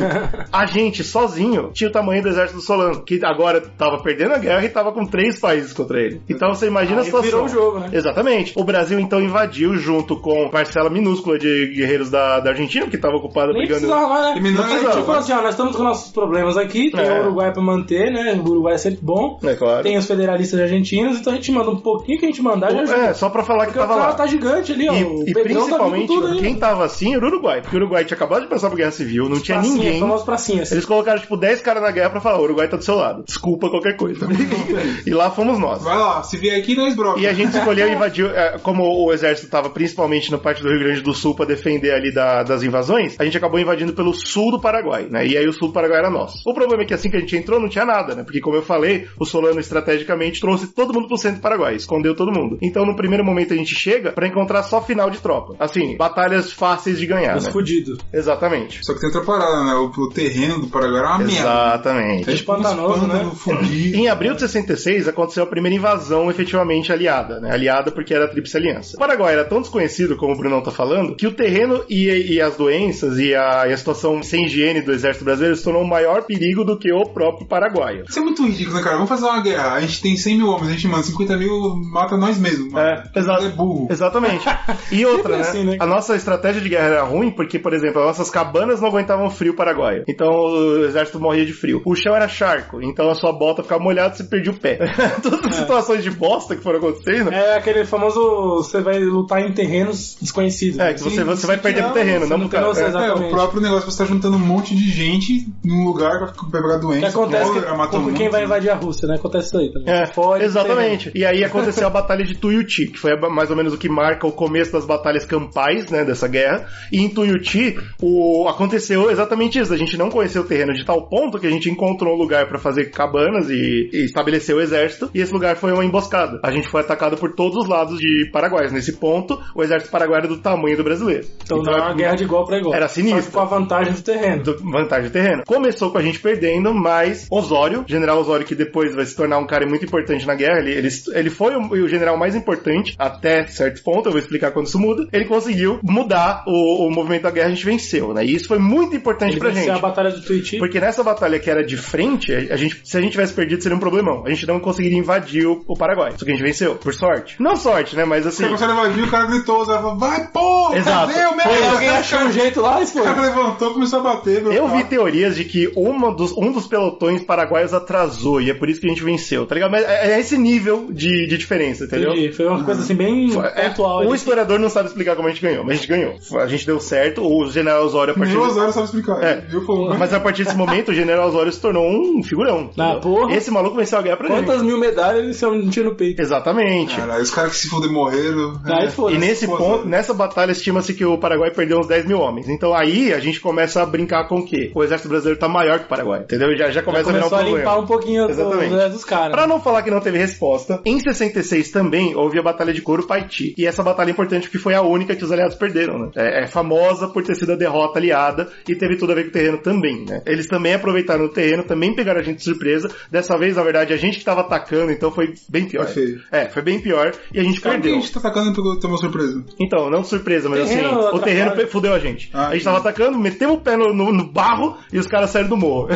B: a gente sozinho tinha o tamanho do exército do Solano, que agora tava perdendo a guerra e tava com três países contra ele. Então você imagina a
C: Aí virou
B: situação.
C: o jogo, né?
B: Exatamente. O Brasil então invadiu junto com parcela minúscula de guerreiros da, da Argentina, que tava ocupada
C: Nem
B: brigando.
C: precisava mais, né?
A: E me dá-
C: Não precisava. Tipo assim, ó, nós estamos com nossos problemas aqui, tem
B: É.
C: o Uruguai pra manter, né? O Uruguai é sempre bom.
B: É claro.
C: Tem os federalistas argentinos, então a gente manda um pouquinho que a gente mandar já ajuda.
B: É, só pra falar que
C: Porque o
B: tava
C: cara
B: lá.
C: tá gigante ali, ó. o
B: E, e
C: Pedrão
B: principalmente,
C: tá vindo com tudo aí,
B: quem
C: né?
B: tava assim era o Uruguai, porque o Uruguai tinha acabado de passar por guerra civil,
C: Tipo
B: não tinha
C: Pracinha,
B: ninguém.
C: famoso pracinha, assim.
B: Eles colocaram, tipo, 10 caras na guerra pra falar, o Uruguai tá do seu lado. Desculpa qualquer coisa. e lá fomos nós.
A: Vai lá, se vier aqui, nós broca.
B: E a gente escolheu invadir, eh, como o exército tava principalmente na parte do Rio Grande do Sul pra defender ali da- das invasões, a gente acabou invadindo pelo sul do Paraguai, né? E aí o sul do Paraguai era nosso. O problema é que assim que a gente entrou não tinha nada, né? Porque como eu falei, o Solano estrategicamente trouxe todo mundo pro centro do Paraguai, escondeu todo mundo. Então no primeiro momento a gente chega pra encontrar só final de tropa. Assim, batalhas fáceis de ganhar,
C: Os
B: né?
C: fudidos.
B: Exatamente.
A: Só que tem outra parada, né? O, o terreno do Paraguai era uma merda.
B: Exatamente.
A: É uns
C: Pantanoso,
A: pântanos
C: né?
A: fudidos.
B: Em abril de 66 aconteceu a primeira invasão efetivamente aliada, né? Aliada porque era a Tríplice Aliança. O Paraguai era tão desconhecido, como o Brunão tá falando, que o terreno e, e as doenças e a, e a situação sem higiene do exército brasileiro se tornou um maior perigo do que o próprio Paraguai.
A: Isso é muito ridículo, né, cara? Vamos fazer uma guerra. A gente tem 100 mil homens, a gente manda 50 mil, mata nós mesmos. mano.
B: exato.
A: É burro.
B: Exatamente. E outra, né?
C: assim, né?
B: A nossa estratégia de guerra era ruim porque, por exemplo, as nossas cabanas não aguentavam frio paraguaio. Então o exército morria de frio. O chão era charco, então a sua bota ficava molhada e você perdia o pé. Todas as situações de bosta que foram acontecendo,
C: É aquele famoso. Você vai lutar em terrenos desconhecidos.
B: É, que você,
A: Sim,
B: você vai
A: sim,
B: perder
A: não,
B: pro terreno,
C: você
B: não pro
C: não tem
B: cara.
C: noção
B: É.
C: exata. Exatamente.
A: É, o próprio negócio que você tá juntando um monte de gente num lugar pra pra pegar
C: O que
A: doença.
C: acontece é
A: cólera,
C: que,
A: mata
C: com
A: um
C: quem
A: monte.
C: vai invadir a Rússia, né? Acontece isso aí também.
B: É,
C: Fora do
B: exatamente. E aí aconteceu a batalha de Tuiuti, que foi a- mais ou menos o que marca o começo das batalhas campais, né, dessa guerra. E em Tuiuti, o aconteceu exatamente isso. A gente não conheceu o terreno de tal ponto que a gente encontrou um lugar pra fazer cabanas e, e estabelecer o exército. E esse lugar foi uma emboscada. A gente foi atacado por todos os lados de Paraguai. Nesse ponto, o exército paraguaio era do tamanho do brasileiro.
C: Então, não é uma guerra de igual pra igual.
B: Era sinistro.
C: Só que com a vantagem do terreno.
B: do- vantagem do terreno. Começou com a gente perdendo, mas Osório, General Osório, que depois vai se tornar um cara muito importante na guerra, ele, ele, ele foi o, o general mais importante até certo ponto, eu vou explicar quando isso muda. Ele conseguiu mudar o, o movimento da guerra, a gente venceu, né? E isso foi muito importante
C: Ele
B: pra
C: venceu
B: gente.
C: a batalha do Tuiuti.
B: Porque nessa batalha que era de frente, a a gente, se a gente tivesse perdido, seria um problemão. A gente não conseguiria invadir o, o Paraguai. Só que a gente venceu, por sorte. Não sorte, né? Mas assim.
A: Você consegue invadir, o cara gritou, você falou, vai, porra!
B: Exato.
A: Cadê o meu?
B: Foi,
C: Aí alguém achou um jeito lá e
A: O
C: foi.
A: cara levantou, começou a bater. meu
B: Eu vi
A: cara.
B: teorias de que uma dos, um dos pelotões paraguaios atrasou e é por isso que a gente venceu, tá ligado? Mas é é esse nível de, de diferença, entendeu?
C: Entendi. Foi uma coisa assim bem
B: É,
C: pontual. né?
B: o
C: ali.
B: historiador não sabe explicar como a gente ganhou, mas a gente ganhou. A gente deu certo, o general Osório a partir
A: Nem o
B: do-
A: Osório sabe explicar.
B: É.
A: Viu? Falou,
B: Mas a partir desse momento, o general Osório se tornou um figurão.
C: Ah,
B: entendeu?
C: porra.
B: Esse maluco venceu a guerra pra gente.
C: Quantas mil medalhas ele saiu um tiro no peito?
B: Exatamente.
A: Caralho, os caras que se fudem morreram.
C: Aí foda
B: E nesse
A: Pô,
B: ponto,
A: Zé.
B: nessa batalha, estima-se que o Paraguai perdeu uns 10 mil homens. Então aí a gente começa a brincar com o quê? O exército brasileiro tá maior que o Paraguai, entendeu? Já, já começa a virar um
C: Começou a
B: problema.
C: limpar um pouquinho os
B: Exatamente.
C: os- dos caras.
B: Pra não falar que não teve resposta, em 66 também houve a Batalha de Couro Paiti. E essa batalha é importante porque foi a única que os aliados perderam, né? É, é famosa por ter sido a derrota aliada e teve tudo a ver com o terreno também, né? Eles também aproveitaram o terreno, também pegaram a gente de surpresa. Dessa vez, na verdade, a gente que tava atacando, então foi bem pior.
A: Foi feio.
B: É, foi bem pior e a gente
A: Cara,
B: perdeu.
A: quem a gente tá atacando pegou, tomou surpresa?
B: Então, não de surpresa, mas
C: Terreno
B: assim, o
C: atrapalha.
B: terreno pe- fudeu a gente.
A: Ah,
B: a gente tava atacando, metemos o pé no, no- no barro e os caras saíram do morro.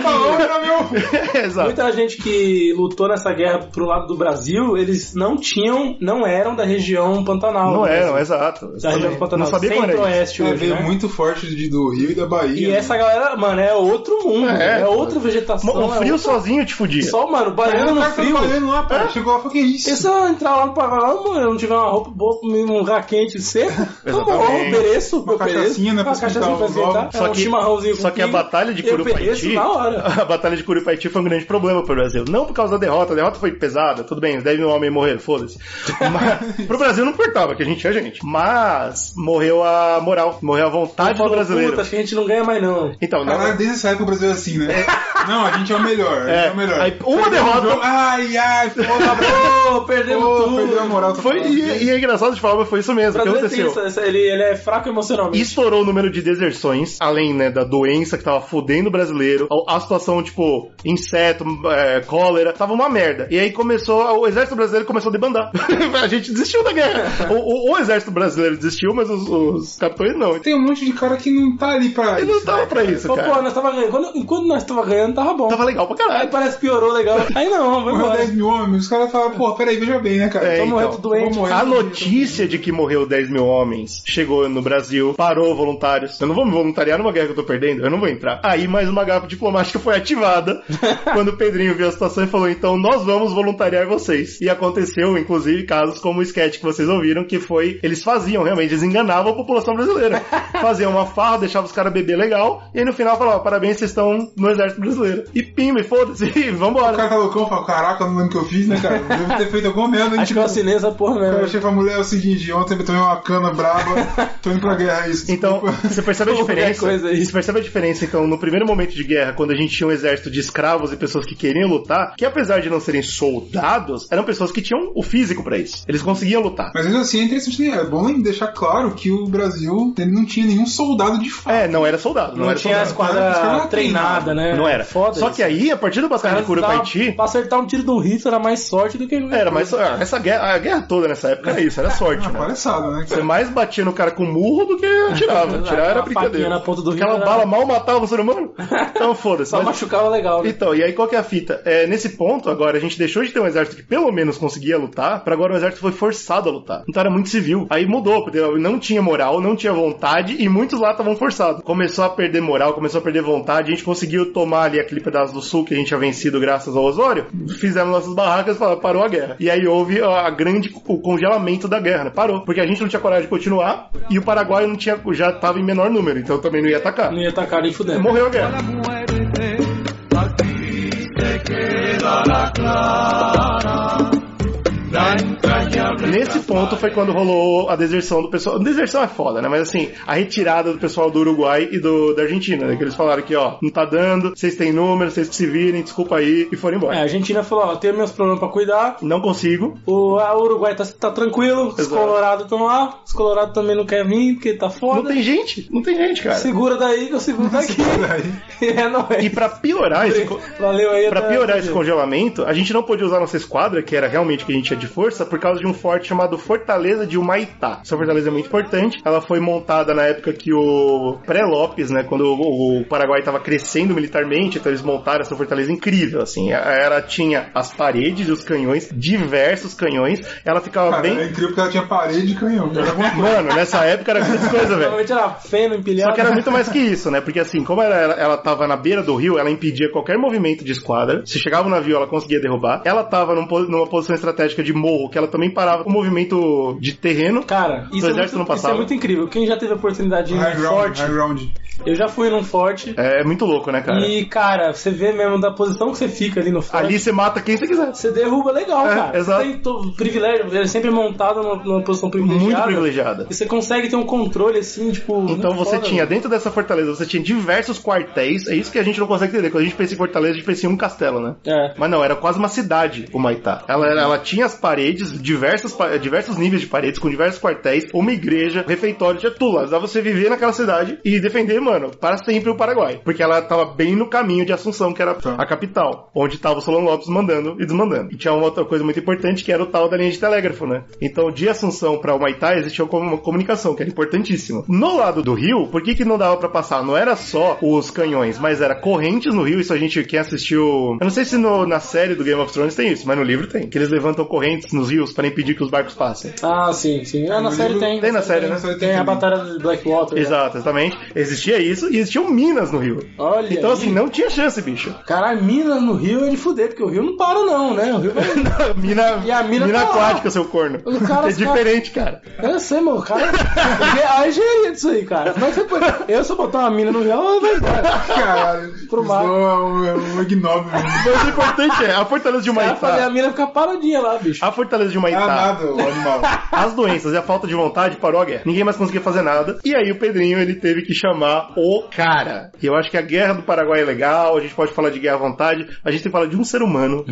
B: Exato.
C: Muita gente que lutou nessa guerra pro lado do Brasil, eles não tinham, não eram da região Pantanal.
B: Não
C: do Brasil.
B: eram, exato.
C: Da região do Pantanal.
B: Não sabia qual era. isso.
C: Centro-Oeste
A: É,
C: hoje,
A: veio
C: né?
A: muito forte de, do Rio e da
C: E
A: Bahia. né?
C: essa galera, mano, é outro mundo.
B: É.
C: É, outra vegetação.
B: Mo- O
C: é
B: um frio
C: outra-
B: sozinho te fudia.
C: Só, mano,
A: Aí
C: baiano
A: o
C: no
A: cara tá
C: frio.
A: trabalhando lá, pô. Chegou lá e falou, que isso?
C: E se eu entrar lá no Paraguai, mano, eu não tiver uma roupa boa, um lugar quente seco, eu
B: Exatamente.
C: morro, eu pereço,
A: Uma
C: eu pereço.
A: cachaçinha, né, pra
C: Uma cachaçinha
A: esquentar
C: pra
A: os ovos.
C: esquentar,
B: Só
C: é um
B: que-
C: chimarrãozinho
B: só
C: com
B: que a
C: pinga,
B: batalha de
C: Eu
B: Curupaiti- é
C: pereço na hora.
B: A batalha de Curupaiti foi um grande problema pro Brasil. Não por causa da derrota, a derrota foi pesada, tudo bem, os 10 mil homens morreram, foda-se. Mas pro Brasil não importava, que a gente é gente. Mas morreu a moral, morreu a vontade do
C: Falou,
B: brasileiro.
C: Puta, acho que a gente não ganha mais não.
B: Então, não,
A: Caralho, desde essa época o Brasil é assim, né? Não, a gente é o melhor. a gente
B: É,
A: é o melhor.
B: aí uma
A: Perdemos
B: derrota.
A: o jogo, Ai, ai, foda,
C: Ô, perdemos
A: Pô,
C: tudo.
A: perdeu a moral. tá tô
B: Foi,
A: falando.
B: e, e é engraçado de falar, mas foi isso
C: O
B: mesmo. O que
C: brasileiro tem
B: aconteceu?
C: isso, essa- ele, ele é fraco
B: E
C: emocionalmente.
B: estourou o número de deserções, além, né, da doença que tava fodendo o brasileiro, a, a situação, tipo, inseto, é, cólera, tava uma merda. E aí começou, o exército brasileiro começou a debandar. a gente desistiu da guerra. O, o- o exército brasileiro desistiu, mas os, os capitães não.
A: Tem um monte de cara que não tá ali pra.
B: Eles
A: isso,
B: não estavam
A: né,
B: pra
A: cara?
B: isso,
C: Pô, pô,
B: cara.
C: nós tava ganhando. Quando, enquanto nós tava ganhando, tava bom.
B: Tava legal pra
C: Aí
B: caralho.
C: parece piorou legal. Aí não, vamos
A: Morreu
C: embora.
A: 10 mil homens, os caras falam, pô, peraí, veja bem, né, cara?
B: É,
A: Então,
B: então,
C: morrendo doente.
A: vou morrer.
B: A notícia de que morreu 10 mil homens chegou no Brasil, parou voluntários. Eu não vou me voluntariar numa guerra que eu tô perdendo, eu não vou entrar. Aí mais uma garrafa diplomática foi ativada quando o Pedrinho viu a situação e falou: então nós vamos voluntariar vocês. E aconteceu, inclusive, casos como o sketch que vocês ouviram, que foi. Eles faziam realmente, eles enganavam a população brasileira. faziam uma farra, deixavam os caras beber legal, e aí no final falavam: parabéns, vocês estão no exército brasileiro. E pimba, e foda-se, e
A: O
B: vambora.
A: cara tá loucão, fala, caraca, eu não lembro o que eu fiz, né, cara? Devo ter feito alguma merda.
C: Acho que eu assinei essa porra né?
A: Cara, eu
C: mesmo.
A: achei pra mulher é o seguinte, ontem eu tomei uma cana braba, tô indo pra guerra, é isso.
B: Então,
A: desculpa.
B: você percebe a
C: Qualquer
B: diferença?
C: coisa aí.
B: Você percebe a diferença, então, no primeiro momento de guerra, quando a gente tinha um exército de escravos e pessoas que queriam lutar, que apesar de não serem soldados, eram pessoas que tinham o físico pra isso. Eles conseguiam lutar.
A: Mas mesmo assim é interessante, né? É bom deixar claro que o Brasil ele não tinha nenhum soldado de fato.
B: É, não era soldado, não,
C: Não,
B: era
C: tinha a
B: soldado.
A: Os caras
C: esquadra
A: não
C: treinada,
A: treinavam.
C: né?
B: Não era.
C: Foda
B: Só que aí, a partir do Batalha de Cura com Haiti,
C: Pra acertar um tiro do Hitler era mais sorte do que...
B: era mais. ah, Essa guerra, a guerra toda nessa época era isso, era sorte,
A: Ah,
B: né?
A: palhaçada, né?
B: Você mais batia no cara com murro do que atirava. Atirar Ah, era
C: Aquela
B: brincadeira.
C: faquinha na ponta do rio
B: Aquela
C: era-
B: bala mal matava o ser humano. Então foda-se.
C: Só
B: mas-
C: machucava legal. né?
B: Então, e aí qual que é a fita? É, nesse ponto, agora, a gente deixou de ter um exército que pelo menos conseguia lutar, pra agora o exército foi forçado a lutar. Então era muito civil. Aí mudou, porque não tinha moral, não tinha vontade, e muitos lá estavam forçados. Começou a perder moral, começou a perder vontade, a gente conseguiu tomar ali aquele pedaço do sul que a gente tinha vencido graças ao Osório, fizemos nossas barracas e falaram, parou a guerra. E aí houve a grande, o congelamento da guerra, né? Parou. Porque a gente não tinha coragem de continuar, e o Paraguai não tinha, já estava em menor número, então também não ia atacar.
C: Não ia atacar nem fudendo.
B: Morreu a guerra.
E: muerte, aquí te quedará clara la entrañable.
B: Nesse ponto foi quando rolou a deserção do pessoal. Deserção é foda, né? Mas assim, a retirada do pessoal do Uruguai e do, da Argentina, né? Que eles falaram que, ó, não tá dando, vocês têm número, vocês que se virem, desculpa aí, e foram
C: É, a
B: embora.
C: Argentina falou, ó, tenho meus problemas pra cuidar.
B: Não consigo.
C: O a Uruguai tá, tá tranquilo, os
B: Exato.
C: colorados estão lá, os colorados também não querem vir porque tá
B: Não
C: foda.
B: tem gente, não tem gente, cara.
C: Segura daí que eu seguro daqui. é, não é.
B: E pra piorar esse. co-
C: Valeu aí.
B: Pra
C: até-
B: piorar esse congelamento, a gente não pôde usar nossa esquadra, que era realmente que a gente tinha de força, por causa de um forte chamado Fortaleza de Humaitá. Essa fortaleza é muito importante. Ela foi montada na época que o pré-Lopes, né, quando o, o Paraguai estava crescendo militarmente, então eles montaram essa fortaleza incrível, assim. Ela tinha as paredes e os canhões, diversos canhões. Ela ficava
A: Cara, é
B: bem...
A: era incrível porque ela tinha parede e canhão. Era alguma coisa.
B: Mano, nessa época era grande coisa, velho.
C: Normalmente era feno empilhado.
B: Só que era muito mais que isso, né? Porque assim, como ela, ela, ela tava na beira do rio, ela impedia qualquer movimento de esquadra. Se chegava um navio, ela conseguia derrubar. Ela tava num po- numa posição estratégica de morro, que ela também parava o movimento de terreno.
C: Cara, isso é,
B: exército
C: muito,
B: não
C: isso é
B: passava.
C: muito incrível. Quem já teve a oportunidade de ir
A: High
C: num
A: ground,
C: forte,
A: high ground.
C: eu já fui num forte.
B: É, é muito louco, né, cara?
C: E, cara, você vê mesmo da posição que você fica ali no forte.
B: Ali você mata quem você quiser.
C: Você derruba legal,
B: É,
C: cara.
B: exato.
C: Você tem to- privilégio, ele é sempre montado numa, numa posição privilegiada.
B: Muito privilegiada.
C: E você consegue ter um controle assim, tipo.
B: Então
C: muito
B: você
C: foda,
B: tinha, dentro dessa fortaleza, você tinha diversos quartéis. É isso que a gente não consegue entender. Quando a gente pensa em fortaleza, a gente pensa em um castelo, né?
C: É.
B: Mas não, era quase uma cidade, o Maitá. Ela, era- ela tinha as paredes, diversas, pa- diversos níveis de paredes, com diversos quartéis, uma igreja, um refeitório, tinha tudo. lá. Dava você viver naquela cidade e defender, mano, para sempre o Paraguai. Porque ela tava bem no caminho de Assunção, que era
A: Tá.
B: a capital, onde tava o Solon Lopes mandando e desmandando. E tinha uma outra coisa muito importante, que era o tal da linha de telégrafo, né? Então, de Assunção para Humaitá existia como uma comunicação, que era importantíssima. No lado do rio, por que que não dava pra passar? Não era só os canhões, mas era correntes no rio, isso a gente, quem assistiu... Eu não sei se no- na série do Game of Thrones tem isso, mas no livro tem. Que eles levantam correntes nos rios para impedir que os barcos passem.
C: Ah, sim, sim. Ah, na
A: No
C: série
A: livro-
C: tem.
B: Tem na série, né?
A: Tem
C: Tem a
A: também.
C: batalha de Blackwater. né?
B: Exato, exatamente. Existia isso e existiam minas no rio.
C: Olha.
B: Então,
C: aí.
B: assim, não tinha chance, bicho.
C: Cara, Minas no Rio é de fuder, porque o Rio não para, não, né? O Rio vai.
B: Mina,
C: E a mina
B: mina,
C: tá lá.
B: aquática, seu corno.
C: Os caras-
B: é diferente, cara.
C: Eu sei, meu, cara. Porque a engenharia disso aí, cara. Como é que você pode. Eu, se eu botar uma mina no Rio, ela vai embora.
A: Caralho.
C: Pro
A: Pro
C: mar.
A: é um, é um ignóbil.
B: Mas o importante é, a fortaleza de
C: Ela fazer a
B: Humaitá.
C: mina ficar paradinha lá, bicho.
B: A fortaleza de
A: É
B: Humaitá.
A: amado o animal.
B: As doenças e a falta de vontade parou a guerra. Ninguém mais conseguia fazer nada. E aí o Pedrinho ele teve que chamar o cara. E eu acho que a guerra do Paraguai é legal, a gente pode falar de guerra à vontade, a gente tem que falar de um ser humano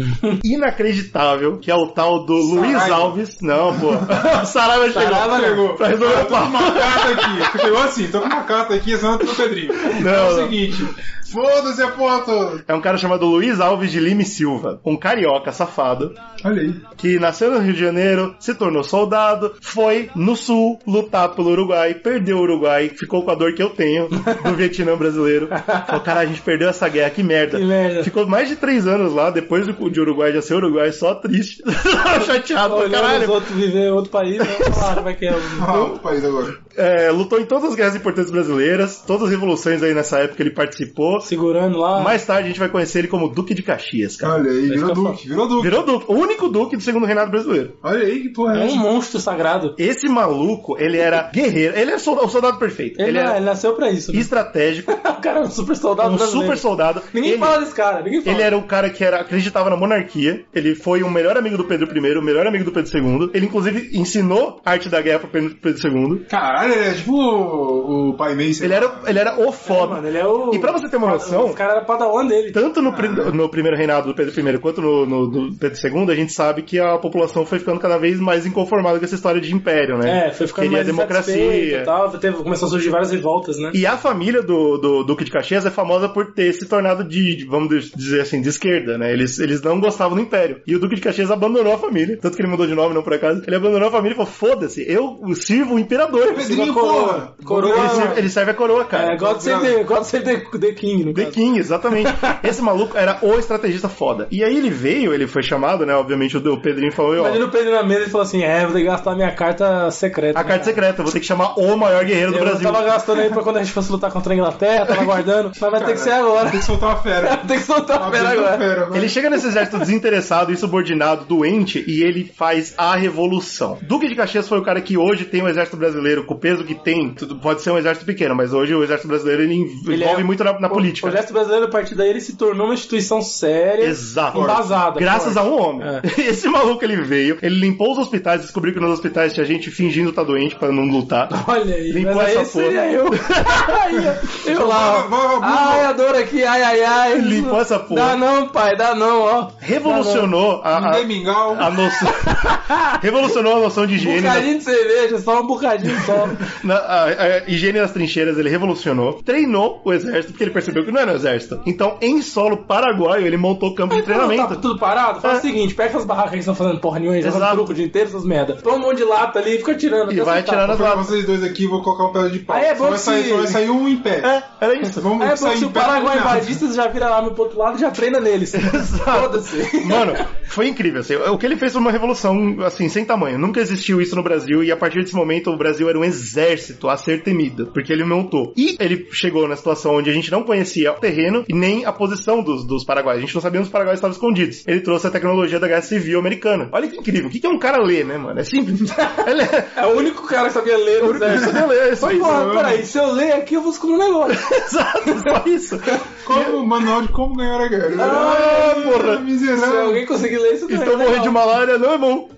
B: inacreditável, que é o tal do Luiz
A: Saraiva.
B: Alves. Não, pô. O Saraiva chegou.
C: Saraiva
A: Chegou.
B: Pra resolver
A: Ah,
B: o
A: tô com
B: papo.
A: uma carta aqui. Chegou assim, tô com uma carta aqui assinando pelo Pedrinho. é o
B: não.
A: seguinte. Foda-se a porra toda.
B: É um cara chamado Luiz Alves de Lime Silva, um carioca safado,
A: Olha aí.
B: que nasceu no Rio de Janeiro, se tornou soldado, foi no sul lutar pelo Uruguai, perdeu o Uruguai, ficou com a dor que eu tenho do Vietnã brasileiro. Falou, cara, a gente perdeu essa guerra, que merda.
C: Que merda.
B: Ficou mais de três anos lá, depois do- de Uruguai já ser Uruguai, só triste, chateado pra
C: Olhando os
B: caralho.
C: outros viver em outro país, né? Claro, como é que é?
A: Ah, o país agora.
B: É, lutou em todas as guerras importantes brasileiras, todas as revoluções aí nessa época ele participou.
C: Segurando lá.
B: Mais tarde a gente vai conhecer ele como Duque de Caxias, cara.
A: Olha aí,
C: que
A: virou
C: eu
A: Duque, virou
C: Ah.
A: Duque.
B: Virou Duque, o único Duque do segundo reinado brasileiro.
A: Olha aí que porra é
C: É um
A: essa.
C: monstro sagrado.
B: Esse maluco, ele era guerreiro. Ele é solda- o soldado perfeito.
C: Ele,
B: Ele,
C: na- ele
B: era
C: nasceu pra isso. né?
B: estratégico,
C: O cara é um super soldado
B: um
C: brasileiro.
B: super soldado.
C: Ninguém
B: ele,
C: fala desse cara, ninguém fala.
B: ele era o cara que era, acreditava na monarquia. Ele foi o melhor amigo do Pedro I, o melhor amigo do Pedro II. Ele, inclusive, ensinou a arte da guerra pro Pedro Pedro II.
A: Caralho, ele é tipo o, o Pai Mace.
B: Ele era, ele era o foda.
C: Mano, ele é o...
B: E pra você ter uma noção,
C: Os caras eram padawan dele.
B: tanto no, pri-
C: Ah.
B: no primeiro reinado do Pedro I quanto no, no do Pedro II, a gente sabe que a população foi ficando cada vez mais inconformada com essa história de império, né?
C: É, foi ficando
B: Queria
C: mais
B: democracia.
C: insatisfeito e tal. Teve, começou a surgir várias revoltas, né?
B: E a família do, do Duque de Caxias é famosa por ter se tornado de, de- vamos dizer assim, de esquerda, né? Eles, eles não gostavam do Império. E o Duque de Caxias abandonou a família, tanto que ele mudou de nome, não por acaso. Ele abandonou a família e falou: foda-se, eu sirvo o imperador.
A: Pedrinho,
C: Uma coroa.
A: porra.
C: Coroa.
B: Ele serve, ele serve a coroa, cara.
C: É, God Save the, God Save the, the King, no
B: The
C: caso.
B: King, exatamente. Esse maluco era o estrategista foda. E aí ele veio, ele foi chamado, né? Obviamente o, o Pedrinho falou: ó,
C: Imagina o Pedro na mesa e falou assim: É, vou ter que gastar minha carta secreta.
B: a
C: né,
B: carta secreta, eu vou ter que chamar o maior guerreiro do
C: Eu
B: Brasil.
C: tava gastando aí pra quando a gente fosse lutar contra a Inglaterra, tava guardando, mas vai ter que ser agora.
A: Tem que soltar uma fera.
C: Tem que soltar a então, pera
A: Uma
C: agora.
A: fera agora.
B: Ele chega nesse exército desinteressado, insubordinado, doente, e ele faz a revolução. Duque de Caxias foi o cara que hoje tem o exército brasileiro, com o peso que tem, tudo- pode ser um exército pequeno, mas hoje o exército brasileiro ele env-
C: Ele
B: envolve
C: é-
B: muito na, na
C: O-
B: política.
C: O Exército Brasileiro, a partir daí, ele se tornou uma instituição séria,
B: Exato.
C: embasada.
B: Graças a um homem.
C: É.
B: Esse maluco ele veio, ele limpou os hospitais, descobriu que nos hospitais tinha gente fingindo estar doente pra não lutar.
C: Olha aí,
B: Limpou
C: mas aí
B: essa porra.
C: seria eu. Aí, eu lá. ó.
A: Vagabundo.
C: Ai, a dor aqui, ai, ai, ai.
B: Limpou essa porra.
C: Dá não, pai, dá não, ó.
B: Revolucionou a, a,
A: Ninguém
C: Ah,
A: mingau.
B: a noção. Revolucionou a noção de higiene. da-
C: Bocadinho de cerveja, só um bocadinho só.
B: Na- a, a higiene das trincheiras ele revolucionou, treinou o exército, porque ele percebeu que não era o exército. Então, em solo paraguaio, ele montou campo de
C: Tá
B: treinamento.
C: tudo parado? Faz
B: É.
C: o seguinte, pega essas barracas que estão fazendo porra nenhuma, eles
B: Exato.
C: fazendo truco o dia inteiro, essas merda. Toma um monte de lata ali e fica tirando.
B: E
C: até
B: vai
C: acertar.
B: atirar nas
A: Vou pegar
B: latas.
A: vocês dois aqui e vou colocar um pedaço de pau.
C: Ah, é bom
A: só, vai
C: que
A: sair,
C: se-
A: só vai sair um em pé.
B: É, era isso.
A: Vamos
C: É, bom,
A: sair
C: se
A: em
C: o
A: pé.
C: Paraguai
A: não.
C: invadir, você já vira lá no outro lado e já treina neles. Foda-se.
B: Mano, foi incrível. assim, o que ele fez foi uma revolução, assim, sem tamanho. Nunca existiu isso no Brasil, e a partir desse momento o Brasil era um exército a ser temido, porque ele montou. E ele chegou na situação onde a gente não conhecia o terreno e nem a posição dos, dos paraguaios. A gente não sabia onde os paraguaios estavam escondidos. Ele trouxe a tecnologia da guerra civil americana. Olha que incrível. O que que é um cara ler, né, mano? É simples. Ele é-
C: É o único cara que sabia ler,
B: Por isso
C: né?
B: eu leio, é só isso.
C: Porra, peraí, se eu ler aqui, eu vou descobrir um negócio.
B: Exato, só isso.
A: Como o manual de como ganhar a guerra.
B: Ah,
A: Ah,
B: porra.
C: Se
A: Miserável.
C: alguém conseguir ler isso,
B: Estou
C: também é
B: morrendo Então de
C: legal.
B: malária, não é bom.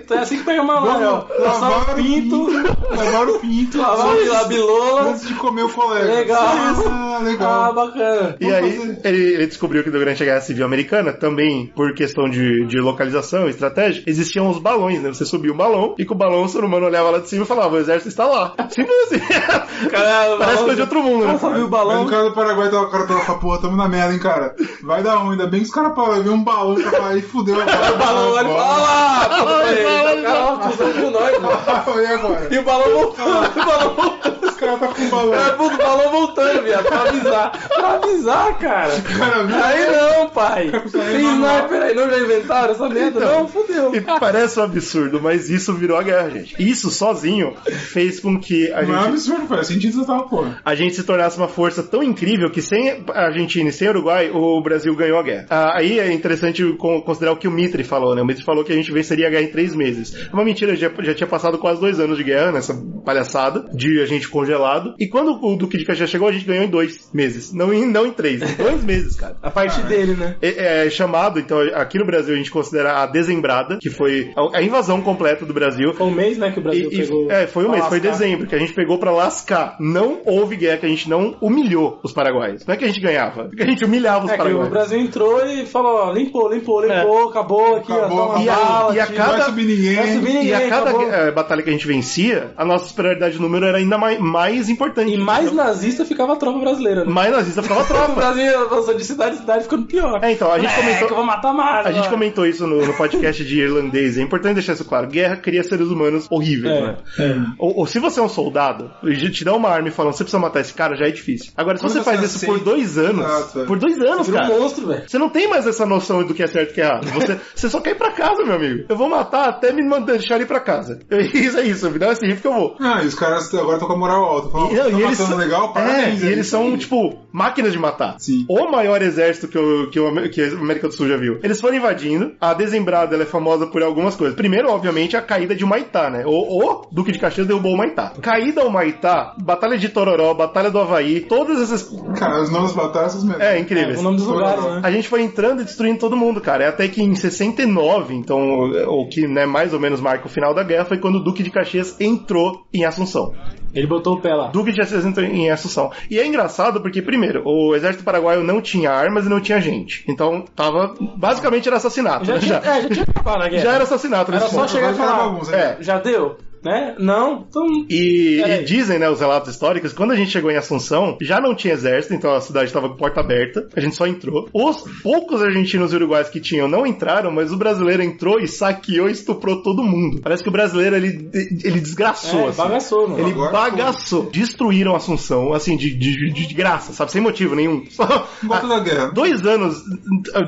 C: Então é assim que pega malária, ó. Lavar o pinto,
A: Lavar o pinto.
C: lavar
A: antes-
C: a bilola.
A: Antes de comer o colega.
C: Legal.
A: Ah,
C: Ah,
A: legal.
C: bacana.
B: E aí, ele, ele descobriu que durante a Guerra Civil Americana, também por questão de, de localização, estratégia, existiam os balões, né? Você subia um balão e com o balão o ser humano olhava lá de cima e falava, o exército está lá. Simples assim.
C: Caralho,
B: Parece coisa de outro mundo,
C: Como
B: né?
C: sabia
A: Mas
C: o balão?
A: o cara do Paraguai tava com a cara pela essa porra, tamo na merda, hein, cara. Vai dar ruim, ainda bem que os caras pararam, viu um balão pra cá e fudeu.
C: O balão olha e fala lá!
B: Balão, balão,
C: Caralho, cuzão de nós, mano. Ah.
A: E agora?
C: E o balão voltando, o balão voltando.
A: Os caras tá com um balão.
B: Ah,
C: É, puto, o balão voltando, viado, pra avisar. Pra avisar, cara.
A: Cara, viu?
C: Aí não, pai. Então.
A: aí
C: Tem
A: não, não.
C: sniper aí, não já inventaram essa merda? Não, fudeu.
B: E parece um absurdo, mas isso virou a guerra, gente. Isso sozinho fez com que a
A: Não é um
B: gente
A: absurdo, faz sentido total, porra.
B: a gente se tornasse uma força tão incrível que sem a Argentina e sem o Uruguai, o Brasil ganhou a guerra. Ah, Aí é interessante con- considerar o que o Mitre falou, né? O Mitre falou que a gente venceria a guerra em três meses. É uma mentira, já, já tinha passado quase dois anos de guerra nessa palhaçada de a gente congelar cancelado. E quando o Duque de Caxias chegou, a gente ganhou em dois meses. Não em, não em três, em dois meses, cara.
C: A parte dele, né?
B: É, é chamado, então aqui no Brasil a gente considera a dezembrada, que foi a, a invasão completa do Brasil.
C: Foi um mês, né, que o Brasil
B: E- e-
C: pegou.
B: é, foi um mês, foi
C: Alasca.
B: dezembro, que a gente pegou pra lascar. Não houve guerra, que a gente não humilhou os paraguaios. Não é que a gente ganhava, é que a gente humilhava os
C: É que o
B: paraguaios.
C: Brasil entrou e falou, ó, limpou, limpou, limpou, acabou aqui,
A: Acabou,
C: ó, toma
B: e a-
C: bala,
B: e a
C: tira.
A: Não
B: cada-
A: vai subir ninguém.
C: Vai subir ninguém,
B: E a cada
C: acabou.
B: eh, batalha que a gente vencia, a nossa superioridade de número era ainda mai- mais, importante.
C: E mais
B: Então,
C: nazista ficava a tropa brasileira, né?
B: mais nazista ficava a
C: O
B: tropa.
C: Brasil avançou de cidade em cidade ficando pior.
B: É, então, a gente
C: Moleque,
B: comentou-
C: eu vou matar mais.
B: A gente
C: agora.
B: comentou isso no, no podcast de irlandês. É importante deixar isso claro. Guerra cria seres humanos horríveis,
C: É,
B: né? Ou, ou se você é um soldado e te dá uma arma e falam, você precisa matar esse cara, já é difícil. Agora, se
A: Quando
B: você
A: você
B: faz isso por
A: aceita-
B: dois anos,
A: Exato, é.
B: por dois anos,
C: Virou um
B: cara.
C: monstro, velho.
B: Você não tem mais essa noção do que é certo e do que é errado. Você, você só quer ir pra casa, meu amigo. Eu vou matar até me mandar deixar ir pra casa. Isso é isso, me dá esse rifle que eu vou.
A: Ah, e os caras agora estão com a moral alta. Falam,
B: E,
A: "Tá
B: não, e eles
A: matando
B: são,
A: legal,
B: é,
A: parabéns.
B: e
A: aí."
B: eles são, tipo, máquinas de matar.
A: Sim.
B: O maior exército que, o, que, o, que a América do Sul já viu. Eles foram invadindo. A Desembrada ela é famosa por algumas coisas. Primeiro, obviamente, a caída de Maitá, né? O, o Duque de Caxias derrubou o Maitá. Caída ao Maitá, Batalha de Tororó, Batalha do Havaí, todas essas.
A: Cara, os nomes batalhas são os mesmos.
B: É, incríveis.
C: O nome dos lugares, né?
B: A gente foi entrando e destruindo todo mundo, cara. É Até que em 69, então, o que né, mais ou menos marca o final da guerra, foi quando o Duque de Caxias entrou em Assunção.
C: Ele botou o pé lá.
B: Duque de Assunção em Assunção. E é engraçado porque, primeiro, o exército paraguaio não tinha armas e não tinha gente. Então, tava. Basicamente era assassinato.
C: Já
B: né?
C: tinha, é, já tinha acabado na guerra.
B: já era assassinato
C: Era
B: nesse
C: só
B: ponto.
C: chegar e
A: Agora
C: falar,
A: era bagunça,
B: né?
C: já deu? Né? Não? Então...
B: E,
C: Peraí.
B: e dizem, né, os relatos históricos, quando a gente chegou em Assunção, já não tinha exército, então a cidade estava com porta aberta, a gente só entrou. Os poucos argentinos e uruguais que tinham não entraram, mas o brasileiro entrou e saqueou e estuprou todo mundo. Parece que o brasileiro, ele, ele desgraçou,
C: É,
B: assim.
C: bagaçou, mano.
B: Ele
A: Agora
B: bagaçou. Destruíram Assunção, assim, de, de, de, de graça, sabe? Sem motivo nenhum. Só
A: Volta da guerra.
B: dois anos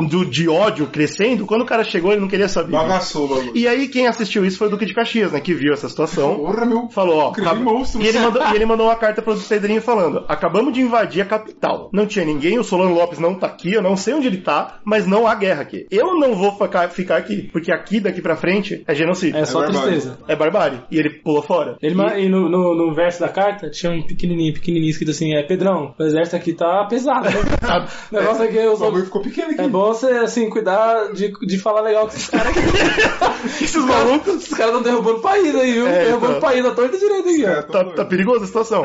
B: do, de ódio crescendo, quando o cara chegou, ele não queria saber.
A: Bagaçou o bagulho.
B: E aí, quem assistiu isso foi o Duque de Caxias, né? Que viu essa situação
A: Porra, meu.
B: falou, ó,
A: Criei monstros.
B: e, ele mandou, e ele mandou uma carta pro Pedrinho falando, acabamos de invadir a capital. Não tinha ninguém, o Solano Lopes não tá aqui, eu não sei onde ele tá, mas não há guerra aqui. Eu não vou ficar, ficar aqui, porque aqui daqui pra frente é genocídio.
C: É só
A: barbárie.
C: tristeza.
B: É barbárie. E ele pulou fora.
C: Ele, ma- e no, no, no verso da carta tinha um pequenininho, pequenininho escrito assim, é, Pedrão, o exército aqui tá pesado. Né?
B: Sabe?
C: O negócio é que eu
A: O
C: sou...
A: bagulho ficou pequeno aqui.
C: É bom você, assim, cuidar de, de falar legal com esses caras aqui.
B: Esses malucos
C: Os caras estão derrubando o país aí, viu?
B: É,
C: derrubando
B: então.
C: o país da torta direita aqui, ó.
A: Certo.
B: Tá, tá perigosa a situação.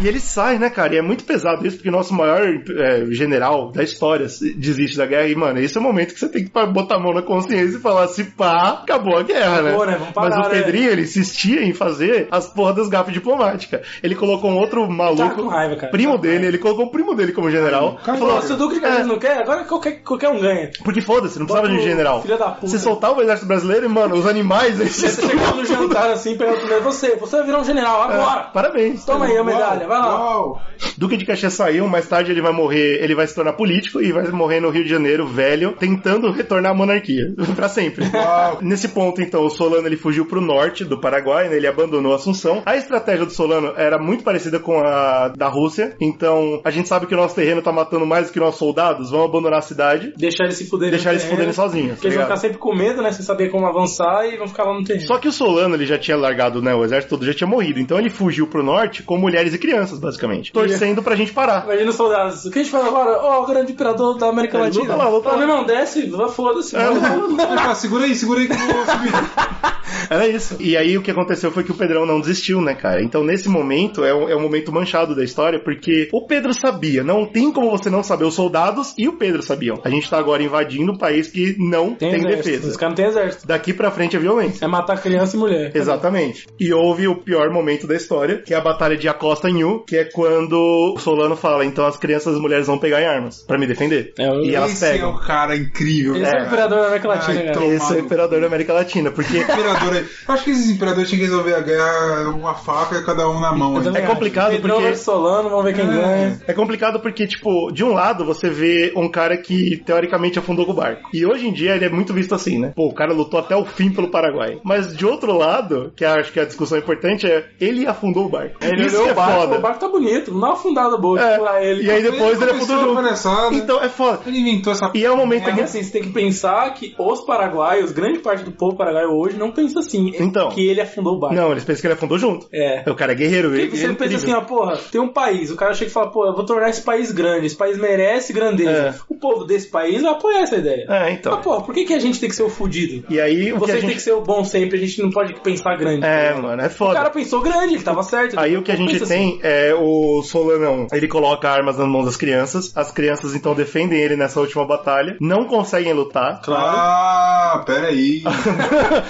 B: E ele sai, né, cara? E é muito pesado isso, porque o nosso maior é, general da história se- desiste da guerra. E, mano, esse é o momento que você tem que pa- botar a mão na consciência e falar: se pá, acabou a guerra, né?
C: Acabou, né? Vamos parar,
B: Mas o
C: né?
B: Pedrinho, ele insistia em fazer as porras das gafas diplomáticas. Ele colocou um outro
C: Tá
B: maluco,
C: com raiva, cara.
B: primo dele, ele colocou o primo dele como general.
A: cara,
B: Falou,
C: Pô, se o Duque de Caxias
B: É.
C: não quer, agora qualquer, qualquer um ganha.
B: porque foda-se, não precisava de um
C: Bota o
B: general.
C: filho da puta.
B: Você soltava o exército brasileiro e, mano, os animais, eles
C: Você chegava no jantar assim, perguntando, "É você, você vai virar um general
B: É.
C: agora.
B: Parabéns.
C: Toma aí a medalha, vai lá.
A: Uau.
B: Duque de Caxias saiu, mais tarde ele vai morrer, ele vai se tornar político e vai morrer no Rio de Janeiro, velho, tentando retornar à monarquia, pra sempre.
A: Uau.
B: Nesse ponto, então, o Solano ele fugiu pro norte do Paraguai, né? ele abandonou Assunção. A estratégia do Solano era muito parecida com a da Rússia, então a gente sabe que o nosso terreno tá matando mais do que nossos soldados, vão abandonar a cidade
C: Deixar eles se
B: e
C: fuderem.
B: deixar
C: no
B: eles se fuderem
C: terreno,
B: sozinhos.
C: Porque
B: tá
C: eles vão
B: ligado?
C: ficar sempre com medo, né? Sem saber como avançar e vão ficar lá no terreno.
B: Só que o Solano ele já tinha largado né, o exército todo, já tinha morrido, então ele fugiu pro norte com mulheres e crianças, basicamente, torcendo pra gente parar.
C: Imagina os soldados. O que a gente faz agora? Ó, o grande imperador da América
B: É,
C: Latina.
B: luta lá, luta
C: Ah,
B: lá.
C: meu irmão, desce, vá, foda-se.
B: É,
C: Vamos.
A: Ah, cara, segura aí, segura aí que eu vou subir.
B: Era isso. E aí o que aconteceu foi que o Pedrão não desistiu, né, cara? Então nesse momento é um, é um momento manchado da história, porque o Pedro sabia, não tem como você não saber, os soldados e o Pedro sabiam. A gente tá agora invadindo um país que não tem,
C: exército. Os
B: defesa.
C: caras não têm exército.
B: Daqui pra frente é violência.
C: É matar criança e mulher.
B: Exatamente. E houve o pior momento da história, que é a Batalha de Acosta Nhu, que é quando o Solano fala, então as crianças e as mulheres vão pegar em armas pra me defender.
C: É, eu-
B: e elas
A: Esse é
B: pegam.
A: o cara incrível.
C: Esse é, o
A: cara.
C: imperador da América
A: Ai,
C: Latina,
A: tô-
C: cara.
A: o-
B: Esse é o imperador da América Latina, porque
A: imperador aí. Eu acho que esses imperadores tinham que resolver a guerra com uma faca e cada um na mão.
C: Eu
A: Aí.
C: também acho.
B: É complicado
C: Tá Pedrão
B: porque-
C: versus Solano, vamos ver quem ganha.
B: É complicado porque, tipo, de um lado você vê um cara que teoricamente afundou com o barco. E hoje em dia ele é muito visto assim, né? Pô, o cara lutou até o fim pelo Paraguai. Mas de outro lado, que acho que a discussão importante é ele afundou o barco.
C: Ele
B: Isso
C: olhou
B: é
C: o barco,
B: foda.
C: o barco tá bonito, não dá uma afundada boa
B: É,
C: tipo, lá ele.
B: E aí depois ele,
A: começou
B: afundou
A: a
B: junto.
A: palhaçada.
C: né?
B: Então é foda.
A: Ele inventou essa
B: E é um momento
C: É que
B: que
C: assim, você tem que pensar que os paraguaios, grande parte do povo paraguaio hoje, não pensa assim.
B: Então.
C: Que ele afundou o barco.
B: Não, eles pensam que ele afundou junto.
C: É.
B: O cara é guerreiro.
C: Porque
B: ele-
C: você
B: ele é
C: pensa assim,
B: incrível.
C: ó, porra, tem um país, o cara chega e fala, pô, eu vou tornar esse país grande, esse país merece grandeza.
B: É.
C: O povo desse país vai apoiar essa ideia.
B: É, então.
C: Mas, porra, por que, que a gente tem que ser o fudido?
B: E aí, o que
C: Vocês
B: a
C: têm que
B: gente...
C: ser o bom sempre, a gente não pode pensar grande.
B: É, mano, é
C: O
B: foda.
C: cara pensou grande, ele tava certo.
B: Aí o que a
C: Não
B: gente
C: pensa assim.
B: tem é o Solanão. Ele coloca armas nas mãos das crianças. As crianças então defendem ele nessa última batalha. Não conseguem lutar.
C: Claro.
A: Ah, peraí.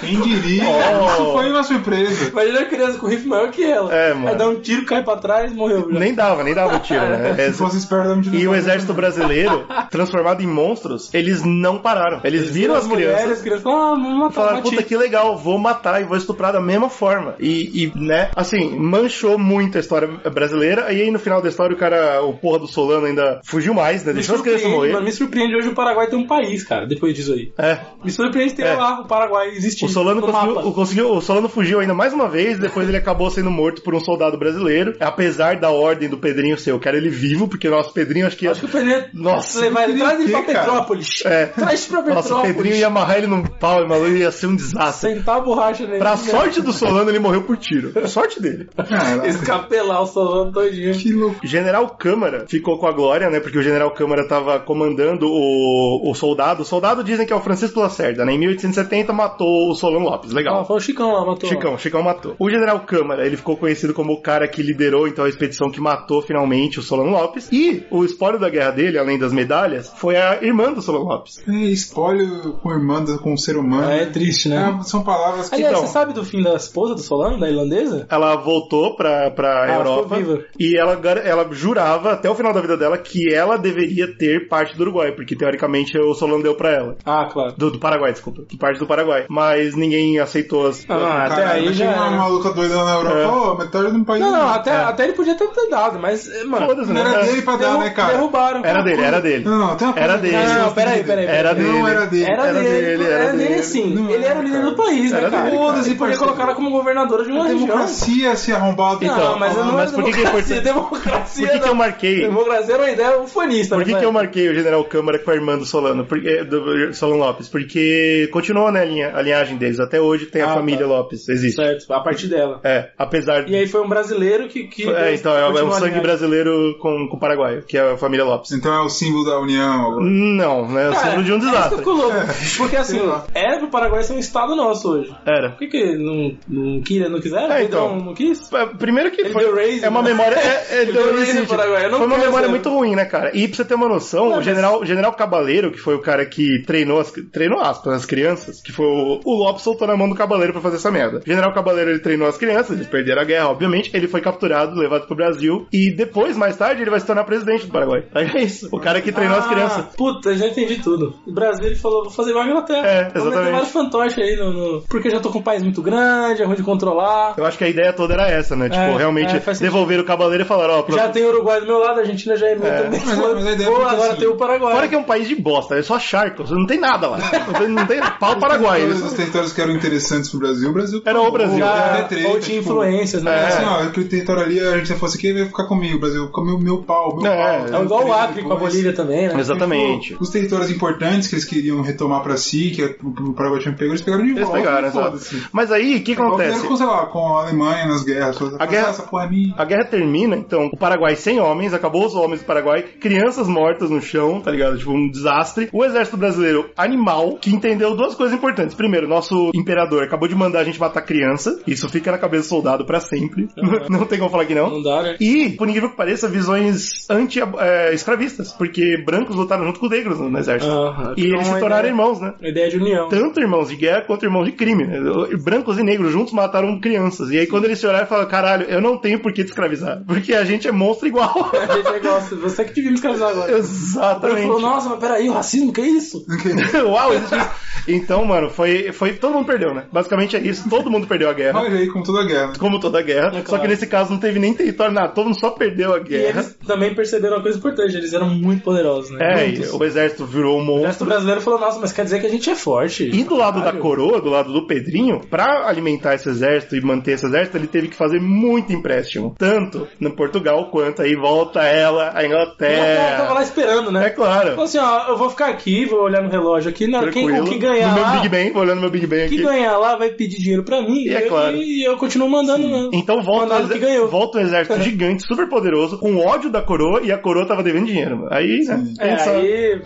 A: Quem diria?
B: Oh.
A: Isso foi uma surpresa.
C: Imagina a criança com rifle maior que ela.
B: É, mano.
C: Aí dá um tiro, cai pra trás, morreu. já.
B: Nem dava, nem dava tiro, né? É,
A: Se fosse esperto, eu não tinha
B: E o
A: falado.
B: exército brasileiro, transformado em monstros, eles não pararam. Eles, viram as
C: mulheres,
B: crianças
C: as crianças falaram, ah, vamos
B: e
C: matar,
B: falaram,
C: mate.
B: puta que legal, vou matar e vou estuprar da mesma forma. E, e, né, assim, manchou muito a história brasileira. E aí no final da história o cara, o porra do Solano ainda fugiu mais, né?
C: Me
B: Deixou as crianças
C: surpreende, mano,
B: morrer.
C: me surpreende hoje o Paraguai ter um país, cara, depois disso aí.
B: É,
C: Me surpreende ter
B: É.
C: lá o Paraguai existindo.
B: O Solano,
C: no
B: conseguiu,
C: mapa.
B: o, conseguiu- o Solano fugiu ainda mais uma vez, depois ele acabou sendo morto por um soldado brasileiro, apesar da ordem do Pedrinho ser, eu quero ele vivo, porque nosso Pedrinho acho que ia...
C: Acho que o Pedrinho
B: Nossa,
C: levar ele, traz ele pra
A: que, cara?
C: Petrópolis.
B: É.
C: Traz pra Petrópolis.
B: Nossa, o Pedrinho ia amarrar ele num pau, e maluco ia ser um desastre.
C: Sentar a borracha nele.
B: Pra
C: né?
B: sorte do Solano, ele morreu por tiro. Sorte dele.
A: Caraca,
C: Escapelar o Solano todinho.
A: que louco.
B: General Câmara ficou com a glória, né? Porque o General Câmara tava comandando o, o soldado. O soldado dizem que é o Francisco Lacerda, né? Em 1870 matou o Solano Lopes. Legal.
C: Ah, foi o Chicão lá, matou.
B: Chicão, Chicão matou. O general Câmara, ele ficou conhecido como o cara que liderou então a expedição que matou finalmente o Solano Lopes. E o espólio da guerra dele, além das medalhas, foi a irmã do Solano Lopes.
A: É, espólio com irmã, do- com um ser humano.
C: É, é triste, né?
A: Ah, são palavras que.
C: Aliás,
B: então.
C: você sabe do fim da esposa do Solano, da irlandesa?
B: Ela voltou pra, pra
C: Ah, ela
B: Europa
C: ficou viva.
B: e ela, gar- ela jurava até o final da vida dela que ela deveria ter parte do Uruguai, porque teoricamente o Solano deu pra ela.
C: Ah, claro.
B: Do, do Paraguai, desculpa. Parte do Paraguai. Mas ninguém aceitou as.
C: Ah, até
A: Caralho,
C: aí
A: mas
C: já.
A: chega uma
C: era.
A: maluca doida lá na
B: É.
A: Europa, ó, metade do país.
C: Não, não, até,
B: É.
C: até ele podia ter ter dado, mas, eh, mano.
B: Foda-se,
A: Não
B: né?
A: era dele pra dar,
C: derru-
A: né, cara?
C: Derrubaram.
B: Era dele, era dele.
A: Não, não, tem uma coisa
B: Era
A: que
B: dele.
A: as
C: Não,
A: pessoas
C: não, peraí,
A: têm que
C: peraí.
A: entender.
B: Era dele.
A: Não era dele.
C: Era,
B: Era
C: dele,
B: dele,
C: era,
B: era
C: dele,
B: dele. é,
C: sim.
A: Não
C: ele era
A: era,
C: o líder
A: cara.
C: do país, né,
B: Era
C: cara?
B: dele,
A: cara.
C: Foda-se, podia colocar ela como governadora de uma região.
A: Democracia se arrombado.
B: Então,
C: não, mas eu
A: Ah,
C: não
B: mas
C: era
B: por que que é
C: democracia.
B: importante?
C: democracia
B: Por que, que
C: não.
B: eu marquei?
C: Democracia era uma ideia ufanista.
B: Por que,
C: né?
B: que eu marquei o General Câmara com a irmã do Solano? Porque, eh, do Solano Lopes? Porque continuou né, a, linha- a linhagem deles. Até hoje tem a
C: Ah,
B: família
C: tá.
B: Lopes, existe.
C: Certo, a partir dela.
B: É, apesar de.
C: E aí foi um brasileiro que. que
B: é, então, é, é um
C: continuou a
B: sangue
C: linhagem.
B: brasileiro com, com o Paraguai, que é a família Lopes.
A: Então é o símbolo da União. agora.
B: Não, né? Eu
C: Cara,
B: sombro de
C: é
B: um
C: isso que
B: desastre.
C: ficou louco. Porque assim,
A: Sei lá.
C: era pro Paraguai ser um estado nosso hoje.
B: Era.
C: Por que, que não, não, queria, não quiseram?
B: É,
C: Pedrão
B: então.
C: não quis?
B: É, Primeiro que
C: Ele
B: foi.
C: deu raise,
B: é uma
C: né?
B: memória. É, é,
C: Ele
B: deu
C: deu
B: raise,
C: raise
B: gente.
C: pro Paraguai, eu não
B: Foi uma
C: quero
B: memória
C: ser-
B: muito ruim, né, cara? E pra você ter uma noção,
C: Não,
B: o
C: mas-
B: general, general Cabaleiro, que foi o cara que treinou as, treinou aspas, as crianças, que foi o, o Lopes soltou na mão do Cabaleiro pra fazer essa merda. O general Cabaleiro ele treinou as crianças, eles perderam a guerra, obviamente. Ele foi capturado, levado pro Brasil. E depois, mais tarde, ele vai se tornar presidente do Paraguai. Aí é isso. O cara que treinou as
C: Ah,
B: crianças.
C: Puta, já entendi tudo. O Brasil ele falou, vou fazer igual a Inglaterra.
B: É,
C: Vou meter
B: exatamente.
C: vários fantoches aí no, no- Porque eu já tô com um país muito grande, é ruim de controlar.
B: Eu acho que a ideia toda era essa, né? Tipo,
C: É,
B: realmente
C: é, faz sentido.
B: devolver o Cabaleiro e falar, ó, pro-
C: Já tem o Uruguai do meu lado, a Argentina já é minha
B: É.
C: também.
A: Mas a- mas a ideia
C: Pô,
A: é muito
C: agora
A: assim.
C: tem o Paraguai.
B: Fora que é um país de bosta, é só charcos, não tem nada lá. Não tem, não tem pau Paraguai.
A: Todos os territórios que eram interessantes pro Brasil, o Brasil.
B: Era o Brasil.
A: Ou,
B: Ah,
A: até
C: Pra-
A: treta,
C: ou tinha
A: tipo,
C: influências, né?
B: é.
A: Assim, ó, aquele território ali, a gente se fosse aqui, vai ficar comigo, Brasil. Comeu meu pau, meu
B: É,
A: pau.
B: é
C: É igual o Acre com a
A: Depois-
C: Bolívia também, né?
B: Exatamente.
A: Tipo, os territórios importantes que eles queriam retomar pra si, que é o Paraguai tinha pego, eles pegaram de
B: Eles
A: volta.
B: pegaram,
A: foda-se.
B: exato. Mas aí, o que
A: Igual fizeram
B: acontece?
A: Com, sei lá, com a Alemanha nas guerras. todas.
B: A guerra-
A: Essa porra é minha.
B: A guerra termina, então, o Paraguai sem homens, acabou os homens do Paraguai, crianças mortas no chão, tá ligado? Tipo, um desastre. O exército brasileiro, animal, que entendeu duas coisas importantes. Primeiro, nosso imperador acabou de mandar a gente matar criança, isso fica na cabeça do soldado pra sempre. não tem como falar que
C: Não dá, né?
B: E, por incrível que pareça, visões anti-escravistas, porque brancos lutaram junto com negros no exército.
C: Aham.
B: e eles se
C: Uma
B: tornaram
C: ideia-
B: irmãos, né?
C: Então, é Uma ideia de união.
B: Tanto irmãos de guerra quanto irmãos de crime. né? Brancos e negros juntos mataram crianças. E aí, quando eles se olharam, falaram: caralho, eu não tenho por que te escravizar, porque a gente é monstro igual.
C: A gente é negócio. Você que devia me escravizar agora. Ele falou,
B: Exatamente.
C: nossa, mas peraí, o racismo, que é isso?
B: Uau, existe isso. Então, mano, foi, foi. Todo mundo perdeu, né? Basicamente é isso. Todo mundo perdeu a guerra.
A: Olha aí, como toda guerra.
B: Como toda guerra.
C: É
B: Só
C: claro.
B: que nesse caso não teve nem território, nada. Todo mundo só perdeu a
C: E
B: guerra.
C: eles também perceberam uma coisa importante, eles eram muito poderosos, né?
B: É,
C: Muitos.
B: e o exército virou um
C: O
B: monstro.
C: resto brasileiro falou, nossa, mas quer dizer que a gente é forte.
B: E do lado da
C: Caralho.
B: coroa, do lado do Pedrinho, pra alimentar esse exército e manter esse exército, ele teve que fazer muito empréstimo. Tanto no Portugal quanto aí volta ela, a
C: Eu tava lá
B: Inglaterra.
C: esperando, né?
B: É claro.
C: Falou assim, ó, eu vou ficar aqui, vou olhar no relógio aqui, na hora que,
B: Tranquilo.
C: o que ganhar
B: No meu
C: lá,
B: Big Bang, vou olhando meu Big Bang
C: que
B: aqui.
C: ganhar ganhar lá vai pedir dinheiro pra mim
B: E é
C: eu,
B: claro.
C: e eu continuo mandando. né?
B: Então volta, um
C: Mandaram
B: exe-
C: que ganhou.
B: volta um exército gigante, super poderoso, com ódio da coroa, e a coroa tava devendo dinheiro. mano. Aí, né?
C: É,
B: pensa-
C: aí.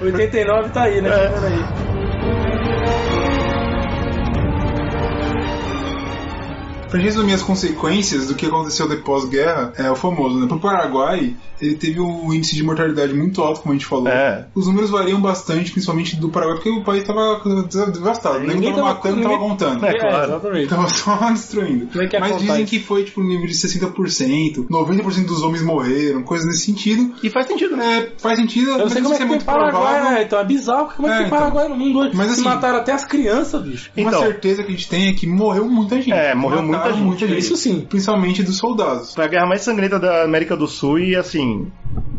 C: 89 tá aí, né?
B: É.
C: Peraí.
A: Pra resumir as consequências do que aconteceu depois pós-guerra, é o famoso, né? Pro Paraguai, ele teve um índice de mortalidade muito alto, como a gente falou.
B: É.
A: Os números variam bastante, principalmente do Paraguai, porque o país tava devastado. O nego
C: Ninguém
A: tava
C: tava-
A: matando,
C: ninguém-
A: tava contando.
B: É, claro.
C: exatamente.
A: Tava só destruindo.
C: Como é que é a
A: Mas dizem
C: contagem?
A: que foi tipo um nível de 60%, 90% dos homens morreram, coisas nesse sentido.
B: E faz sentido, né?
A: É, faz sentido,
C: Eu não
A: mas
C: sei como
A: isso
C: é que tem Paraguai, né? Então é bizarro. Como é que
A: É,
C: tem
A: então.
C: Paraguai no mundo hoje?
A: Mas
C: Se
A: assim-
C: mataram até as crianças, bicho.
A: Uma
B: Então.
A: certeza que a gente tem é que morreu muita gente.
B: É, morreu muita
A: Mataram
B: gente.
C: Isso sim.
A: Principalmente dos soldados.
B: Foi a guerra mais sangrenta da América do Sul e, assim,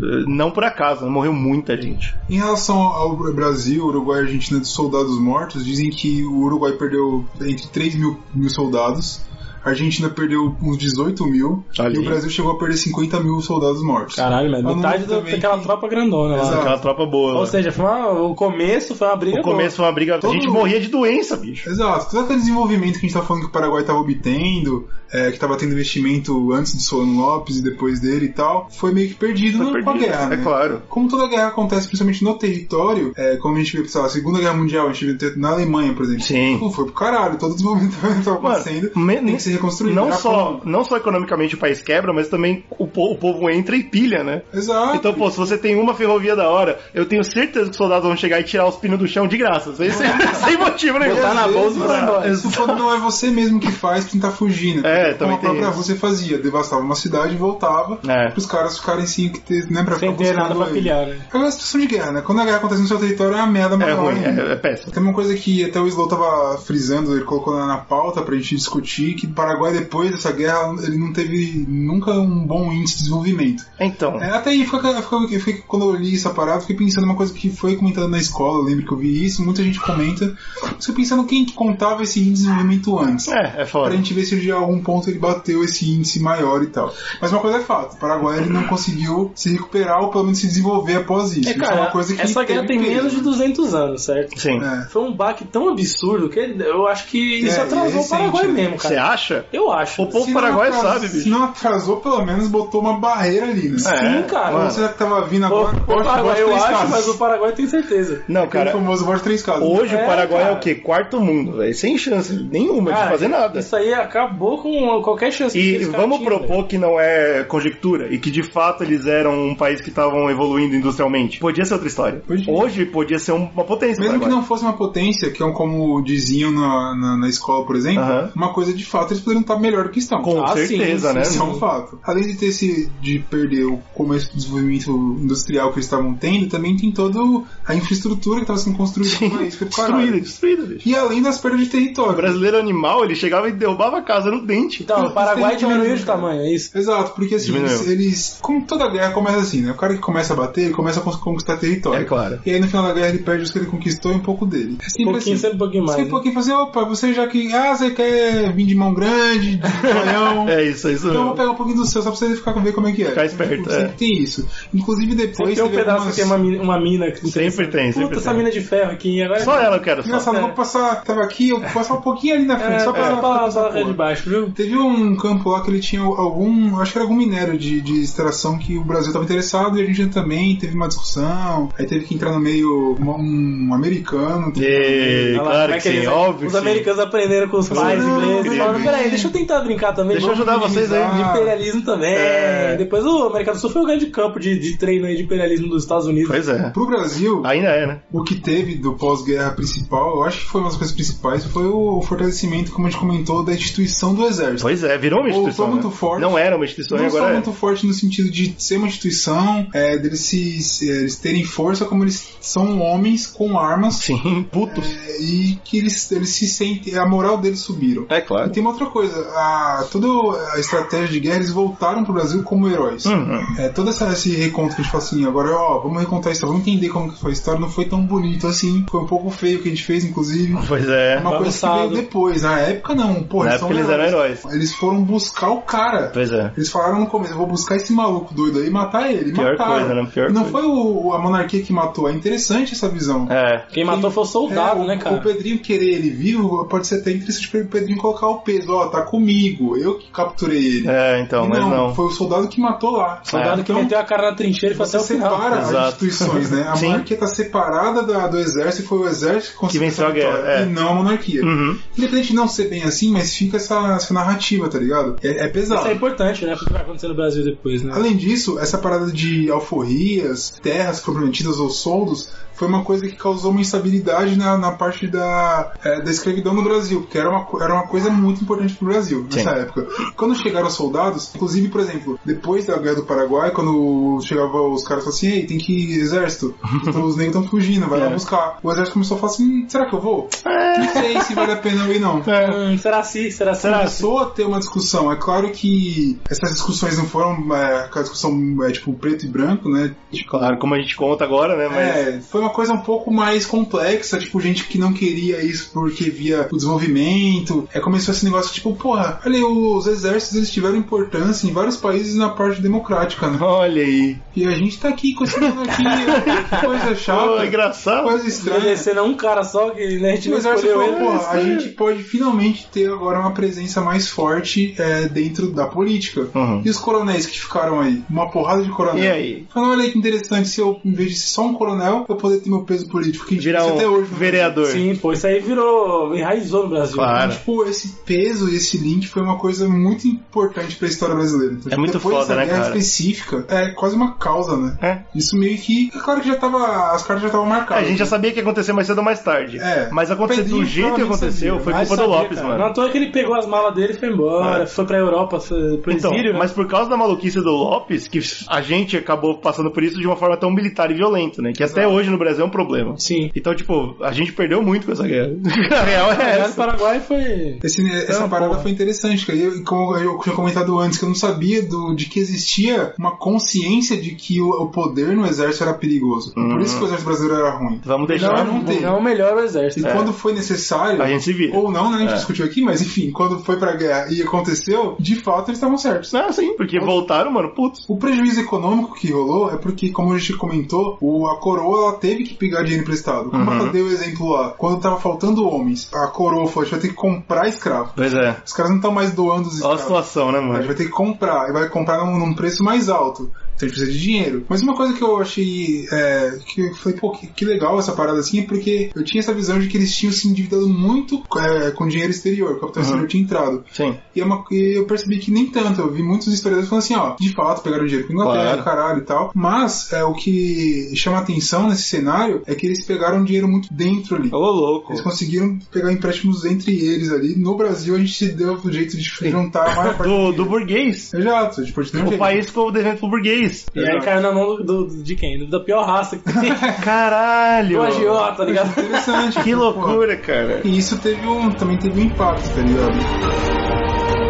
B: eh, não por acaso, morreu muita gente.
A: Em relação ao Brasil, Uruguai e Argentina dos soldados mortos, dizem que o Uruguai perdeu entre 3 mil, mil soldados, a Argentina perdeu uns 18 mil,
B: Olha
A: e o
B: aí.
A: Brasil chegou a perder 50 mil soldados mortos.
C: Caralho,
A: É
C: mano.
A: um
C: Metade
A: número
C: do-
A: também
C: daquela
A: que-
C: tropa grandona lá.
A: Exato.
B: Aquela tropa boa.
C: Ou
B: né?
C: seja, foi uma- o começo foi uma briga.
B: o começo foi uma briga.
A: Todo
B: A gente
A: mundo-
B: morria de doença, bicho.
A: Exato, todo aquele desenvolvimento que a gente tá falando que o Paraguai tava obtendo, é, que tava tendo investimento antes do Solano Lopes e depois dele e tal, foi meio que perdido,
B: Foi
A: com a
B: perdido,
A: guerra,
B: é
A: né?
B: claro.
A: Como toda guerra acontece, principalmente no território, é, como a gente vê, sei lá, a Segunda Guerra Mundial, a gente vê na Alemanha, por exemplo. tipo,
B: Sim.
A: Pô, foi pro caralho, todo desenvolvimento que tava
B: Mano,
A: acontecendo
B: me-
A: tem que ser reconstruído.
B: Não
A: Era
B: só,
A: foda.
B: não só economicamente o país quebra, mas também o, po- o povo entra e pilha, né?
A: Exato.
B: Então, pô, se você tem uma ferrovia da hora, eu tenho certeza que os soldados vão chegar e tirar os pinos do chão de graça. é Sem, sem- sem motivo nenhum.
C: Botar na
A: Às
C: bolsa e
A: vezes,
C: mandar embora.
A: Isso quando não é você mesmo que faz pra tentar fugir, né?
B: É,
A: Como
B: também
A: a
B: tem
A: própria
B: isso.
A: Rússia fazia, devastava uma cidade e voltava
B: É.
A: pros caras ficarem sem o que ter, né, pra
C: Sem
A: ficar
C: ter nada
A: buscando
C: pra
A: ele.
C: pilhar, né?
A: É uma situação de guerra, né? Quando a guerra acontece no seu território é uma merda
B: É
A: maior.
B: ruim,
A: ainda.
B: é, é péssimo.
A: Tem uma coisa que até o Slow tava frisando, ele colocou na, na pauta pra gente discutir, que o Paraguai depois dessa guerra, ele não teve nunca um bom índice de desenvolvimento.
B: Então,
A: É, até aí, fica, fica- fica- quando eu li essa parada, eu fiquei pensando uma coisa que foi comentada na escola, eu lembro que eu vi isso, muita gente comenta, eu fiquei pensando quem que contava esse índice de desenvolvimento antes.
B: é, é
A: Pra
B: foda.
A: gente ver se de algum ponto ele bateu esse índice maior e tal. Mas uma coisa é fato, o Paraguai ele não conseguiu se recuperar ou pelo menos se desenvolver após isso.
C: É,
A: Isso
C: cara,
A: é uma coisa que
C: essa
A: teve
C: guerra tem
A: peso,
C: menos de
A: né?
C: 200 anos, certo?
B: Sim.
A: É.
C: Foi um baque tão absurdo que eu acho que isso
A: É, e é
C: atrasou o
A: recente,
C: Paraguai
A: né?
C: mesmo,
B: Você
C: cara.
B: acha?
C: Eu acho.
B: O povo
A: Se não
B: paraguaio
A: atras-
B: sabe, bicho.
A: Se não atrasou, pelo menos botou uma barreira ali, né?
B: É,
C: Sim, cara.
B: mano.
A: Você que tava vindo
C: O,
A: agora,
C: o
A: pode
C: Paraguai, eu
A: três
C: acho,
A: casas.
C: mas o Paraguai tem certeza.
B: Não,
A: Aquele
B: cara,
A: famoso voz três casas.
B: hoje o
C: É,
B: Paraguai é
C: cara.
B: o quê? Quarto mundo, velho. Sem chance nenhuma
C: Cara,
B: de fazer nada.
C: Isso aí acabou com qualquer chance que
B: E
C: eles caras
B: vamos
C: tinham,
B: propor que não é conjectura e que de fato eles eram um país que estavam evoluindo industrialmente. Podia ser outra história.
A: Podia.
B: Hoje podia ser uma potência.
A: Mesmo que
B: Paraguai.
A: não fosse uma potência, que é um como diziam na, na, na escola, por exemplo,
B: Aham.
A: uma coisa de fato, eles poderiam estar melhor do que estão.
B: Com
C: Ah, sim,
B: certeza,
C: sim,
B: né?
A: Isso é um fato. Além de ter se de perder o começo do desenvolvimento industrial que eles estavam tendo, também tem toda a infraestrutura que estava sendo construída no país. que é do caralho.
B: Destruído, destruído, bicho.
A: E além das perdas de
B: O
A: território.
B: brasileiro animal, ele chegava e derrubava a casa no dente.
C: Então, o Paraguai
A: Eles têm
C: diminuiu de
A: território,
C: tamanho, é isso?
A: Exato, porque assim,
B: Diminuiu.
A: eles, eles- Como toda guerra começa assim, né? O cara que começa a bater, ele começa a cons- conquistar território.
B: É claro.
A: E aí no final da guerra ele perde os que ele conquistou e um pouco dele. É
C: Um
A: sempre
C: pouquinho,
A: assim.
C: sempre um pouquinho mais.
A: Sempre um pouquinho fazer, opa, você já que. Ah, você quer vir de mão grande, de canhão.
B: É isso, é isso
A: Então eu vou
B: mesmo.
A: pegar um pouquinho do seu, só pra você ficar ver como é que é.
B: Ficar esperto,
A: Sempre
B: é.
A: tem isso. Inclusive
C: Sempre
A: depois.
C: tem um
A: teve
C: pedaço
A: algumas-
C: que tem uma mina, uma mina que
B: Sempre tem, sempre
C: Puta, essa
B: tem.
C: mina de é ferro aqui, agora...
B: Só ela eu quero só.
A: Engraçado, eu vou passar. Tava aqui, eu vou passar um pouquinho ali na frente,
C: É,
A: só
C: só
A: pra.
C: pra,
A: pra- pra-
C: de baixo, viu?
A: Teve um campo lá que ele tinha algum. Acho que era algum minério de, de extração que o Brasil estava interessado e a Argentina também teve uma discussão. Aí teve que entrar no meio uma- um americano.
B: E,
C: Olha lá,
B: claro
C: como é
B: que sim,
C: eles-
B: óbvio
C: Os
B: que sim.
C: americanos aprenderam com os pais
A: Não,
C: ingleses.
A: incrível.
C: Falaram, peraí, deixa eu tentar brincar também.
B: Deixa eu
C: vamos
B: ajudar vocês aí.
C: de imperialismo também.
B: É.
C: Depois o América do Sul foi um grande campo de, de treino aí de imperialismo dos Estados Unidos.
B: Pois é.
A: Pro Brasil,
B: Ainda é, né?
A: o que teve do pós-guerra principal, eu acho que foi uma das coisas principais, foi o fortalecimento, como a gente comentou, da instituição do exército.
B: Pois é, virou uma
A: Voltou
B: instituição.
A: muito
B: né?
A: forte.
B: Não era uma instituição, e
A: não só
B: agora é.
A: muito forte no sentido de ser uma instituição, é, deles se, se- eles terem força, como eles são homens com armas
B: Sim, putos.
A: é, e que eles, eles se sentem, a moral deles subiram.
B: É
A: E
B: claro.
A: Ah, tem uma outra coisa, a, toda a estratégia de guerra, eles voltaram pro Brasil como heróis.
B: Uhum.
A: É, todo essa, esse reconto que a gente fala assim, agora ó, vamos recontar a história, vamos entender como que foi a história, não foi tão bonito assim, foi um pouco feio o que a gente fez, inclusive.
B: Pois é.
A: Uma coisa
C: Bagunçado.
A: que veio depois. Na época, não. Porra,
B: Na
A: são
B: época eles eram heróis.
A: Eles foram buscar o cara.
B: Pois é.
A: Eles falaram no começo, eu vou buscar esse maluco doido aí e matar ele.
B: Pior
A: Mataram.
B: coisa, né? Pior
A: E não
B: coisa.
A: foi o, o- a monarquia que matou. É interessante essa visão.
B: É.
C: Quem matou foi o soldado,
A: É, o-
C: né, cara?
A: O Pedrinho querer ele vivo pode ser até interessante pra o Pedrinho colocar o peso. Ó, tá comigo, eu que capturei ele.
B: É, então,
A: E
B: mas não.
A: Foi o soldado que matou lá. O
C: Soldado que meteu a cara na trincheira e foi até
A: você
C: o final.
A: separa
B: Exato.
A: as instituições, né? A
B: Sim.
A: monarquia tá separada da- do exército e foi o exército que conseguiu
B: venceu
A: essa
B: a guerra,
A: vitória,
B: é.
A: E não a monarquia.
B: Uhum.
A: Independente de não ser bem assim, mas fica essa, essa narrativa, tá ligado? É, é pesado.
C: Isso é importante, né? Porque vai acontecer no Brasil depois, né?
A: Além disso, essa parada de alforrias, terras que foram prometidas ou soldos, foi uma coisa que causou uma instabilidade na, na parte da, eh, da escravidão no Brasil, porque era uma, co- era uma coisa muito importante pro Brasil nessa
B: Sim.
A: época. Quando chegaram os soldados, inclusive, por exemplo, depois da Guerra do Paraguai, quando chegava os caras falavam assim, ei, tem que ir exército, então os negros estão fugindo, vai lá
B: É.
A: buscar. O exército começou a falar assim, será que eu vou? Não sei se vale a pena eu ir
B: É.
A: não
C: Hum, será assim? Será será assim?
A: começou a ter uma discussão. É claro que essas discussões não foram é, aquela discussão é, tipo preto e branco, né? Tipo,
B: Claro, como a gente conta agora, né? Mas.
A: é, foi uma coisa um pouco mais complexa, tipo, gente que não queria isso porque via o desenvolvimento. É, começou esse negócio, tipo, porra, olha, aí, os exércitos eles tiveram importância em vários países na parte democrática, né?
B: Olha aí.
A: E a gente tá aqui com esse monarquia, que coisa
B: Pô,
A: chata,
B: engraçado.
A: coisa estranha.
C: Envelhecer não um cara só que né, a gente
A: O
C: não
A: exército
C: escolheu
A: falou,
C: ele.
A: porra, a gente pode finalmente ter agora uma presença mais forte é, dentro da política.
B: Uhum.
A: E os coronéis que ficaram aí? Uma porrada de coronel.
B: E aí?
A: Falando, olha aí que interessante, se eu, em vez de ser só um coronel, eu poder ter meu peso político. Que
B: Virar
A: isso até
B: um
A: hoje, né? assim. não
B: vereador.
C: Sim, pô, isso aí virou. enraizou no Brasil. né?
B: Claro.
A: existe. Tipo, esse peso e esse link foi uma coisa muito importante pra história brasileira. Então,
B: É muito
A: depois
B: foda,
A: dessa
B: né,
A: guerra
B: cara?
A: específica, é quase uma causa, né?
B: É.
A: Isso meio que. É claro que já tava. As cartas já estavam
B: A
A: marcadas.
B: gente já sabia que ia acontecer mais cedo ou mais tarde.
A: É.
B: Mas aconteceu do
A: Pedrinho
B: jeito que
A: provavelmente
B: aconteceu,
A: sabia,
B: foi
C: Mas
B: culpa do
C: sabia,
B: Lopes,
C: cara.
B: mano.
C: Não à toa que ele pegou as malas dele e foi embora,
B: É.
C: foi pra Europa, foi pro
B: Então,
C: exílio. né?
B: mas por causa da maluquice do Lopes, que a gente acabou passando por isso de uma forma tão militar e violenta, né? Que até hoje no Brasil é um problema.
C: Sim.
B: Então, tipo, a gente perdeu muito com essa guerra. A real é
C: Aliás, o
B: essa.
C: Paraguai foi.
A: Esse- essa
C: Ah,
A: parada
C: porra.
A: foi interessante, cara. Eu, como eu tinha comentado antes, que eu não sabia do- de que existia uma consciência de que o, o poder no exército era perigoso. Por isso
B: Uhum.
A: que o exército brasileiro era ruim.
B: Vamos
A: Não,
B: deixar.
A: não tem.
C: Não melhor o
A: E
B: É,
C: exército.
A: quando foi necessário.
B: A gente se vira.
A: Ou não, né? A gente
B: É.
A: discutiu aqui, mas enfim, quando foi pra guerra e aconteceu, de fato eles estavam certos.
B: Ah, sim, porque voltaram, mano, putz.
A: O prejuízo econômico que rolou é porque, como a gente comentou, o- a coroa ela teve que pegar dinheiro emprestado. Como
B: Uhum.
A: eu dei o exemplo lá, quando tava faltando homens, a coroa falou: a gente vai ter que comprar escravo.
B: Pois é.
A: Os caras não estão mais doando os
B: Olha a
A: escravos.
B: situação, né,
A: A gente
B: mano?
A: vai ter que comprar, e vai comprar num, num preço mais alto. Então a gente precisa de dinheiro. Mas uma coisa que eu achei. é, que eu falei, pô, que, que legal essa parada assim, é porque eu tinha essa visão de que eles tinham se endividado muito é, com dinheiro exterior, o capital exterior tinha entrado.
B: Uhum. Sim.
A: E é uma- e eu percebi que nem tanto. Eu vi muitos historiadores falando assim, ó, de fato, pegaram dinheiro com a Inglaterra,
B: Claro.
A: caralho e tal. Mas é, o que chama atenção nesse cenário é que eles pegaram dinheiro muito dentro ali.
B: Ô, louco.
A: Eles conseguiram pegar empréstimos entre eles ali. No Brasil, a gente se deu o jeito de juntar a maior parte
B: Do,
A: dinheiro.
B: do burguês.
A: Exato, tipo, a gente tem um
B: O
A: jeito.
B: país ficou devendo pro burguês.
C: E aí caiu na mão do, do- de quem? Da pior raça que tem.
B: Caralho.
C: do agiota, tá ligado?
A: Interessante. tipo,
B: Que
A: pô.
B: loucura, cara.
A: E isso teve um, também teve um impacto, tá ligado?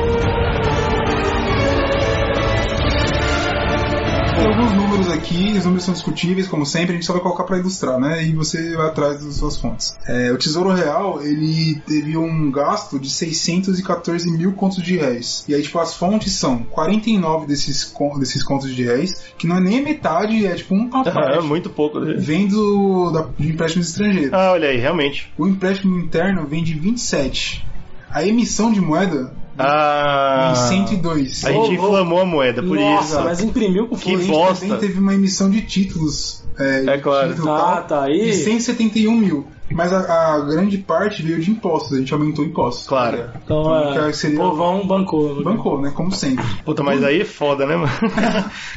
A: Tem alguns números aqui, os números são discutíveis, como sempre, a gente só vai colocar pra ilustrar, né? E você vai atrás das suas fontes. É, o Tesouro Real, ele teve um gasto de 614 mil contos de réis. E aí, tipo, as fontes são 49 desses, con- desses contos de réis, que não é nem a metade, é tipo um
B: Ah, é
A: papai.
B: muito pouco. né?
A: Vem do, da, de empréstimos estrangeiros.
B: Ah, olha aí, realmente.
A: O empréstimo interno vem de 27. A emissão de moeda
B: Ah.
A: em 102.
B: A gente inflamou a moeda, É por
C: Nossa,
B: isso.
C: mas imprimiu com
B: Que
A: a gente
C: força. né?
B: bosta.
A: também teve uma emissão de títulos. É,
B: tá. É
A: de
B: claro.
A: título e
C: Ah,
A: tal,
C: tá aí.
A: De 171 mil. Mas a, a grande parte veio de impostos. A gente aumentou impostos.
B: Claro.
C: Então, é,
A: que seria-
C: povão bancou.
A: Bancou, né? Como sempre.
B: Puta, mas aí é foda, né, mano?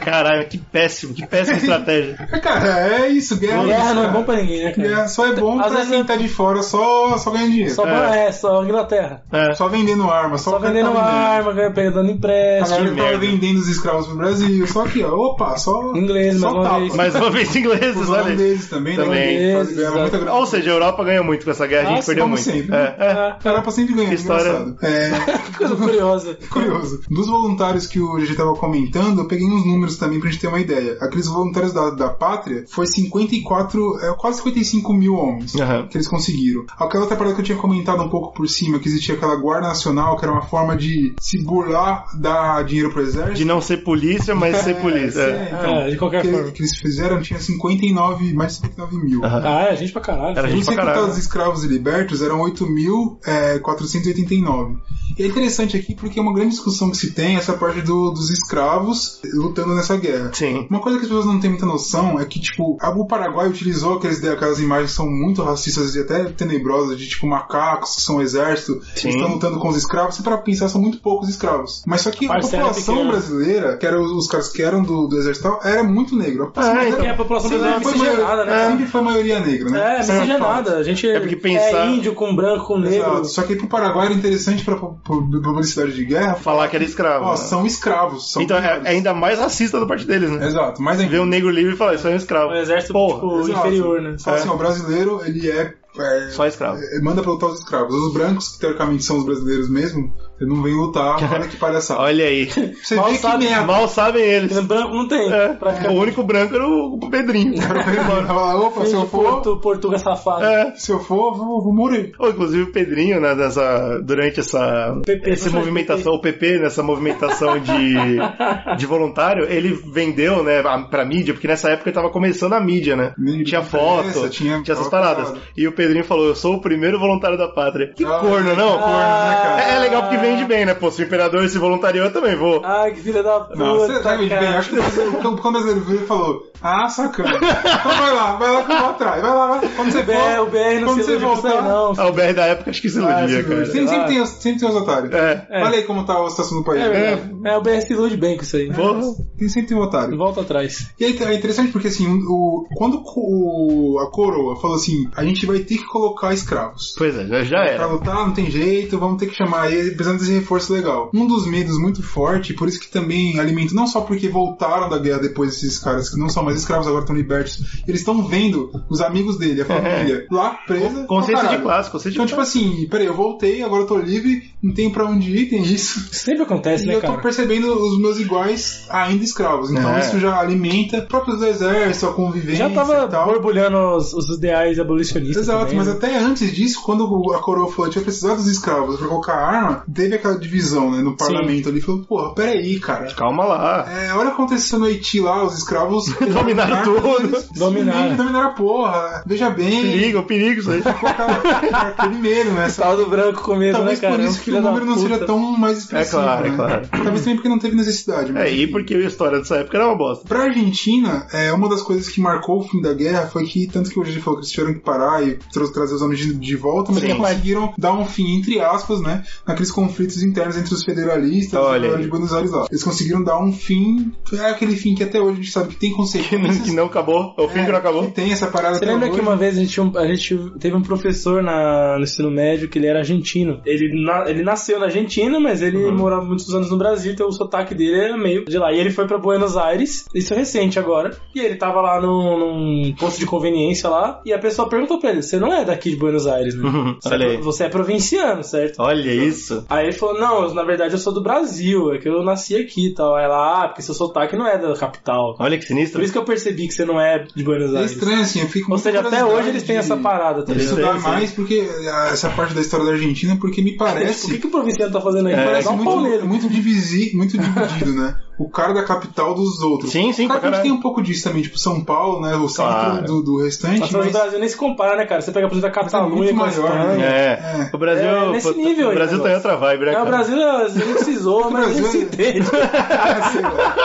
B: Caralho, que péssimo, que péssima estratégia.
A: É, Cara, é isso. Guerra,
C: Guerra não é
A: cara.
C: bom pra ninguém, né, cara?
A: Guerra só é bom
C: Às
A: pra
C: vezes
A: quem
C: é-
A: tá de fora só, só ganha dinheiro. Só,
C: Só, pra, é, só Inglaterra.
B: É.
A: vendendo arma. Só, o cara
C: vendendo
A: tá vendendo.
C: arma, ganha- pegando
A: A
C: empréstimo.
A: galera
B: Que
A: tava
B: merda.
A: vendendo os escravos pro Brasil. Só aqui, ó. Opa, só.
C: Inglês,
A: só
C: mais uma
A: tapa.
C: vez.
B: Mais uma vez ingleses,
A: Os
B: olha aí.
A: holandeses também,
B: Também.
A: né? Faz- ganhava muita grana.
B: Ou seja, a Europa ganha muito com essa guerra, a gente
C: Nossa,
B: perdeu
A: como
B: muito.
A: sempre.
B: É, é.
C: Ah,
A: A Europa sempre ganha,
B: Que história.
A: engraçado. É,
C: coisa curiosa.
A: curioso. Dos voluntários que o GG estava comentando, eu peguei uns números também pra gente ter uma ideia. Aqueles voluntários da, da pátria foi 54, é, quase 55 mil homens.
B: Aham.
A: Que eles conseguiram. Aquela outra parada que eu tinha comentado um pouco por cima, que existia aquela guarda nacional, que era uma forma de se burlar, dar dinheiro pro exército.
B: De não ser polícia, mas ser polícia.
A: É,
B: É.
A: então,
C: É, de qualquer
A: o que,
C: forma.
A: o que eles fizeram tinha 59, mais de 59 mil.
B: Aham.
C: Ah, é gente pra caralho.
B: Era
A: Eu não
B: gente
A: sei
B: pra
A: quantos
B: caralho.
A: os escravos e libertos, eram é, 8.489. E é interessante aqui porque é uma grande discussão que se tem essa parte do- dos escravos lutando nessa guerra.
B: Sim.
A: Uma coisa que as pessoas não têm muita noção é que, tipo, a- o Paraguai utilizou aqueles, aquelas imagens que são muito racistas e até tenebrosas, de, tipo, macacos que são um exército, que
B: Sim.
A: estão lutando com os escravos, e pra pensar, são muito poucos escravos. Mas só que a
C: Parcela
A: população
C: pequena.
A: brasileira, que eram os, os caras que eram do, do exército e tal, era muito negra.
B: Ah,
C: Porque a
B: então.
C: população
A: Sempre
C: brasileira é
A: foi
C: miscigenada,
A: maioria-
C: né?
A: Sempre foi maioria negra, né?
C: É, miscigenada. A gente
B: É porque pensar-
C: é índio com branco, com negro.
A: Exato. Só que pro Paraguai era interessante pra pu- pu- publicidade de guerra falar,
B: Falar que era escravo.
A: ó,
B: né?
A: são escravos. São
B: então é,
A: primários.
B: é ainda mais racista da parte deles, né?
A: Exato, mas
B: Vê
A: ainda.
B: um negro livre e falar, isso é um escravo.
C: O exército,
B: Porra,
C: tipo,
A: exato.
C: inferior, né?
A: Fala assim, ó, o brasileiro, ele é. é,
B: só escravo.
A: é, manda pra lutar os escravos. Os brancos, que teoricamente são os brasileiros mesmo, eles não vêm lutar. Olha que palhaçada.
B: Olha aí.
A: Você
C: mal
A: vê que
C: sabe-
A: merda.
B: Mal sabem eles.
C: Branco não tem.
B: É.
C: praticamente.
B: O único branco era o Pedrinho.
A: Fala, Opa, se eu
C: Finge
A: for,
C: portu- Portuga safado.
B: É.
A: se eu for, vou, vou morrer.
B: Ô, inclusive o Pedrinho, né, nessa, durante essa,
C: PP,
B: essa
C: não foi
B: movimentação, o PP, nessa movimentação de, de voluntário, ele vendeu, né, a- pra mídia, porque nessa época tava começando a mídia, né?
A: Mídia,
B: tinha foto,
A: imprensa,
B: tinha,
A: tinha-
B: essas
A: tava
B: paradas.
A: parado.
B: E o Pedrinho falou, eu sou o primeiro voluntário da pátria. Que
A: Ah,
B: corno, não?
A: corno, né,
C: Ah,
A: cara?
B: É, é legal porque vende bem, né? Pô, se o imperador se voluntariou, eu também vou.
C: Ai, que filha da puta.
A: Não, você tá
C: cara.
A: bem, acho que depois o campo brasileiro veio e falou: Ah, sacana. Então vai lá, vai lá que eu vou atrás. Vai lá, vai. Quando você
C: O BR, o
A: for,
C: BR não
A: quando
C: se
A: você
C: ilude com isso aí,
A: voltar,
C: tá, não.
B: Ah, o BR da época acho que se
A: Ah,
B: iludia,
A: esse
B: cara.
A: doido. sempre, sempre,
C: Ah.
A: tem, os- sempre tem os otários.
B: É.
C: É.
A: Olha aí como tá a situação do país.
C: É, verdade. É, o BR se ilude bem com isso aí.
B: Porra.
A: Tem sempre tem um otário.
C: Volta atrás.
A: E aí é interessante porque assim, o, quando o- a coroa falou assim, a gente vai ter que colocar escravos.
B: Pois é, já, já
A: Pra
B: era.
A: lutar, não tem jeito, vamos ter que chamar ele, precisamos desse reforço legal. Um dos medos muito forte, por isso que também alimenta, não só porque voltaram da guerra depois esses caras que não são mais escravos, agora estão libertos, eles estão vendo os amigos dele, a família, lá presa. pra
B: Conceito Uhum. de
A: caralho.
B: classe, conceito de
A: Então, tipo assim, peraí, eu voltei, agora eu tô livre, não tem pra onde ir, tem isso.
C: Isso sempre acontece,
A: E
C: né,
A: eu tô
C: cara?
A: percebendo os meus iguais ainda escravos. Então
B: É.
A: isso já alimenta próprios do exército, a convivência
C: Já tava
A: e tal.
C: borbulhando os, os ideais abolicionistas.
A: Exato,
C: também,
A: mas
C: né?
A: até antes disso, quando a coroa falou que ia precisar dos escravos pra colocar a arma, teve aquela divisão, né, no parlamento ali. Falou, porra, peraí, cara.
B: Calma lá.
A: É, olha o que aconteceu no Haiti lá, os escravos
B: Dominaram
A: armas,
B: tudo.
A: eles
C: Dominaram.
A: Dominaram a porra. Veja bem.
B: Perigo, perigo isso aí.
A: Colocar aquele medo, né?
C: Tal do branco com medo,
A: Talvez
C: né, cara?
A: por
C: É um
A: isso que
C: filho
A: o
C: da
A: número não
C: puta.
A: seja tão mais
B: É
A: expressivo.
B: claro, é
A: né?
B: claro.
A: Talvez também porque não teve necessidade. mas
B: É, e
A: enfim.
B: porque a história dessa época era uma bosta.
A: Pra Argentina, é, uma das coisas que marcou o fim da guerra foi que, tanto que hoje ele falou que eles tiveram que parar e tra- trazer os homens de, de volta, mas
B: Sim.
A: que conseguiram dar um fim, entre aspas, né, naqueles conflitos internos entre os federalistas
B: Olha
A: e os
B: aí.
A: de Buenos Aires lá. Eles conseguiram dar um fim, é aquele fim que até hoje a gente sabe que tem
B: Que não,
A: consequências. né,
B: que não acabou. É o fim que não
A: que
B: acabou.
A: tem essa parada
C: Você
A: até
C: lembra que
A: hoje.
C: uma vez a gente, tinha um- a gente teve um professor na- no ensino médio que ele era argentino. Ele, na- ele nasceu na Argentina, mas ele
A: Uhum.
C: morava muitos anos no Brasil, então o sotaque dele era meio de lá. E ele foi pra Buenos Aires, isso é recente agora. E ele tava lá num, num posto de conveniência lá, e a pessoa perguntou pra ele: Você não é daqui de Buenos Aires, né?
B: Uhum,
C: Você,
B: olha
C: é,
B: aí.
C: pro- você é provinciano, certo?
B: Olha isso.
C: Aí ele falou, não, eu- na verdade eu sou do Brasil, é que eu nasci aqui e tal. Aí lá, ah, porque seu sotaque não é da capital.
B: Olha que
C: Por
B: sinistro.
C: isso que eu percebi que você não é de Buenos
A: É
C: Aires.
A: estranho, assim, eu fico com
C: Ou seja, até
A: curiosidade
C: hoje eles têm
A: de-
C: essa parada, tá
A: de
B: Isso
A: Estudar
C: ligado?
B: aí, sim.
A: mais porque ah, essa parte da história da Argentina, porque me
C: O que,
A: parece
C: que o provinciano tá fazendo aí?
B: É,
C: Parece
A: parece
C: um
A: muito,
C: pauleiro.
A: muito, divisi, muito dividido, né? O cara da capital dos outros.
B: Sim,
A: claro que
B: sim, pra
A: a gente
B: caralho.
A: tem um pouco disso também, tipo São Paulo, né? O centro
B: Claro. Tá
A: do, do restante.
C: Mas o
A: mas-
C: Tá Brasil nem se compara, né, cara? Você pega, por exemplo, a
A: Mas é
C: Catalunha
A: muito
C: com a
A: maior,
C: Espanha.
A: né?
B: É.
A: É.
B: O Brasil.
C: um É, nesse
B: puta,
C: nível
B: o
C: aí,
B: Brasil tá em
C: negócio.
B: outra vivibe, né?
C: É,
B: Cara?
C: o Brasil a gente se zoa, mas
A: Brasil
C: ele se
A: é-
C: entende.
A: Ah, sei lá.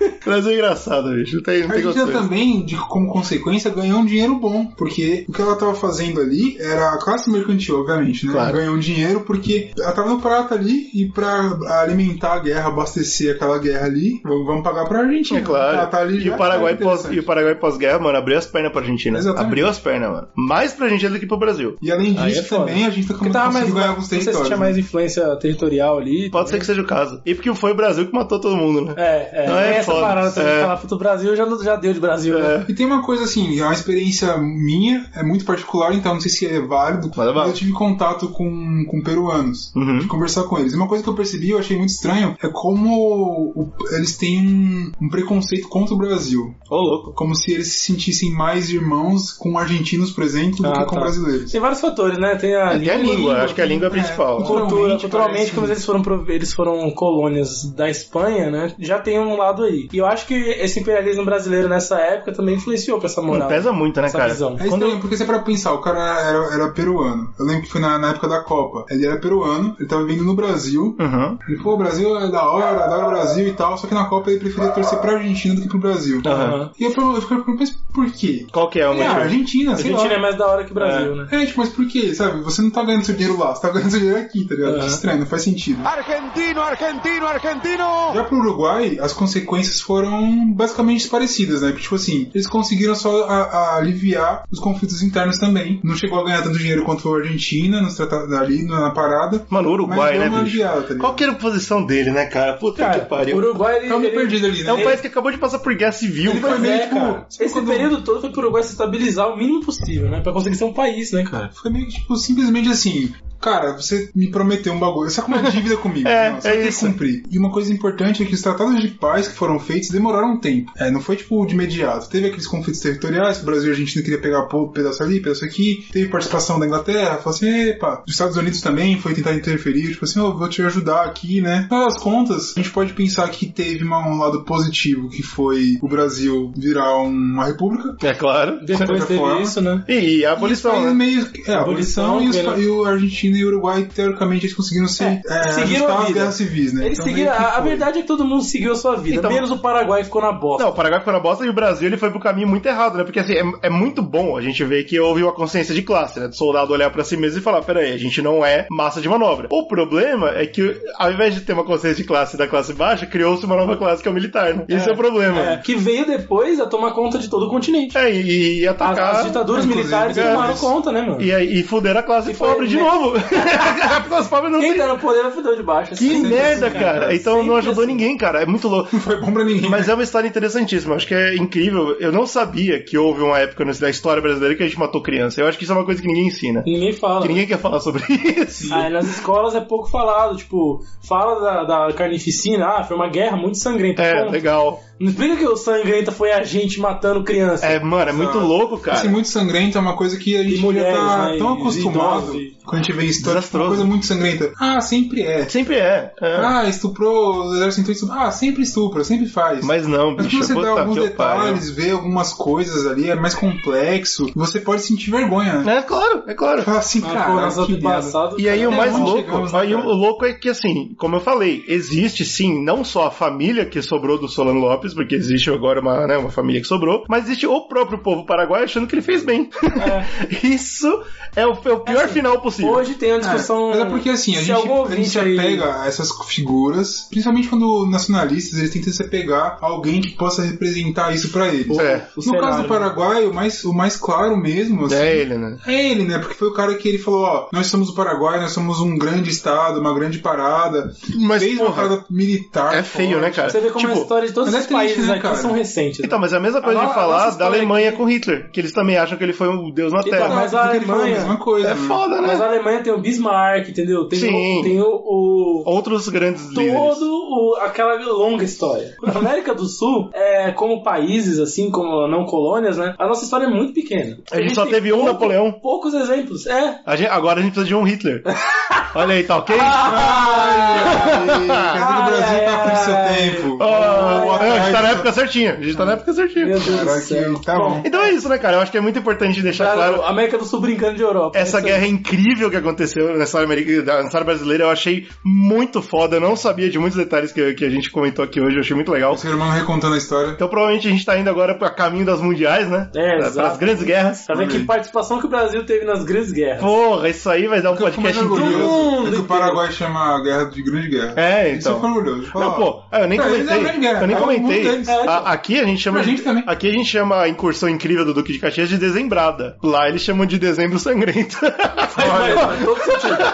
B: O Brasil é engraçado, bicho. Não tem, não
A: A
B: tem
A: Argentina
B: gostoso.
A: também, de, como consequência, ganhou um dinheiro bom, porque o que ela tava fazendo ali era a classe mercantil, obviamente, né?
B: Claro.
A: Ganhou um dinheiro porque ela tava no prato ali e pra alimentar a guerra, abastecer aquela guerra ali, vamos vamos pagar pra Argentina.
B: É claro.
A: Ela tá ali
B: e,
A: já,
B: o Paraguai
A: é
B: pós,
A: interessante.
B: e o Paraguai pós-guerra, mano, abriu as pernas pra Argentina.
A: Exatamente.
B: Abriu as pernas, mano. Mais pra Argentina do que pro Brasil.
A: E além
C: Aí
A: disso,
C: é foda.
A: também a gente tá
C: Porque tava mais.
A: conseguindo ganhar
C: Não
A: alguns
C: sei se
A: territórios.
C: tinha mais
A: né?
C: influência territorial ali.
B: Pode ser que seja o caso. E porque foi o Brasil que matou todo mundo, né?
C: É, é.
B: Não,
C: Não
B: é
C: essa
B: foda.
C: parada também
B: É.
C: de falar puto Brasil, já, não- já deu de Brasil, né?
A: E tem uma coisa assim, é uma experiência minha, é muito particular, então não sei se é válido.
B: Vai lá.
A: mas eu tive contato com, com peruanos,
B: Uhum.
A: de conversar com eles. E uma coisa que eu percebi, eu achei muito estranho, é como o- eles têm um, um preconceito contra o Brasil.
C: Ô, louco.
A: Como se eles se sentissem mais irmãos com argentinos, por exemplo, do
C: Ah,
A: que com
C: tá.
A: brasileiros.
C: Tem vários fatores, né? Tem a
B: Até É, a língua, acho que a língua é
A: É.
B: a principal.
C: cultura,
A: Culturalmente,
C: culturalmente,
A: parece-
C: como eles foram, pro- eles foram colônias da Espanha, né? Já tem um lado aí. E eu acho que esse imperialismo brasileiro nessa época também influenciou pra essa
B: Mano,
C: moral.
B: pesa muito, né,
C: essa
B: cara?
C: visão.
A: É estranho, porque você para pensar, o cara era, era peruano. Eu lembro que foi na, na época da Copa. Ele era peruano, ele tava vivendo no Brasil.
B: Uhum.
A: Ele falou, o Brasil é da hora, é da hora o Brasil e tal, só que na Copa ele preferia torcer pra Argentina do que pro Brasil.
B: Aham.
A: E eu pergunto, eu fico perguntando, mas por quê?
B: Qual que é o
A: Ah,
B: motivo?
A: Argentina,
C: A
A: sei
C: Argentina é
A: lá.
C: mais da hora que o Brasil, né?
A: É, tipo, mas por quê? Sabe, você não tá ganhando seu dinheiro lá, você tá ganhando seu dinheiro aqui, tá ligado?
C: Aham.
A: Estranho, não faz sentido.
D: Argentino, argentino, argentino!
A: Já pro Uruguai, as consequências foram basicamente parecidas, né? Porque, tipo assim, eles conseguiram só a- a aliviar os conflitos internos também. Não chegou a ganhar tanto dinheiro quanto a Argentina nos tratados ali na, na parada.
B: Mano, o Uruguai,
A: mas
B: né,
A: deu uma
B: bicho?
A: aliviada, tá ligado?
B: Qual que era a posição dele, né, cara? Puta que
C: Cara,
B: pariu.
C: o Uruguai, ele,
A: Tá meio
C: ele-
A: perdido ali, né?
B: É um país que acabou de passar por guerra civil,
A: Ele
B: cara.
A: foi meio,
C: É,
A: tipo,
C: cara.
A: sabe
C: Esse
A: quando-
C: período todo foi pro Uruguai se estabilizar o mínimo possível, né? Pra conseguir ser um país, né, cara?
A: Foi meio que, tipo, simplesmente assim. Cara, você me prometeu um bagulho. Você é com uma dívida comigo.
B: É,
A: né? você
B: é
A: vai ter que
B: isso.
A: cumprir. E uma coisa importante é que os tratados de paz que foram feitos demoraram um tempo. É, não foi tipo de imediato. Teve aqueles conflitos territoriais, que o Brasil e a Argentina queria pegar pô, pedaço ali, um pedaço aqui. Teve participação da Inglaterra. Falou assim, epa. Os Estados Unidos também foi tentar interferir. Tipo assim, eu vou te ajudar aqui, né? No final das contas, a gente pode pensar que teve uma- um lado positivo, que foi o Brasil virar uma república.
B: É claro.
C: Depois
A: certa
C: teve
A: forma.
C: isso, né?
B: E, e a
A: E os
B: abolição,
A: países
B: né?
A: meio que- é, a abolição,
C: Abolição,
A: e, os
C: pena.
A: pa- e o Argentina e o Uruguai, teoricamente, eles conseguiram se
C: É,
A: é,
C: seguiram
A: ajustar
C: a
A: as
C: vida.
A: guerras civis, né?
C: Eles
A: Então,
C: seguiram.
A: meio que
C: A, a
A: foi.
C: verdade é que todo mundo seguiu a sua vida,
B: Então-
C: menos o Paraguai que ficou na bosta.
B: Não, o Paraguai foi na bosta e o Brasil ele foi pro caminho muito errado, né? Porque assim, é, é muito bom a gente ver que houve uma consciência de classe, né? Do soldado olhar pra si mesmo e falar, peraí, a gente não é massa de manobra. O problema é que, ao invés de ter uma consciência de classe da classe baixa, criou-se uma nova classe que é o militar, né? Esse é, o problema.
C: É,
B: É,
C: que veio depois a tomar conta de todo o continente.
B: e, e
C: As,
B: atacar...
C: as ditaduras
A: inclusive,
C: militares
B: é,
C: tomaram
A: isso.
C: conta, né, mano?
B: Tá E, aí- e fuder a classe
C: E foi,
B: pobre de
C: né?
B: novo. É, a classe pobre não
C: Quem
B: tem...
C: tá no poder vai fudeu de baixo.
B: Que
C: assim.
B: merda, cara. Então
C: Sempre
B: não ajudou
C: assim.
B: ninguém, cara. É muito louco.
A: Não foi bom pra ninguém.
B: Mas é uma história interessantíssima, acho que é incrível. Eu não sabia que houve uma época na história brasileira que a gente matou criança. Eu acho que isso é uma coisa que ninguém ensina.
C: Ninguém fala.
B: Que ninguém quer falar sobre isso.
C: Ah, nas escolas é pouco falado, tipo, fala da, da carnificina, ah, foi uma guerra muito sangrenta.
B: É,
C: ponto.
B: legal.
C: Não explica que o sangrenta foi a gente matando criança.
B: É, mano, é muito louco, cara.
A: Assim, muito sangrento é uma coisa que a gente
C: mulheres,
A: já tá
C: né,
A: tão
C: e
A: acostumado
C: idosos.
A: quando a gente vê história. tipo,
B: Desastroso.
A: Uma coisa muito sangrenta. Ah, sempre é.
B: Sempre é. é.
A: Ah, estuprou, o exército entrou e estuprou. Ah, sempre estupra, sempre faz.
B: Mas não,
A: Mas
B: bicho.
A: quando você
B: puta
A: dá alguns
B: que eu pariu.
A: detalhes, vê algumas coisas ali, é mais complexo, você pode sentir vergonha. né?
B: É claro, é claro.
A: Fala assim,
C: Ah, pô,
A: cara,
C: nas outras
A: que
C: do
A: merda.
C: passado,
B: E aí
C: cara,
B: o
A: Até
B: mais
A: onde
B: louco,
A: chegamos, né,
B: aí o
A: cara?
B: louco é que assim, como eu falei, existe sim não só a família que sobrou do Solano Lopes, porque existe agora uma, né, uma família que sobrou, mas existe o próprio povo paraguaio achando que ele fez bem.
A: É,
B: Isso é o, é o pior final possível.
C: Assim, Hoje tem uma discussão.
A: Mas é porque assim, a
C: se
A: gente,
C: algum
A: a gente
C: ouvinte
A: se
C: aí-
A: apega a essas figuras, principalmente quando nacionalistas eles tentam se apegar a alguém que possa representar isso pra eles.
B: É.
C: O
A: no
C: cenário,
A: caso do Paraguai, o mais, o mais claro mesmo assim,
B: É ele, né?
A: é ele, né? Porque foi o cara que ele falou: ó, nós somos o Paraguai, nós somos um grande estado, uma grande parada.
B: Mas,
A: Fez uma
B: porra,
A: parada militar.
B: É feio,
A: forte.
B: né, cara?
C: Você vê como a
B: tipo,
C: história de todos
A: mas é
C: esses
A: triste,
C: países
A: né,
C: aqui
A: cara?
C: são recentes. né?
B: então, mas é a mesma coisa
C: A
B: de
C: no- a
B: falar
C: nossa
B: da
C: história
B: Alemanha
C: aqui-
B: com Hitler, que eles também acham que ele foi um deus na
C: Então,
B: Terra.
C: mas a
A: Porque ele falou
C: Alemanha-
A: mesma coisa.
B: É
A: né?
B: foda, né?
C: Mas a Alemanha tem o Bismarck, entendeu? Tem
B: Sim.
C: o. Tem o, o-
B: Outros grandes líderes.
C: todo o- aquela longa história. A América do Sul, é, como países, assim, como não colônias, né? A nossa história é muito pequena.
B: A gente só
C: tem
B: teve um
C: pouco-
B: Napoleão.
C: Poucos exemplos, é.
B: A gente- agora a gente precisa de um Hitler. Olha aí, tá ok?
C: Ah,
A: Ei, Quer dizer, o Brasil tá
C: é.
A: à frente do seu tempo.
B: Ah,
A: Ou
B: é, a gente tá na
A: atrás do
B: época certinha. A gente tá na época
C: Meu
B: certinha.
C: Deus do
A: Caraca,
C: céu.
A: tá bom.
B: Então é isso, né, cara? Eu acho que é muito importante deixar
C: Cara,
B: claro
C: América do Sul brincando de Europa.
B: essa
C: Isso-
B: guerra incrível que aconteceu na história, america- da- na história brasileira. Eu achei muito foda. Eu não sabia de muitos detalhes que, que a gente comentou aqui hoje. Eu achei muito legal.
A: seu- O ser humano recontando a história.
B: Então provavelmente a gente tá indo agora pra caminho das mundiais, né? Pra-
C: É, exato. Tá
B: Pras grandes guerras.
C: Pra ver que participação que o Brasil teve nas grandes guerras.
B: Porra, isso aí vai dar um
A: O que eu fico mais
B: podcast inteiro.
A: orgulhoso é que
C: inteiro.
A: o Paraguai chama a guerra de grande guerra. Isso
B: É,
A: eu tipo,
B: então.
A: fico orgulhoso. Fala,
B: Não, pô, ah, eu nem
A: Pra eles é
B: comentei.
A: uma grande guerra,
B: Eu nem
A: é o mundo
B: comentei.
A: deles.
C: É, então.
B: A- aqui a gente chama.
A: Pra
B: de-
A: gente também.
B: Aqui a gente chama a incursão incrível do Duque de Caxias de dezembrada. Lá eles chamam de dezembro sangrento.
C: Mas, mas, todo sentido.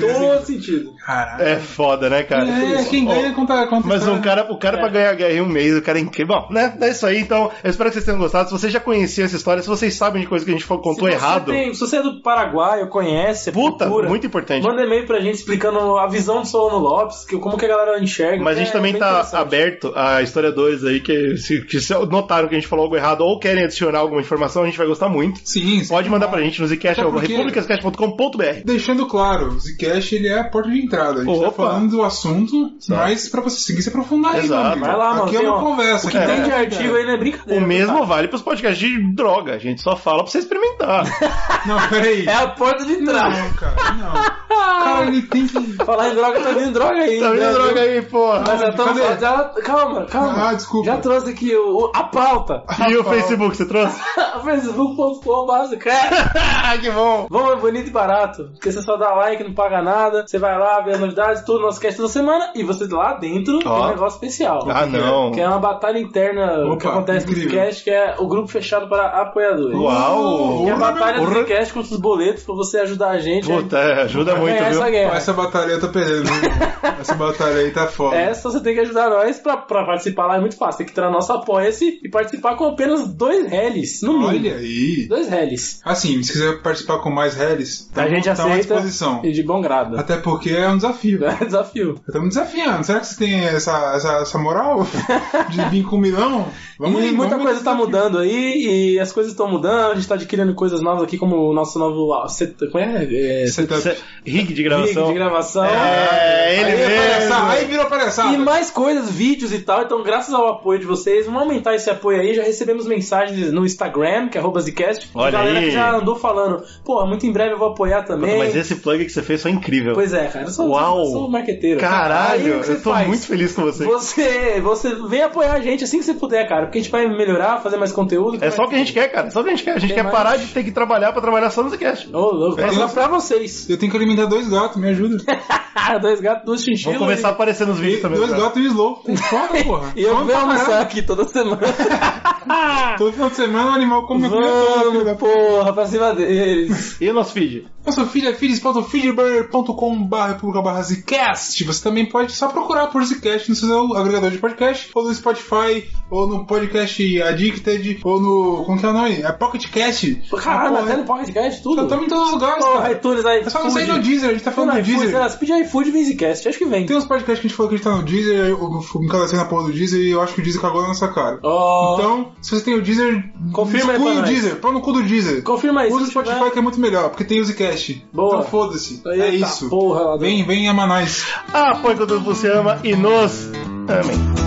C: todo sentido.
A: Caralho.
B: É foda, né, cara?
A: É, quem
B: Ó,
A: ganha conta, conta
B: Mas
A: história.
B: um cara, o
C: É.
B: cara pra ganhar a guerra em um mês, o cara é incrível. Bom, né? É isso aí. Então, eu espero que vocês tenham gostado. Se vocês já conheciam essa história, se vocês sabem de coisa que a gente falou- contou
C: Se você
B: errado.
C: tem- se você é do Paraguai, ou conhece, é
B: Puta,
C: cultura,
B: muito importante.
C: Manda e-mail pra gente explicando a visão do Solano Lopes, que, como que a galera enxerga.
B: Mas a gente
C: É
B: também
C: bem
B: tá
C: interessante.
B: aberto a historiadores aí que se, que se notaram que a gente falou algo errado ou querem adicionar alguma informação, a gente vai gostar muito.
A: Sim, sim.
B: Pode mandar pra gente no
A: porque-
C: É,
B: zcast.republicascast.com.br.
A: Deixando claro, o Zcash ele é a porta de entrada. A gente tá
B: Opa.
A: falando do assunto, mas pra você seguir se aprofundar aí, meu
B: Exato.
A: amigo.
C: Vai lá, mano.
A: Aqui é
C: tem,
A: uma
C: ó,
A: conversa.
C: O que
A: aqui
C: tem
A: é-
C: de artigo aí não é brincadeira.
B: O mesmo
C: cara.
B: vale pros podcasts de droga. A gente só fala pra você experimentar.
A: Não, peraí.
C: É a porta de entrada.
A: Não, cara, não. Cara, ele tem que.
C: Falar em droga, tá vindo droga aí.
B: tá
C: né?
B: vendo droga aí, porra?
C: Mas já estamos
A: Cadê?
C: falando. já- Calma, calma.
A: Ah, desculpa.
C: Já trouxe aqui o, o- a pauta.
B: E o Facebook, você trouxe?
C: Facebook.com básico.
B: Ah, que bom!
C: Vamos, é bonito e barato. Porque você só dá like, não paga nada. Você vai lá ver as novidades, tudo nosso cast toda semana. E você lá dentro tem um
B: Ó.
C: negócio especial.
B: Ah, não.
C: Que é uma batalha interna
A: Opa,
C: que acontece no
A: incrível.
C: Zcast, que é o grupo fechado para apoiadores.
B: Uau!
C: Que é a
A: Porra,
C: batalha
A: meu,
C: do
A: porra.
C: Zcast contra os boletos pra você ajudar a gente.
B: Puta, é, ajuda
C: a
B: muito,
C: ganhar essa
B: viu?
A: Pô,
C: guerra.
A: Essa batalha eu tô perdendo. viu? Essa batalha aí tá foda.
B: É,
C: Essa você tem que ajudar nós pra, pra participar lá, é muito fácil. Tem que entrar no nosso Apoia-se e participar com apenas dois reles, no mínimo.
A: Olha aí.
C: Dois reles.
A: Assim, se quiser participar com mais rallies,
C: a gente
A: tá à
C: aceita
A: disposição.
C: e de bom grado.
A: Até porque é um desafio.
C: É desafio.
A: Eu tô me desafiando. Será que você tem essa, essa, essa moral de vir com o Milão?
C: e
A: aí,
C: muita
A: vamos
C: coisa tá
A: ver esse desafio.
C: mudando aí, e as coisas estão mudando, a gente tá adquirindo coisas novas aqui, como o nosso novo ah, set, como é? É,
A: Setup.
B: Cê- Rig de
C: rig
B: gravação.
C: de gravação.
A: tá- Aí,
B: É, ele
A: é
B: mesmo.
A: palhaçada, aí virou
C: E
A: palhaçada.
C: mais coisas, vídeos e tal. Então, graças ao apoio de vocês, vamos aumentar esse apoio aí. Já recebemos mensagens no Instagram, que é arroba Zcast, de
B: Olha
C: galera que
B: aí.
C: já andou falando, pô, muito em breve eu vou apoiar também.
B: Mas esse plug que você fez foi incrível.
C: Pois é, cara, eu sou,
B: Uau.
C: eu sou marqueteiro. Aí,
B: Caralho,
C: o que você
B: eu tô
C: faz?
B: muito feliz com você.
C: Você, você vem apoiar a gente assim que você puder, cara, porque a gente vai melhorar, fazer mais conteúdo.
B: É só o que a gente quer, cara. Só o que a gente quer. A gente
C: Tem
B: quer
C: mais?
B: parar de ter que trabalhar pra trabalhar só no Zcast.
C: Ô, louco,
A: É,
C: é,
A: eu-
C: pra vocês. Ah,
A: Eu tenho que alimentar dois gatos, me ajuda.
C: Dois gatos, duas chinchilas.
B: Vamos começar a aparecer nos
A: E
B: vídeos também.
A: dois
B: cara.
A: gatos e um slow. Tem foda, porra.
C: E eu
A: Come
C: vou
A: pra
C: almoçar
A: caralho.
C: aqui toda semana.
A: Todo final de semana o animal come meu filho todo. filho da
C: Vamos,
A: puta.
C: porra, pra cima deles.
B: E o nosso feed?
A: Nosso filho é filhos.feedburner.com.br Zcast. Você também pode só procurar por Zcast no seu agregador de podcast, ou no Spotify, ou no Podcast Addicted, ou no. Como que é o nome? É Pocket Cast.
C: Pô,
A: Ah,
C: Caralho,
A: porra,
C: até no podcast, é tudo.
A: Estamos em todos os lugares,
C: Porra,
A: cara.
C: iTunes, tá aí.
A: É só não sair no Deezer, a gente tá
C: Não, é
A: falando Então, do
C: iFood, sei
A: Deezer.
C: lá, se pedir iFood, vem Zcast, acho que vem.
A: Tem uns podcasts que a gente falou que a gente tá no Deezer, eu eu me cadastrei na porra do Deezer e eu acho que o Deezer cagou na nossa cara.
C: Ó,
A: Então, se você tem o Deezer,
C: Confirma aí
A: exclui o
C: pra nós.
A: Deezer, põe no cu do Deezer.
C: confirma aí.
A: Usa o
C: se
A: Spotify
C: tiver-
A: que é muito melhor, porque tem o Zcast.
C: Boa. tá.
A: Então foda-se. É
C: Eita
A: isso.
C: Porra, ladrão.
A: Vem, vem a Manaus.
B: Apoie quando você ama e nos amem.